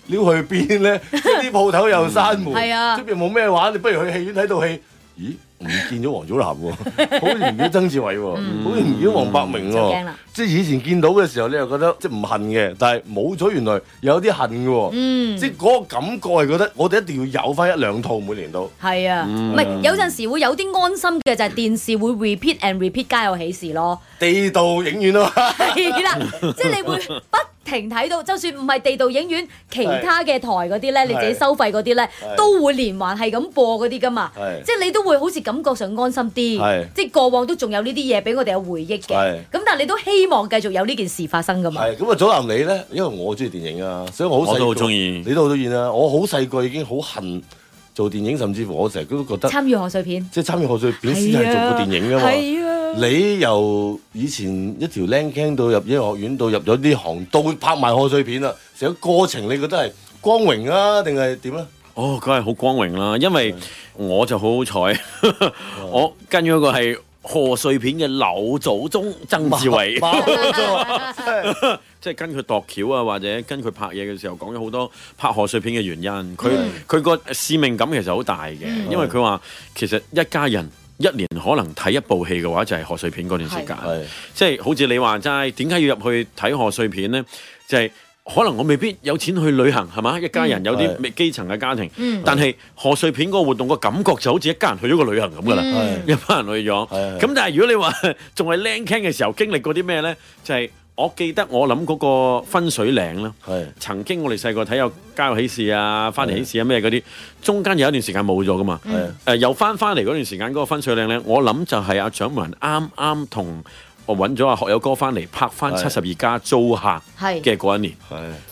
Speaker 4: 撩去邊 咧？即係啲鋪頭又閂門，
Speaker 2: 嗯係啊
Speaker 4: 出邊冇咩玩，你不如去戲院睇套戲。咦，唔見咗黃祖 藍喎，好似唔見咗曾志偉喎，好似唔見咗黃百鳴
Speaker 2: 嗯就驚
Speaker 4: 喎
Speaker 2: 啦。
Speaker 4: 即係以前見到嘅時候，你又覺得即係唔恨嘅，但係冇咗原來有啲恨嘅喎。
Speaker 2: 嗯
Speaker 4: 即係嗰個感覺係覺得我哋一定要有翻一兩套每年都。
Speaker 2: 係啊，
Speaker 4: 嗯
Speaker 2: 唔係有陣時會有啲安心嘅就係電視會 repeat and repeat 皆有喜事咯。
Speaker 4: 地道影院咯。
Speaker 2: 係啦，即係你會不停睇到，就算唔係地道影院，其他嘅台嗰啲咧，
Speaker 19: 係
Speaker 2: 你自己收費嗰啲咧
Speaker 19: 係，
Speaker 2: 都會連環係咁播嗰啲噶嘛
Speaker 19: 係，
Speaker 2: 即係你都會好似感覺上安心啲
Speaker 19: 係，
Speaker 2: 即係過往都仲有呢啲嘢俾我哋有回憶嘅
Speaker 4: 係，
Speaker 2: 咁但係你都希望繼續有呢件事發生噶嘛。
Speaker 4: 係咁啊，祖藍你咧，因為我中意電影啊，所以我好細
Speaker 10: 我都好
Speaker 4: 個
Speaker 10: 鍾意，
Speaker 4: 你都好中意啦。我好細個已經好恨做電影，甚至乎我成日都覺得
Speaker 2: 參與賀歲片，
Speaker 4: 即係參與賀歲片先係啊做過電影噶嘛。
Speaker 2: 係啊，
Speaker 4: 你由以前一條僆 k 到入音樂院，到入咗呢行，到拍埋賀歲片啦，成個過程你覺得係光榮啊，定係點 咧？
Speaker 10: 哦，梗係好光榮啦，因為我就好好彩， 我跟咗一個係賀歲片嘅老祖宗曾志偉，
Speaker 4: 啊
Speaker 10: 即係跟佢度橋啊，或者跟佢拍嘢嘅時候講咗好多拍賀歲片嘅原因。佢佢個使命感其實好大嘅，
Speaker 4: 嗯
Speaker 10: 因為佢話其實一家人。一年可能睇一部戲嘅話，就係賀歲片嗰段時間，即係好似你話齋，點解要入去睇賀歲片呢？就係、可能我未必有錢去旅行，係嘛？一家人
Speaker 4: 嗯
Speaker 10: 有啲
Speaker 4: 係
Speaker 10: 未基層嘅家庭，
Speaker 4: 嗯
Speaker 10: 但係賀歲片嗰個活動個感覺就好似一家人去咗個旅行咁噶啦，
Speaker 4: 嗯
Speaker 10: 一班人去咗。咁但係如果你話仲係僆 k 嘅時候經歷過啲咩呢？就係、我記得我諗嗰個分水嶺啦，曾經我哋細個睇有家有喜事啊、翻嚟喜事啊咩嗰啲，中間有一段時間冇咗噶嘛。誒、
Speaker 4: 嗯
Speaker 10: 又翻翻嚟嗰段時間嗰、個分水嶺呢，我諗就係阿蔣文啱啱同我揾咗阿學友哥翻嚟拍翻七
Speaker 4: 係
Speaker 10: 十二家租客
Speaker 4: 啊
Speaker 2: 係
Speaker 10: 嘅嗰一年。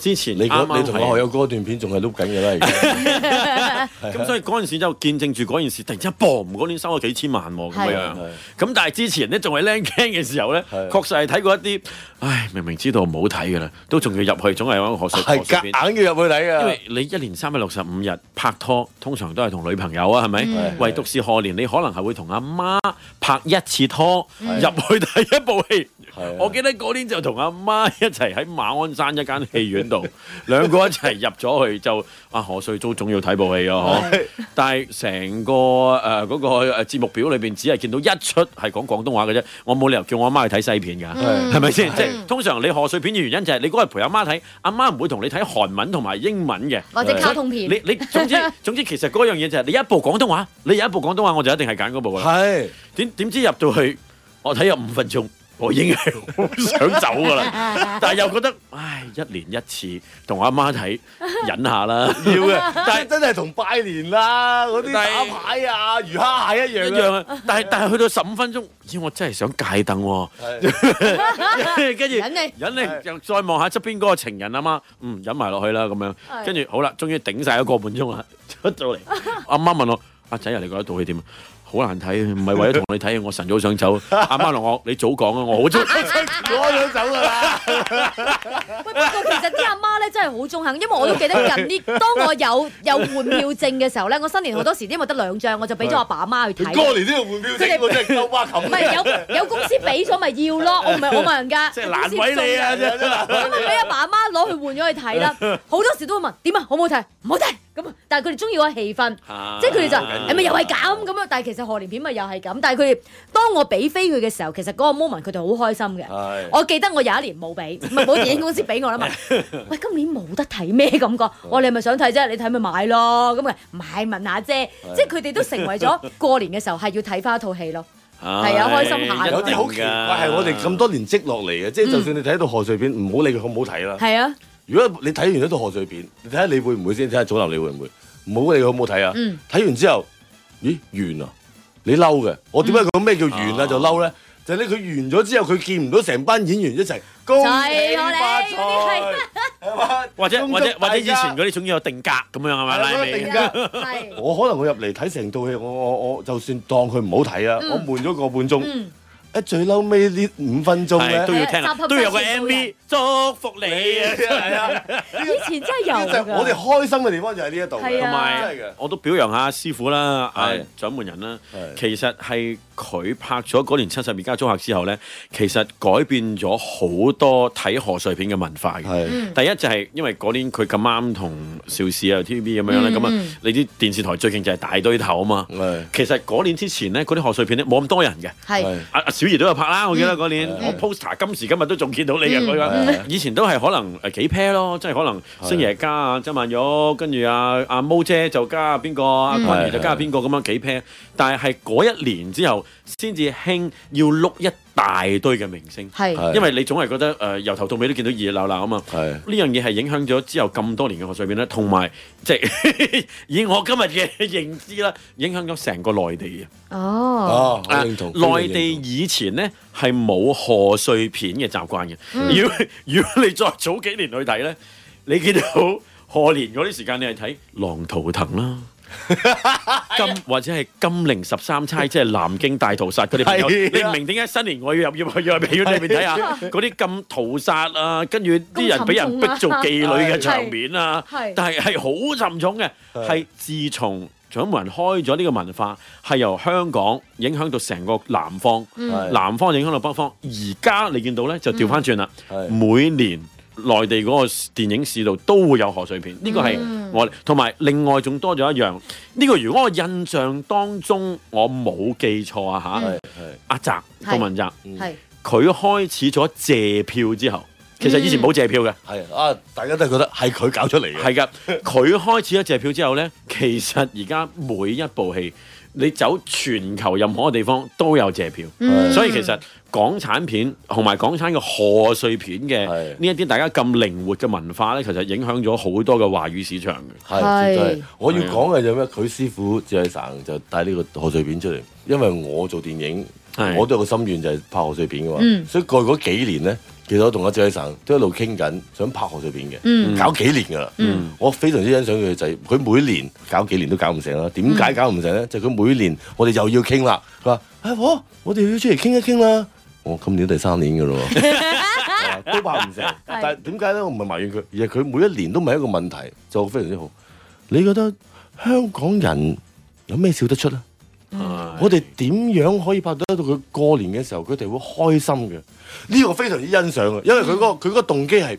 Speaker 10: 之前
Speaker 4: 你
Speaker 10: 啱
Speaker 4: 嗰
Speaker 10: 啱
Speaker 4: 你同
Speaker 10: 係
Speaker 4: 我學友嗰段片仲係碌緊嘅啦，而家。
Speaker 10: 咁所以嗰陣時就見證住嗰件事，突然之間 boom 嗰年收咗幾千萬喎咁
Speaker 4: 係
Speaker 10: 樣。咁但係之前咧仲係僆 k 嘅時候咧，
Speaker 4: 係
Speaker 10: 確實係睇過一啲，唉明明知道唔好睇嘅啦，都仲要入去，總係有一個學術
Speaker 4: 係
Speaker 10: 學術片
Speaker 4: 夾硬要入去睇㗎啊
Speaker 10: 因為你一年三百六十五日拍拖，通常都係同女朋友啊，係咪？
Speaker 4: 嗯
Speaker 10: 唯獨是賀年，你可能係會同阿媽拍一次拖，
Speaker 4: 係啊
Speaker 10: 入去睇一部戲。我記得嗰年就同阿媽一齊喺馬鞍山一間戲院 度，兩個一齊入咗去就啊賀歲租總要睇部戲咯，嗬！
Speaker 4: 嗯
Speaker 10: 但係成個誒嗰個誒節目表裏邊只係見到一出係講廣東話嘅啫，我冇理由叫我阿媽去睇西片㗎，
Speaker 4: 係
Speaker 10: 係咪先？
Speaker 4: 係
Speaker 10: 即係通常你賀歲片嘅原因就係你嗰日陪阿媽睇，阿媽唔會同你睇韓文同埋英文嘅，
Speaker 2: 或者卡通片
Speaker 10: 你你 總之總之其實嗰樣嘢就係你一部廣東話，你有一部廣東話我就一定係揀嗰部㗎啦。
Speaker 4: 係
Speaker 10: 點點知入到去我睇有五分鐘，我已 經係好想走㗎啦。但係又覺得，唉，一年一次同我阿媽睇，忍下啦。要
Speaker 4: 嘅
Speaker 10: 但係
Speaker 4: 真係同拜年啦，嗰啲
Speaker 10: 但
Speaker 4: 打
Speaker 10: 係
Speaker 4: 牌啊、魚蝦蟹一樣
Speaker 10: 一樣啊！ 但係但係去到十五 分鐘，咦！我真係想戒凳喎。跟住
Speaker 2: 忍你
Speaker 10: 忍你又再望下側邊嗰個情人啊嘛，嗯，忍埋落去啦咁樣。
Speaker 2: 係
Speaker 10: 跟住好啦，終於頂晒一個半鐘啦， 出到嚟，阿媽問我：阿仔啊，你覺得套戲點啊？好難睇，唔係為咗同你睇，我晨早想走。阿媽同我：你早講啊，我好中。
Speaker 4: 攞咗走㗎啦。
Speaker 2: 喂，不過其實啲阿媽咧真係好中肯，因為我都記得 近呢，當我有有換票證嘅時候咧，我新年好多時因為得兩張，我就俾咗阿爸阿媽去睇。
Speaker 4: 過年都要換票
Speaker 2: 即係
Speaker 4: 證，我真係夠哇冚。
Speaker 2: 唔係有有公司俾咗咪要 咯，我唔係我問人家。
Speaker 4: 即係難為你啊
Speaker 2: 公司送人
Speaker 4: 真係
Speaker 2: 咁咪俾阿爸阿媽攞去換咗去睇 啦。好多時都會問點啊，好唔好睇？唔好睇咁啊！但係佢哋中意嗰個氣氛，
Speaker 4: 啊
Speaker 2: 即係佢哋就係咪又係咁咁樣？但係其實賀年片咪又係咁。但係佢哋當我俾飛佢嘅時候，其實嗰個 moment 佢哋好開心嘅。
Speaker 4: 係
Speaker 2: 我記得我有一年冇俾，唔係冇電影公司俾我啦嘛。喂，今年冇得睇咩感 覺？我哋咪想睇啫，你睇咪買咯。咁啊，買問 下啫。即係佢哋都成為咗過年嘅時候係要睇翻一套戲咯。係啊開心下
Speaker 4: 有啲好奇怪係我哋咁多年積落嚟嘅，即係就
Speaker 2: 嗯
Speaker 4: 算你睇到賀歲片，唔好理佢好唔好睇啦。
Speaker 2: 係啊，
Speaker 4: 如果你睇完一套賀歲片，你睇下你會唔會先，睇下祖藍你會唔會，唔好理佢好唔好睇啊。
Speaker 2: 嗯
Speaker 4: 睇完之後，咦完啊！你嬲嘅，我
Speaker 2: 嗯
Speaker 4: 點解講咩叫完
Speaker 2: 哦
Speaker 4: 啊就嬲咧？就係咧佢完咗之後，佢見唔到成班演員一齊恭喜
Speaker 2: 就係我哋
Speaker 4: 發財，係嘛？
Speaker 10: 或者或者或者以前
Speaker 4: 係
Speaker 10: 嗰啲總要有定格咁樣係咪
Speaker 4: 啊
Speaker 10: 拉
Speaker 4: 我一
Speaker 10: 尾
Speaker 4: 定？㗎 我可能我入嚟睇成套戲，我我我就算當佢唔好睇啊，
Speaker 10: 嗯
Speaker 4: 我悶咗個半鐘
Speaker 10: 嗯，
Speaker 4: 一最嬲尾呢五分鐘咧
Speaker 10: 係都要聽啊集合都要有個晒全部 MV 人祝福你啊！
Speaker 4: 係啊！
Speaker 2: 以前真係有
Speaker 4: 呢就
Speaker 2: 㗎
Speaker 4: 係我哋開心嘅地方就喺呢一度，
Speaker 2: 係啊
Speaker 10: 同埋
Speaker 4: 真係嘅。
Speaker 10: 我都表揚下師傅啦，啊掌門人啦。其實係佢拍咗嗰年七十二家租客之後咧，其實改變咗好多睇賀歲片嘅文化嘅。
Speaker 4: 嗯
Speaker 10: 第一就係因為嗰年佢咁啱同邵氏啊 TVB 咁樣
Speaker 4: 嗯
Speaker 10: 咧，咁啊
Speaker 4: 嗯
Speaker 10: 你啲電視台最勁就係大堆頭啊嘛。其實嗰年之前咧，嗰啲賀歲片咧冇咁多人嘅。
Speaker 2: 係
Speaker 10: 阿阿小儀都有拍啦，我記得
Speaker 4: 嗯
Speaker 10: 嗰年我 poster 今時今日都仲見到你嘅
Speaker 4: 嗯
Speaker 10: 嗰
Speaker 4: 嗯
Speaker 10: 個。以前都係可能誒幾 pair 咯，即係可能星爺加啊周曼玉，跟住阿阿毛姐就加邊個，阿
Speaker 4: 嗯
Speaker 10: 關怡就
Speaker 4: 係
Speaker 10: 加邊個咁樣幾 pair。但係係嗰一年之後，先至興要碌一大堆嘅明星，
Speaker 1: 係係
Speaker 10: 因為你總係覺得誒、呃由頭到尾都見到熱熱鬧鬧啊嘛。
Speaker 4: 呢
Speaker 10: 樣嘢係影響咗之後咁多年嘅賀歲片咧，同埋即係 以我今日嘅認知啦，影響咗成個內地嘅。
Speaker 1: 哦，
Speaker 4: 啊我認同
Speaker 10: 內地以前咧係冇賀歲片嘅習慣嘅。
Speaker 4: 嗯
Speaker 10: 如果 如果你再早幾年去睇咧，你見到 賀年嗰啲時間，你係睇《浪圖騰》 啦。金或者係金陵十 三钗，即係南京大屠殺嗰啲朋友，
Speaker 4: 係啊
Speaker 10: 你唔明點解新年我要入要去入戲院裏邊睇下
Speaker 4: 係啊
Speaker 10: 嗰啲咁屠殺啊，跟住啲人俾人逼做妓 女嘅場面啊
Speaker 4: 係係，
Speaker 10: 但係係好沉重嘅，
Speaker 4: 係
Speaker 10: 係自從掌門人開咗呢個文化，係由香港影響到成個南方，
Speaker 4: 嗯
Speaker 10: 南方影響到北方。而家你見到咧就調翻轉啦，
Speaker 4: 嗯
Speaker 10: 每年內地嗰個電影市道都會有賀歲片，呢個係
Speaker 4: 嗯
Speaker 10: 我同埋另外仲多咗一樣。呢個如果我印象當中我冇記錯啊
Speaker 4: 係
Speaker 10: 嚇，阿澤
Speaker 4: 係
Speaker 10: 杜汶澤，
Speaker 1: 係
Speaker 10: 佢開始咗借票之後，其實以
Speaker 4: 嗯
Speaker 10: 前冇借票嘅。
Speaker 4: 係啊，大家都係覺得係佢搞出嚟嘅。
Speaker 10: 係噶，佢開始咗借票之後呢，其實而家每一部戲，你走全球任何地方都有借票，
Speaker 4: 嗯
Speaker 10: 所以其實港產片同埋港產嘅賀歲片嘅呢一啲大家咁靈活嘅文化呢，其實影響咗好多嘅華語市場嘅。
Speaker 4: 係絕對係。我要講嘅就係咩？佢師傅謝省就帶呢個賀歲片出嚟，因為我做電影，我都有個心願就係拍賀歲片嘅嘛。
Speaker 10: 嗯
Speaker 4: 所以過去嗰幾年咧，其實我同阿謝省都一路傾緊，想拍賀歲片嘅，
Speaker 10: 嗯
Speaker 4: 搞幾年㗎啦。
Speaker 10: 嗯
Speaker 4: 我非常之欣賞佢嘅仔，佢每年搞幾年都搞唔成啦。點解搞唔成咧？就佢每年我哋又要傾啦。佢話：阿婆，我哋要出嚟傾一傾啦。我啊今年第三年㗎咯喎。 都拍唔成。但 係點解咧？我唔係埋怨佢，而係佢每一年都唔係一個問題，就非常之好。你覺得香港人有咩笑得出啊？
Speaker 10: 嗯
Speaker 4: 我哋點樣可以拍得到佢過年嘅時候，佢哋會開心嘅？呢、個非常之欣賞嘅，因為佢嗰、
Speaker 10: 嗯
Speaker 4: 個佢嗰個動機係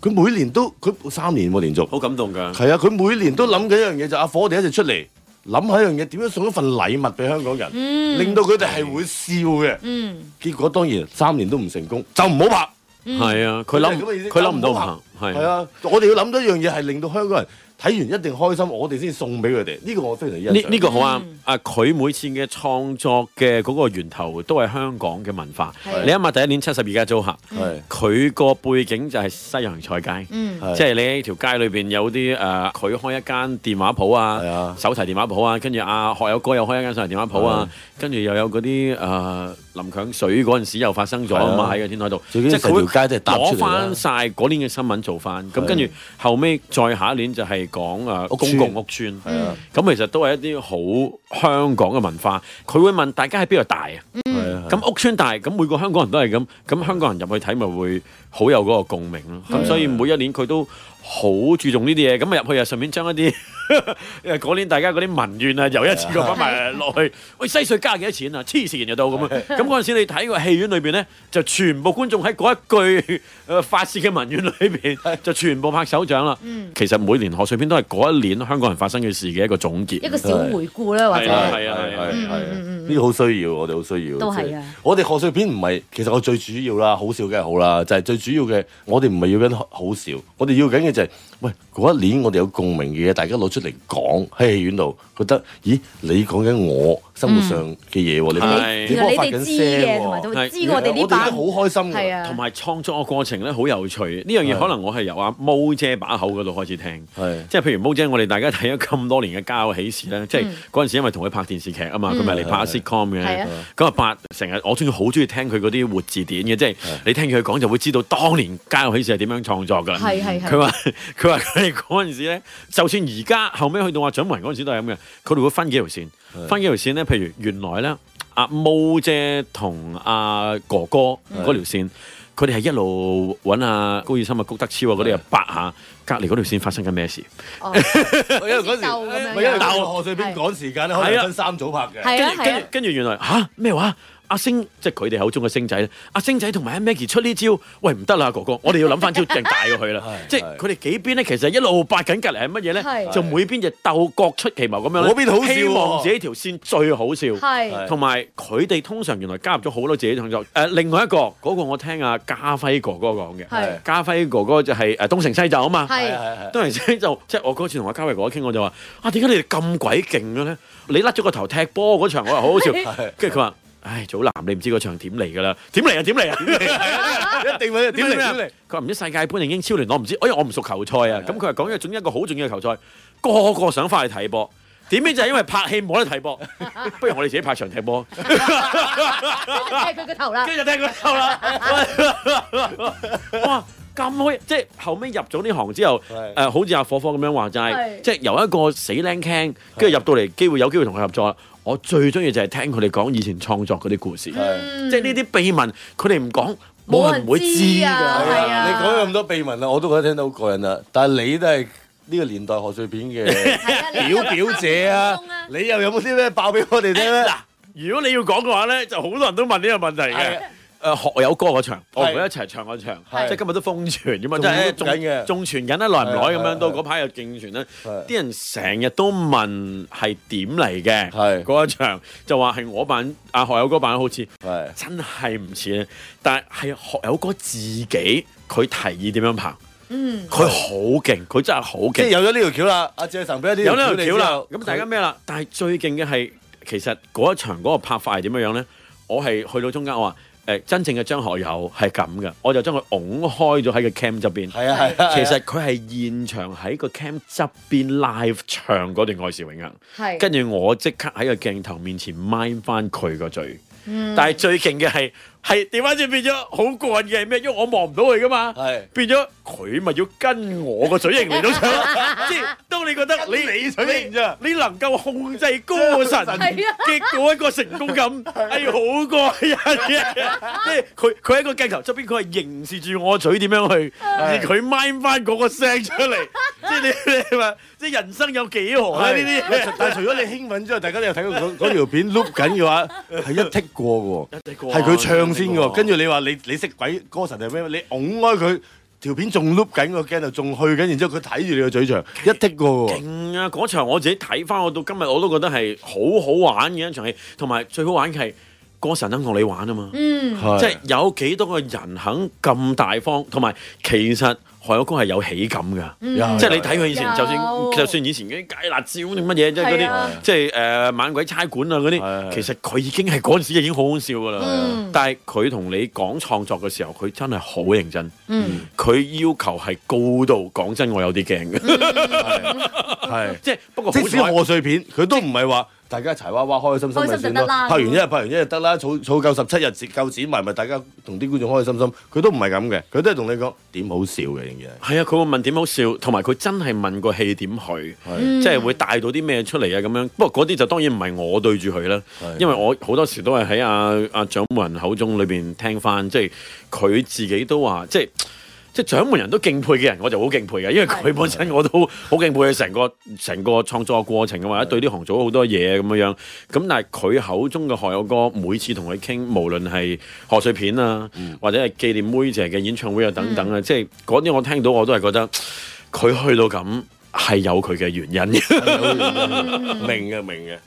Speaker 4: 佢每年都佢三年喎連續，
Speaker 10: 好感動㗎。
Speaker 4: 係啊，佢每年都諗緊一樣嘢，就阿火哋一直出嚟諗下一樣嘢，點樣送一份禮物俾香港人，
Speaker 1: 嗯
Speaker 4: 令到佢哋係會笑嘅。
Speaker 1: 嗯，
Speaker 4: 結果當然三年都唔成功，就唔好拍。
Speaker 1: 嗯
Speaker 10: 係啊佢諗
Speaker 4: 就係咁嘅意思
Speaker 10: 佢諗唔到
Speaker 4: 就好
Speaker 10: 拍係
Speaker 4: 係啊，我哋要諗到一樣嘢係令到香港人睇完一定開心，我哋先送俾佢哋。呢個我非常欣賞。
Speaker 10: 呢呢個好啊！
Speaker 4: 嗯
Speaker 10: 啊，佢每次嘅創作嘅嗰個源頭都係香港嘅文化
Speaker 4: 係。
Speaker 10: 你諗下第一年七十二家租客
Speaker 4: 係，
Speaker 10: 佢個背景就係西洋菜街，
Speaker 4: 嗯係
Speaker 10: 即係你喺條街裏邊有啲誒，呃佢開一間電話鋪啊，手提電話鋪啊，跟住阿學友哥又開一間手提電話鋪啊，跟住又有嗰啲誒林強水嗰陣時又發生咗啊嘛
Speaker 4: 係啊
Speaker 10: 喺個天台度，
Speaker 4: 最緊
Speaker 10: 係
Speaker 4: 要
Speaker 10: 佢
Speaker 4: 成條街都係搭出
Speaker 10: 攞
Speaker 4: 嚟啦
Speaker 10: 翻晒嗰年嘅新聞做翻，咁
Speaker 4: 係
Speaker 10: 跟住後尾再下一年就係講誒公
Speaker 4: 村
Speaker 10: 共屋邨，
Speaker 4: 係啊
Speaker 10: 咁其實都係一啲好香港嘅文化。佢會問大家喺邊
Speaker 4: 嗯
Speaker 10: 度大啊？
Speaker 4: 係啊
Speaker 10: 咁屋村大，咁每個香港人都係咁，咁香港人入去睇咪會好有嗰個共鳴咯。
Speaker 4: 係啊
Speaker 10: 咁所以每一年佢都好注重呢啲嘢，咁啊入去啊順便將一啲 誒嗰年大家嗰啲民怨啊，又一次過擺埋落去。喂，西隧加幾多錢啊？黐線嘅到咁啊！咁嗰陣時你睇個戲院裏邊咧，就全部觀眾喺嗰一句誒發泄嘅民怨裏邊，就全部拍手掌啦。
Speaker 1: 嗯
Speaker 10: 其實每年賀歲片都係嗰一年香港人發生嘅事嘅一個總結，
Speaker 1: 一個小回顧啦，或
Speaker 10: 係啊
Speaker 1: 者
Speaker 10: 係啊係啊
Speaker 4: 係
Speaker 10: 係
Speaker 4: 啊
Speaker 10: 啊。
Speaker 4: 呢個好需要，我哋好需要。
Speaker 1: 嗯都係啊
Speaker 4: 即我哋賀歲片唔係，其實我最主要啦，好笑梗係好啦，就係、最主要嘅，我哋唔係要緊好笑，我哋要緊嘅就係、喂嗰一年我哋有共鳴嘅嘢，大家攞出嚟講喺戲院度，覺得咦你講緊我生活上
Speaker 1: 嗯
Speaker 4: 嘅嘢喎，你
Speaker 10: 係
Speaker 4: 你幫我發緊聲喎啊
Speaker 10: 係
Speaker 4: 我哋都好開心㗎
Speaker 1: 啊
Speaker 10: 同埋創作嘅過程咧好有趣。呢樣嘢
Speaker 4: 係
Speaker 10: 可能我係由阿毛姐把口嗰度開始聽，即係譬如毛姐，我哋大家睇咗咁多年嘅《家有喜事》咧，即係
Speaker 4: 嗯
Speaker 10: 嗰陣時因為同佢拍電視劇啊嘛，
Speaker 4: 嗯
Speaker 10: 佢咪嚟拍
Speaker 4: 係
Speaker 10: sitcom
Speaker 4: 係啊
Speaker 10: 嘅。咁啊，八成日我中意好中意聽佢嗰啲活字典嘅，即係你聽佢講就會知道當年《家有喜事》係點樣創作㗎。
Speaker 4: 係係係
Speaker 10: 佢話佢話佢哋嗰陣時咧，就算而家後尾去到阿蔣文嗰陣時都係咁嘅，佢哋會分幾條線，分幾條線咧。譬如原來咧，阿毛姐同阿哥哥嗰條線，佢哋係一路揾阿高以琛、啊、谷德超啊嗰啲啊八下，隔離嗰條線發生緊咩事？
Speaker 4: 因為嗰時
Speaker 1: 鬥咁樣
Speaker 4: 咪因為
Speaker 1: 鬥
Speaker 4: 賀歲片趕時間咧，可
Speaker 10: 係
Speaker 4: 能
Speaker 10: 啊
Speaker 4: 分三組拍嘅。
Speaker 1: 係啊
Speaker 10: 跟住跟住跟住原來吓咩話？阿星即係佢哋口中嘅星仔咧，阿星仔同埋阿 Maggie 出呢招，喂唔得啦，哥哥，我哋要諗翻招正大過佢 啦。即係佢哋幾邊咧，其實一路八緊隔離係乜嘢咧？
Speaker 4: 係
Speaker 10: 就每邊就鬥各出奇謀咁樣咧。
Speaker 4: 嗰邊好笑喎
Speaker 10: 希望自己條線最好笑。
Speaker 4: 係
Speaker 10: 同埋佢哋通常原來加入咗好多自己創作。誒，另外一個嗰個我聽阿家輝哥哥講
Speaker 4: 係
Speaker 10: 嘅，家輝哥哥就係誒東成西就啊嘛。
Speaker 4: 係係係
Speaker 10: 東成西就即係我嗰次同阿家輝哥哥傾，我就話啊點解你哋咁鬼勁嘅咧？你甩咗個頭踢波嗰場我又好好笑
Speaker 4: 係，
Speaker 10: 跟住佢話。誒、唉，祖藍你唔知嗰場點嚟㗎啦，點嚟啊點嚟 啊，
Speaker 4: 一定會點嚟
Speaker 10: 啊
Speaker 4: 點嚟。
Speaker 10: 佢話唔知世界盃定英超聯，我唔知，哎呀我唔熟球賽啊。咁佢話講咗總之一個好重要嘅球賽，個個想翻去睇波。點知就係因為拍戲冇得 睇波，不如我哋自己拍場踢波。
Speaker 1: 踢佢個頭啦，
Speaker 10: 跟住踢佢頭 啦，哇！咁好，即係 後尾入咗呢行之後，誒、好似阿火火咁樣話就係、
Speaker 20: 係
Speaker 10: 即係由一個死僆 can，跟住入到嚟機會有機會同佢合作。我最中意就係聽佢哋講以前創作嗰啲故事，
Speaker 20: 係
Speaker 10: 即係呢啲秘密，佢哋唔講，嗯冇人會知
Speaker 20: 係
Speaker 10: 㗎。
Speaker 20: 啊，你講咗咁多秘密啦，我都覺得聽到好過癮啦。但係你都係呢個年代賀歲片 嘅表表姐 啊，你又有冇啲咩爆俾我哋聽咧？
Speaker 10: 如果你要講嘅話咧，就好多人都問呢個問題
Speaker 20: 哎
Speaker 10: 嘅。
Speaker 4: 啊
Speaker 10: 誒呃學友歌嗰場，我同佢一齊唱嗰場，
Speaker 20: 係
Speaker 10: 即係今日都瘋傳㗎嘛，即
Speaker 20: 仲錄
Speaker 10: 係
Speaker 20: 緊嘅
Speaker 10: 仲傳緊啦，耐唔耐咁樣都
Speaker 20: 係係
Speaker 10: 嗰排又勁傳啦。啲人成日都問係點嚟
Speaker 20: 啊
Speaker 10: 嘅，嗰一場就話係我扮阿學友哥扮得好似，真係唔似，但係係學友哥自己佢提議點樣行，
Speaker 1: 嗯，
Speaker 10: 佢好勁，佢真係好勁，
Speaker 20: 即係有咗呢條橋啦，阿謝神俾咗呢
Speaker 10: 有呢
Speaker 20: 條橋
Speaker 10: 條橋
Speaker 20: 你之
Speaker 10: 啦
Speaker 20: 後，
Speaker 10: 咁大家咩啦？但係最勁嘅係，其實嗰一場嗰個拍法係點樣樣咧？我係去到中間，我話誒、真正嘅張學友係咁嘅，我就將佢拱開咗喺個 cam 側邊。係
Speaker 20: 啊係啊係啊
Speaker 10: 其實佢係現場喺個 cam 側邊 live 唱嗰段《愛是永恆》，
Speaker 1: 係
Speaker 10: 跟住我即刻喺個鏡頭面前 mind 翻佢個嘴。
Speaker 1: 嗯
Speaker 10: 但係最勁嘅係係調翻轉變咗好過癮嘅係咩？因為我望唔到佢噶嘛，
Speaker 4: 啊
Speaker 10: 變咗佢咪要跟我個嘴型嚟到唱咯，即係當你覺得你你水型咋，你能夠控制歌神
Speaker 12: 係啊
Speaker 10: 嘅嗰一個成功感，係好過癮 嘅，即係佢佢喺個鏡頭側邊，佢係凝視住我嘴點樣去，而佢 mind 翻嗰個聲出 嚟，即係你你話即係人生有幾何咧呢啲嘢？
Speaker 4: 但係除咗你興奮之外，大家都有睇過嗰嗰條片 loop 緊嘅話，係一剔過嘅
Speaker 10: 喎，
Speaker 4: 係佢唱先嘅喎。跟住你話你你識鬼歌神係咩？你拱開佢條片仲 loop 緊個鏡頭，仲去緊，然之後佢睇住你個嘴場，一剔過嘅喎。
Speaker 10: 勁啊！嗰場我自己睇翻，我到今日我都覺得係好好玩嘅一場戲，同埋最好玩嘅係歌神肯同你玩啊嘛。
Speaker 12: 嗯係
Speaker 10: 即係有幾多個人肯咁大方，同埋其實何友哥係有喜感㗎。
Speaker 12: 嗯有
Speaker 10: 即係你睇佢以前，
Speaker 12: 有
Speaker 10: 就算就算以前嗰啲街辣椒定乜嘢，即係嗰
Speaker 12: 係啊
Speaker 10: 啲即係誒猛鬼差館啊嗰啲，其實佢已經係嗰陣時已經好好笑㗎啦
Speaker 12: 嗯。
Speaker 10: 但係佢同你講創作嘅時候，佢真係好認真。
Speaker 12: 嗯
Speaker 10: 佢要求係高度，講真我有啲驚嘅。
Speaker 4: 係，
Speaker 10: 即係不過好
Speaker 4: 哎即使
Speaker 10: 彩
Speaker 4: 賀歲片，佢都唔係話大家柴娃娃開開心心咪
Speaker 10: 開心
Speaker 4: 算
Speaker 10: 就得
Speaker 4: 咯。
Speaker 10: 啦
Speaker 4: 拍完一日拍完一日得啦，儲儲夠十七日節夠剪埋咪大家同啲觀眾開開心心。佢都唔係咁嘅，佢都係同你講點好笑嘅仍然係。
Speaker 10: 係啊，佢會問點好笑，同埋佢真係問個戲點去，即係會帶到啲咩出嚟啊咁樣。不過嗰啲就當然唔係我對住佢啦，因為我好多時都係喺阿阿掌門人口中裏邊聽翻，即係佢自己都話，即係即係掌門人都敬佩嘅人，我就好敬佩嘅，因為佢本身我都好敬佩佢成個成個創作過程啊嘛，對呢行做咗好多嘢咁樣樣。咁但係佢口中嘅何友哥，每次同佢傾，無論係賀歲片啊，或者係紀念妹姐嘅演唱會啊等等啊，即係嗰啲我聽到我都係覺得佢去到咁係有佢嘅 原因嘅，明嘅明嘅。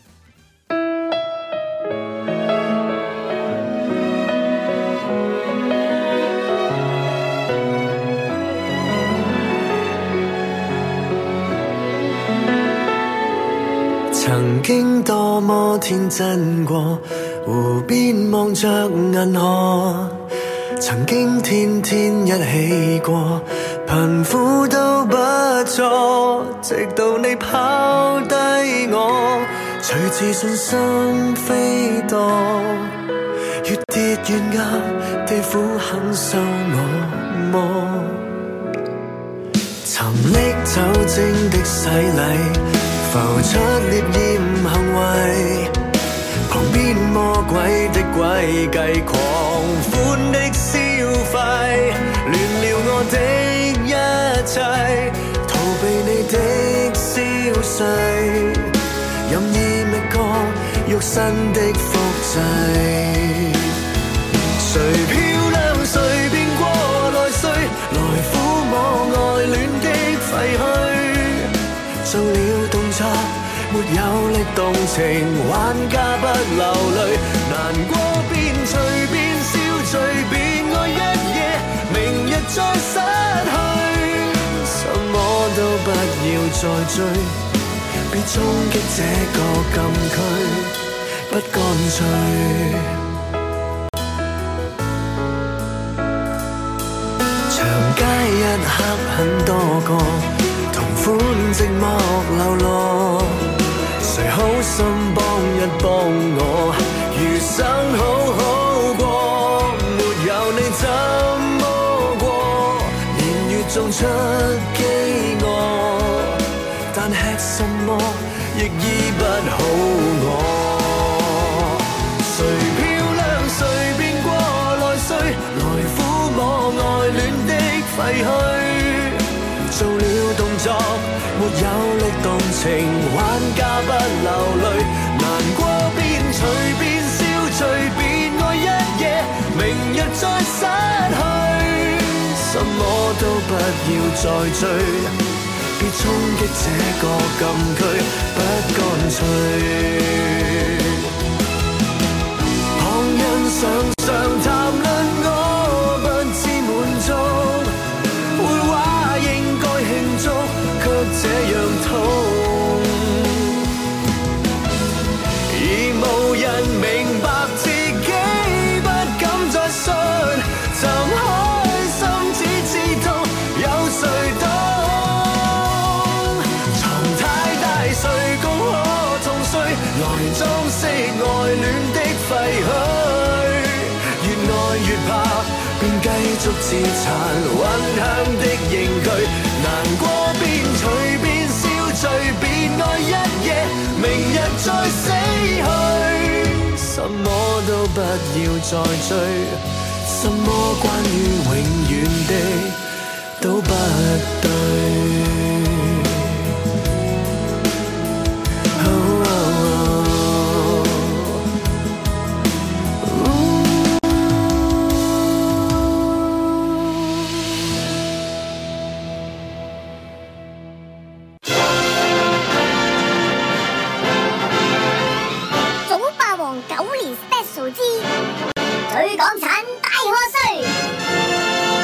Speaker 6: 曾經多麼天真過，湖邊望着銀河。曾經天天一起過，貧苦都不錯。直到你拋低我，隨自信心飛墮，越跌越壓，地府肯收我麼？沉溺酒精的洗禮，浮出烈焰行為，旁邊魔鬼的詭計，狂歡的消費，亂了我的一切，逃避你的消逝，任意覓角，肉身的複製。誰漂亮誰變過來歲，來撫摸愛戀的廢墟。做了動作，沒有力動情，玩家不流淚。難過便隨便笑，隨便愛一夜，明日再失去，什麼都不要再追，別終極這個禁區，不乾脆。刻很多個，同款寂寞流落。誰好心幫一幫我，餘生好好過。沒有你怎麼過？年月種出飢餓，但吃什麼亦醫不好我。誰漂亮誰變過來歲，來撫摸愛戀的廢墟。做了動作，沒有力動情，玩家不流淚。難過便隨便笑，隨便愛一夜，明日再失去，什麼都不要再追，別衝擊這個禁區，不乾脆。旁人常常談論我不知滿足，會話應該慶祝，卻這樣痛，而無人明白自己不敢再信，怎開心只知道有誰懂？床太大，誰共可同睡？來裝飾愛戀的廢墟，越愛越怕，便繼續自殘，混響的刑具，難過便隨便笑，隨便愛一夜，明日再死去，什麼都不要再追，什麼關於永遠的都不對。Oh,
Speaker 14: 早霸王九年 special 之最港產大賀歲。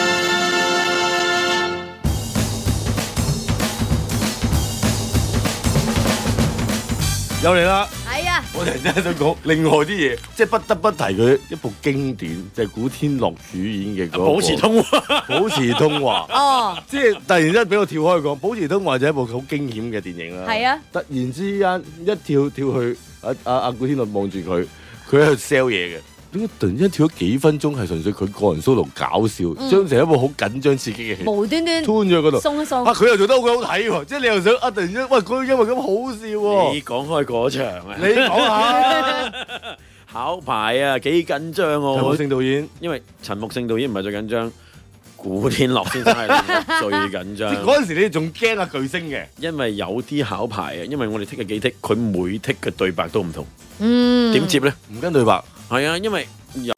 Speaker 4: 又嚟啦！
Speaker 2: 係啊，
Speaker 4: 我突然之間想講另外啲嘢，即係不得不提佢一部經典，就係古天樂主演嘅嗰個
Speaker 10: 保持通
Speaker 4: 話》。保持通話。
Speaker 2: 哦，
Speaker 4: 即係突然之間俾我跳開講，《保持通話》就係一部好驚險嘅電影啦。
Speaker 2: 係啊
Speaker 4: 突然之間一跳跳去，阿阿阿古天樂望住佢，佢喺度 sell 嘢嘅。點解突然之間跳咗幾分鐘係純粹佢個人 solo 搞笑，
Speaker 2: 嗯
Speaker 4: 將成一部好緊張刺激嘅戲。
Speaker 2: 無端端
Speaker 4: 吞咗嗰度，
Speaker 2: 鬆一鬆
Speaker 4: 啊佢又做得好好睇喎，即係你又想啊突然之間，喂佢因為咁好笑喎，
Speaker 10: 你講開嗰場啊，
Speaker 4: 你講 下
Speaker 10: 考牌啊，幾緊張喎！
Speaker 4: 陳木勝導演，
Speaker 10: 因為陳木勝導演唔係最緊張，古天樂先生係最緊張
Speaker 4: 即。係嗰陣時你仲驚啊巨星嘅，
Speaker 10: 因為有啲考牌啊，因為我哋剔嘅幾剔，佢每剔嘅對白都唔同，
Speaker 2: 嗯
Speaker 10: 點接咧？
Speaker 4: 唔跟對白。
Speaker 10: 係啊，因為有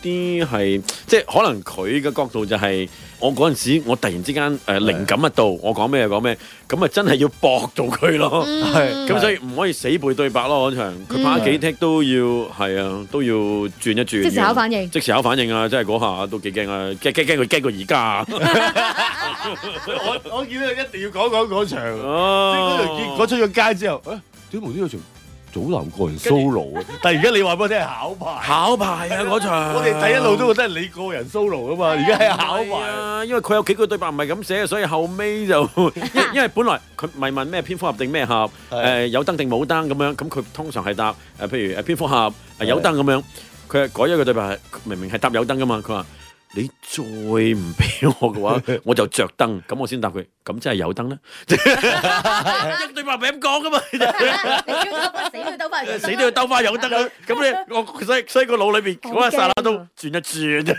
Speaker 10: 啲係即係可能佢嘅角度就係、我嗰陣時，我突然之間誒、呃、靈感一到，我講咩就講咩，咁啊真係要搏到佢咯，
Speaker 4: 嗯係
Speaker 10: 咁所以唔可以死背對白咯嗰場，佢
Speaker 2: 嗯
Speaker 10: 拍幾剔都要係啊，都要轉一轉嘅，
Speaker 2: 即時考反應
Speaker 10: 即時考反應啊！真係嗰下都幾驚啊，驚驚驚佢驚過而家啊，
Speaker 4: 我我見到佢一定要講講嗰場，
Speaker 10: 哦
Speaker 4: 即係嗰場結果出咗街之後，啊點無端有場祖藍個人 solo 啊！但係而家你話俾我聽係考牌，
Speaker 10: 考牌啊嗰場，
Speaker 4: 我哋睇一路都覺得係你個人 solo 啊嘛，而家係考牌。
Speaker 10: 啊，因為佢有幾句對白唔係咁寫，所以後尾就因因為本來佢唔係問咩蝙蝠俠定咩俠，誒有燈定冇燈咁樣，咁佢通常係答誒譬如誒蝙蝠俠誒有燈咁樣，佢係改咗個對白係明明係答有燈噶嘛，佢話。你再唔俾我嘅話，我就着燈，咁我先答佢。咁真係有燈咧，對白唔係咁講噶嘛，
Speaker 2: 你要兜返死都要兜翻
Speaker 10: 死都要兜翻有燈啦。咁咧，我所以所以個腦裏邊嗰一剎那都轉一轉。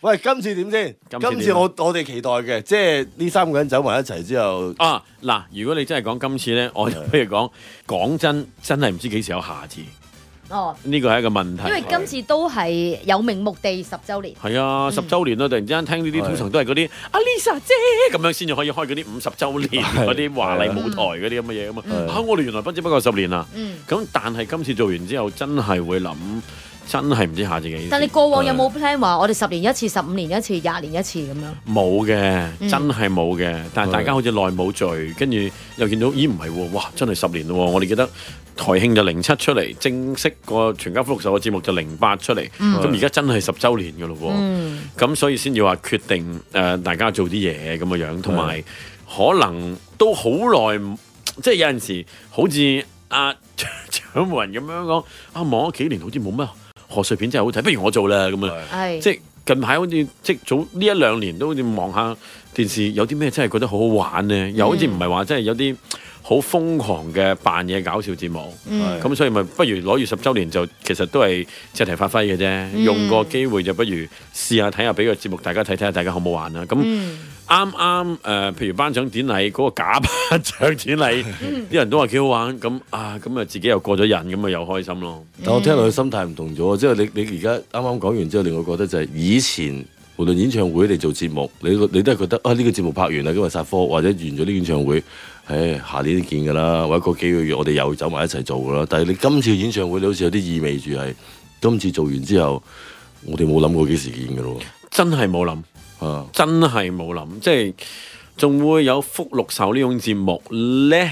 Speaker 4: 喂，今次點先？
Speaker 10: 今次點啊
Speaker 4: 今次我我哋期待嘅，即係呢三個人走埋一齊之後，
Speaker 10: 啊嗱，如果你真係講今次咧，我就不如講講真，真係唔知幾時有下次，
Speaker 2: 哦，
Speaker 10: 呢個係一個問題。
Speaker 2: 因為今次都係有名目地十週年。
Speaker 10: 係啊，十週年啦，突然之間聽呢
Speaker 2: 嗯
Speaker 10: 啲，通常都係嗰啲阿 Lisa 姐咁樣先至可以開嗰啲五十週 年嗰啲華麗舞台嗰啲咁嘅嘢啊嘛。
Speaker 2: 嗯
Speaker 10: 嚇，我哋原來不知不覺十年啦。
Speaker 2: 嗯
Speaker 10: 咁但係今次做完之後，真係會諗，真係唔知下次幾時。
Speaker 2: 但你過往有冇 plan 話我哋十年一次、十五年一次、廿年一次咁樣？
Speaker 10: 冇嘅，
Speaker 2: 嗯
Speaker 10: 真係冇嘅。但係大家好似耐冇聚，跟住又見到，咦唔係喎，哇真係十年咯喎！我哋記得台慶就零七出嚟，正式個全家福壽嘅節目就零八出嚟，
Speaker 19: 嗯
Speaker 10: 咁而家真係十週年嘅咯喎。
Speaker 19: 嗯
Speaker 10: 咁所以先至話決定誒、呃大家做啲嘢咁嘅樣，同埋可能都好耐唔，即係有陣時好似阿 掌門人咁樣講，啊望咗幾年好似冇乜賀歲片真係好睇，不如我做啦咁啊，
Speaker 19: 係
Speaker 10: 即係近排好似即係早呢一兩年都好似望下電視，有啲咩真係覺得好好玩咧，又好似唔係話真係有啲。好瘋狂嘅扮嘢搞笑節目，
Speaker 19: 嗯
Speaker 10: 咁、所以咪不如攞住十週年就其實都係借題發揮嘅啫，
Speaker 19: 嗯
Speaker 10: 用個機會就不如試下睇下俾個節目大家睇睇下大家好唔好玩啦。咁啱啱誒，譬如頒獎典禮嗰、個假頒獎典禮，啲人都話幾好玩，咁啊咁啊自己又過咗癮，咁啊又開心咯。
Speaker 1: 但我聽落佢心態唔同咗，即係你你而家啱啱講完之後，令我覺得就係以前無論演唱會你做節目，你你都係覺得啊呢、個節目拍完啦，今日殺科或者完咗呢個演唱會，唉下年都見㗎啦，或者過幾個月我哋又走埋一齊做㗎啦。但係你今次嘅演唱會，你好似有啲意味住係今次做完之後，我哋冇諗過幾時見㗎咯喎。
Speaker 10: 真係冇諗，
Speaker 1: 啊、
Speaker 10: 真係冇諗，即係仲會有福祿壽呢種節目咧。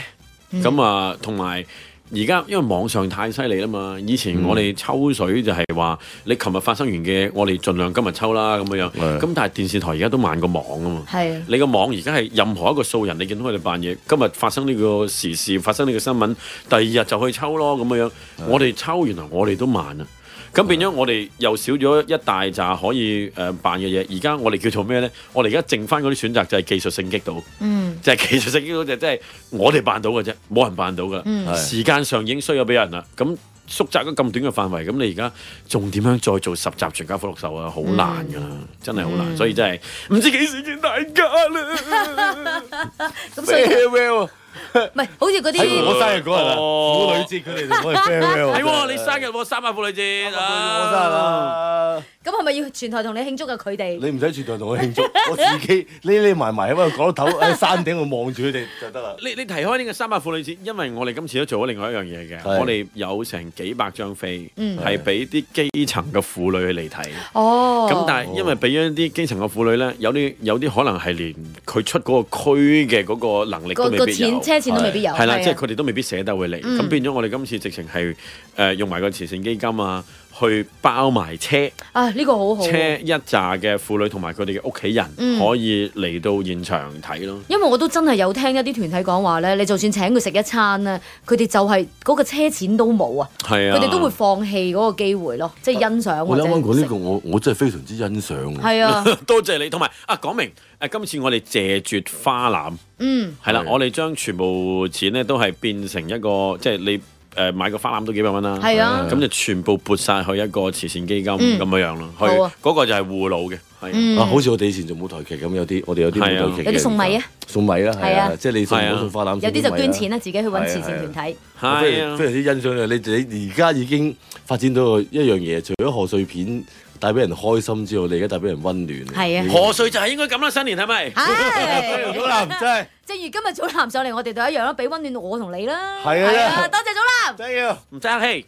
Speaker 19: 嗯
Speaker 10: 咁啊，同埋而家因為網上太犀利啦嘛，啊以前
Speaker 19: 嗯
Speaker 10: 我哋抽水就係話你琴日發生完嘅，我哋盡量今日抽啦咁樣樣。
Speaker 1: 嗯
Speaker 10: 咁但係電視台而家都慢過網啊嘛。
Speaker 2: 係
Speaker 10: 你個網而家係任何一個素人，你見到佢哋扮嘢，今日發生呢個時事，發生呢個新聞，第二日就去抽咯咁樣樣。
Speaker 1: 啊
Speaker 10: 我哋抽原來我哋都慢啊，咁變咗我哋又少咗一大扎可以誒、呃扮嘅嘢。而家我哋叫做咩呢？我哋而家剩翻嗰啲選擇就係技術性擊倒。
Speaker 19: 嗯
Speaker 10: 就係技術性呢就真係我哋辦到嘅啫，冇人辦到噶啦。
Speaker 19: 嗯係
Speaker 10: 時間上已經衰咗俾人啦。咁縮窄咗咁短嘅範圍，咁你而家仲點樣再做十集全家福祿壽啊？好難噶啦，真係好難。所以真係唔知幾時見大家啦。
Speaker 2: 咁所以就唔係好似嗰
Speaker 10: 喺我生日
Speaker 2: 啲
Speaker 10: 嗰日啊婦女
Speaker 4: 節佢
Speaker 10: 哋
Speaker 4: 同我哋 farewell
Speaker 10: 係喎，你生日喎，三八婦女節啊！
Speaker 2: 咁係咪要全台同你慶祝啊？佢哋
Speaker 4: 你唔使全台同 我慶祝，我自己匿匿埋埋喺個角落頭喺山頂度望住佢哋就得啦。
Speaker 10: 你你提開呢個三百婦女節，因為我哋今次都做咗另外一樣嘢嘅，
Speaker 4: 係
Speaker 10: 我哋有成幾百張飛，
Speaker 2: 嗯
Speaker 10: 係俾啲基層嘅婦女去嚟睇。
Speaker 2: 哦，
Speaker 10: 咁但係因為俾咗啲基層嘅婦女咧，有啲有啲可能係連佢出嗰個區嘅嗰個能力都
Speaker 2: 個
Speaker 10: 未
Speaker 2: 個
Speaker 10: 必有，
Speaker 2: 錢車錢都未必有
Speaker 10: 係
Speaker 2: 係
Speaker 10: 啦，
Speaker 2: 啊
Speaker 10: 即係佢哋都未必捨得會嚟。
Speaker 2: 嗯
Speaker 10: 咁變咗我哋今次直情係誒用埋個慈善基金啊，去包埋車。
Speaker 2: 啊呢個好好啊，
Speaker 10: 車一紮嘅婦女同埋佢哋嘅屋企人
Speaker 2: 嗯
Speaker 10: 可以嚟到現場睇咯，
Speaker 2: 因為我都真係有聽一啲團體講話咧，你就算請佢食一餐咧，佢哋就係嗰個車錢都冇啊，
Speaker 10: 係
Speaker 2: 佢哋都會放棄嗰個機會咯，即係欣賞
Speaker 1: 我
Speaker 2: 或
Speaker 1: 啱啱講呢
Speaker 2: 者
Speaker 1: 個，我我真係非常之欣賞喎。
Speaker 2: 係啊
Speaker 10: 多謝你，同埋啊講明誒，今次我哋謝絕花籃。
Speaker 2: 嗯
Speaker 10: 係啦，我哋將全部錢咧都係變成一個，即係你誒、呃、買個花籃都幾百蚊啦。
Speaker 2: 係啊
Speaker 10: 咁就全部撥晒去一個慈善基金
Speaker 2: 嗯
Speaker 10: 咁樣樣咯。去
Speaker 2: 好啊
Speaker 10: 嗰個就係護老嘅，係
Speaker 2: 嗯
Speaker 10: 啊
Speaker 2: 啊好
Speaker 1: 好似我哋以前做舞台劇咁，有啲我哋有啲舞
Speaker 10: 係啊
Speaker 1: 台劇嘅
Speaker 2: 有啲送米啊，
Speaker 1: 送米啦，係
Speaker 2: 係啊
Speaker 1: 啊，即係你送唔好送花籃，
Speaker 2: 有啲就
Speaker 10: 啊
Speaker 2: 捐錢
Speaker 1: 啦。
Speaker 2: 啦，自己去揾慈
Speaker 1: 係啊
Speaker 2: 善團體。
Speaker 1: 我非常非常之欣賞你，你你而家已經發展到一樣嘢，除咗賀歲片帶俾人開心之外，你而家帶俾人温暖。
Speaker 2: 係啊
Speaker 10: 賀歲就係應該咁啦，新年係咪？
Speaker 2: 係
Speaker 4: 好啦，真係
Speaker 2: 正如今日祖藍上嚟，我哋都一樣啦，俾温暖我同你啦。
Speaker 10: 係啊
Speaker 2: 係啊，多謝祖藍。
Speaker 4: 真要
Speaker 10: 唔爭氣。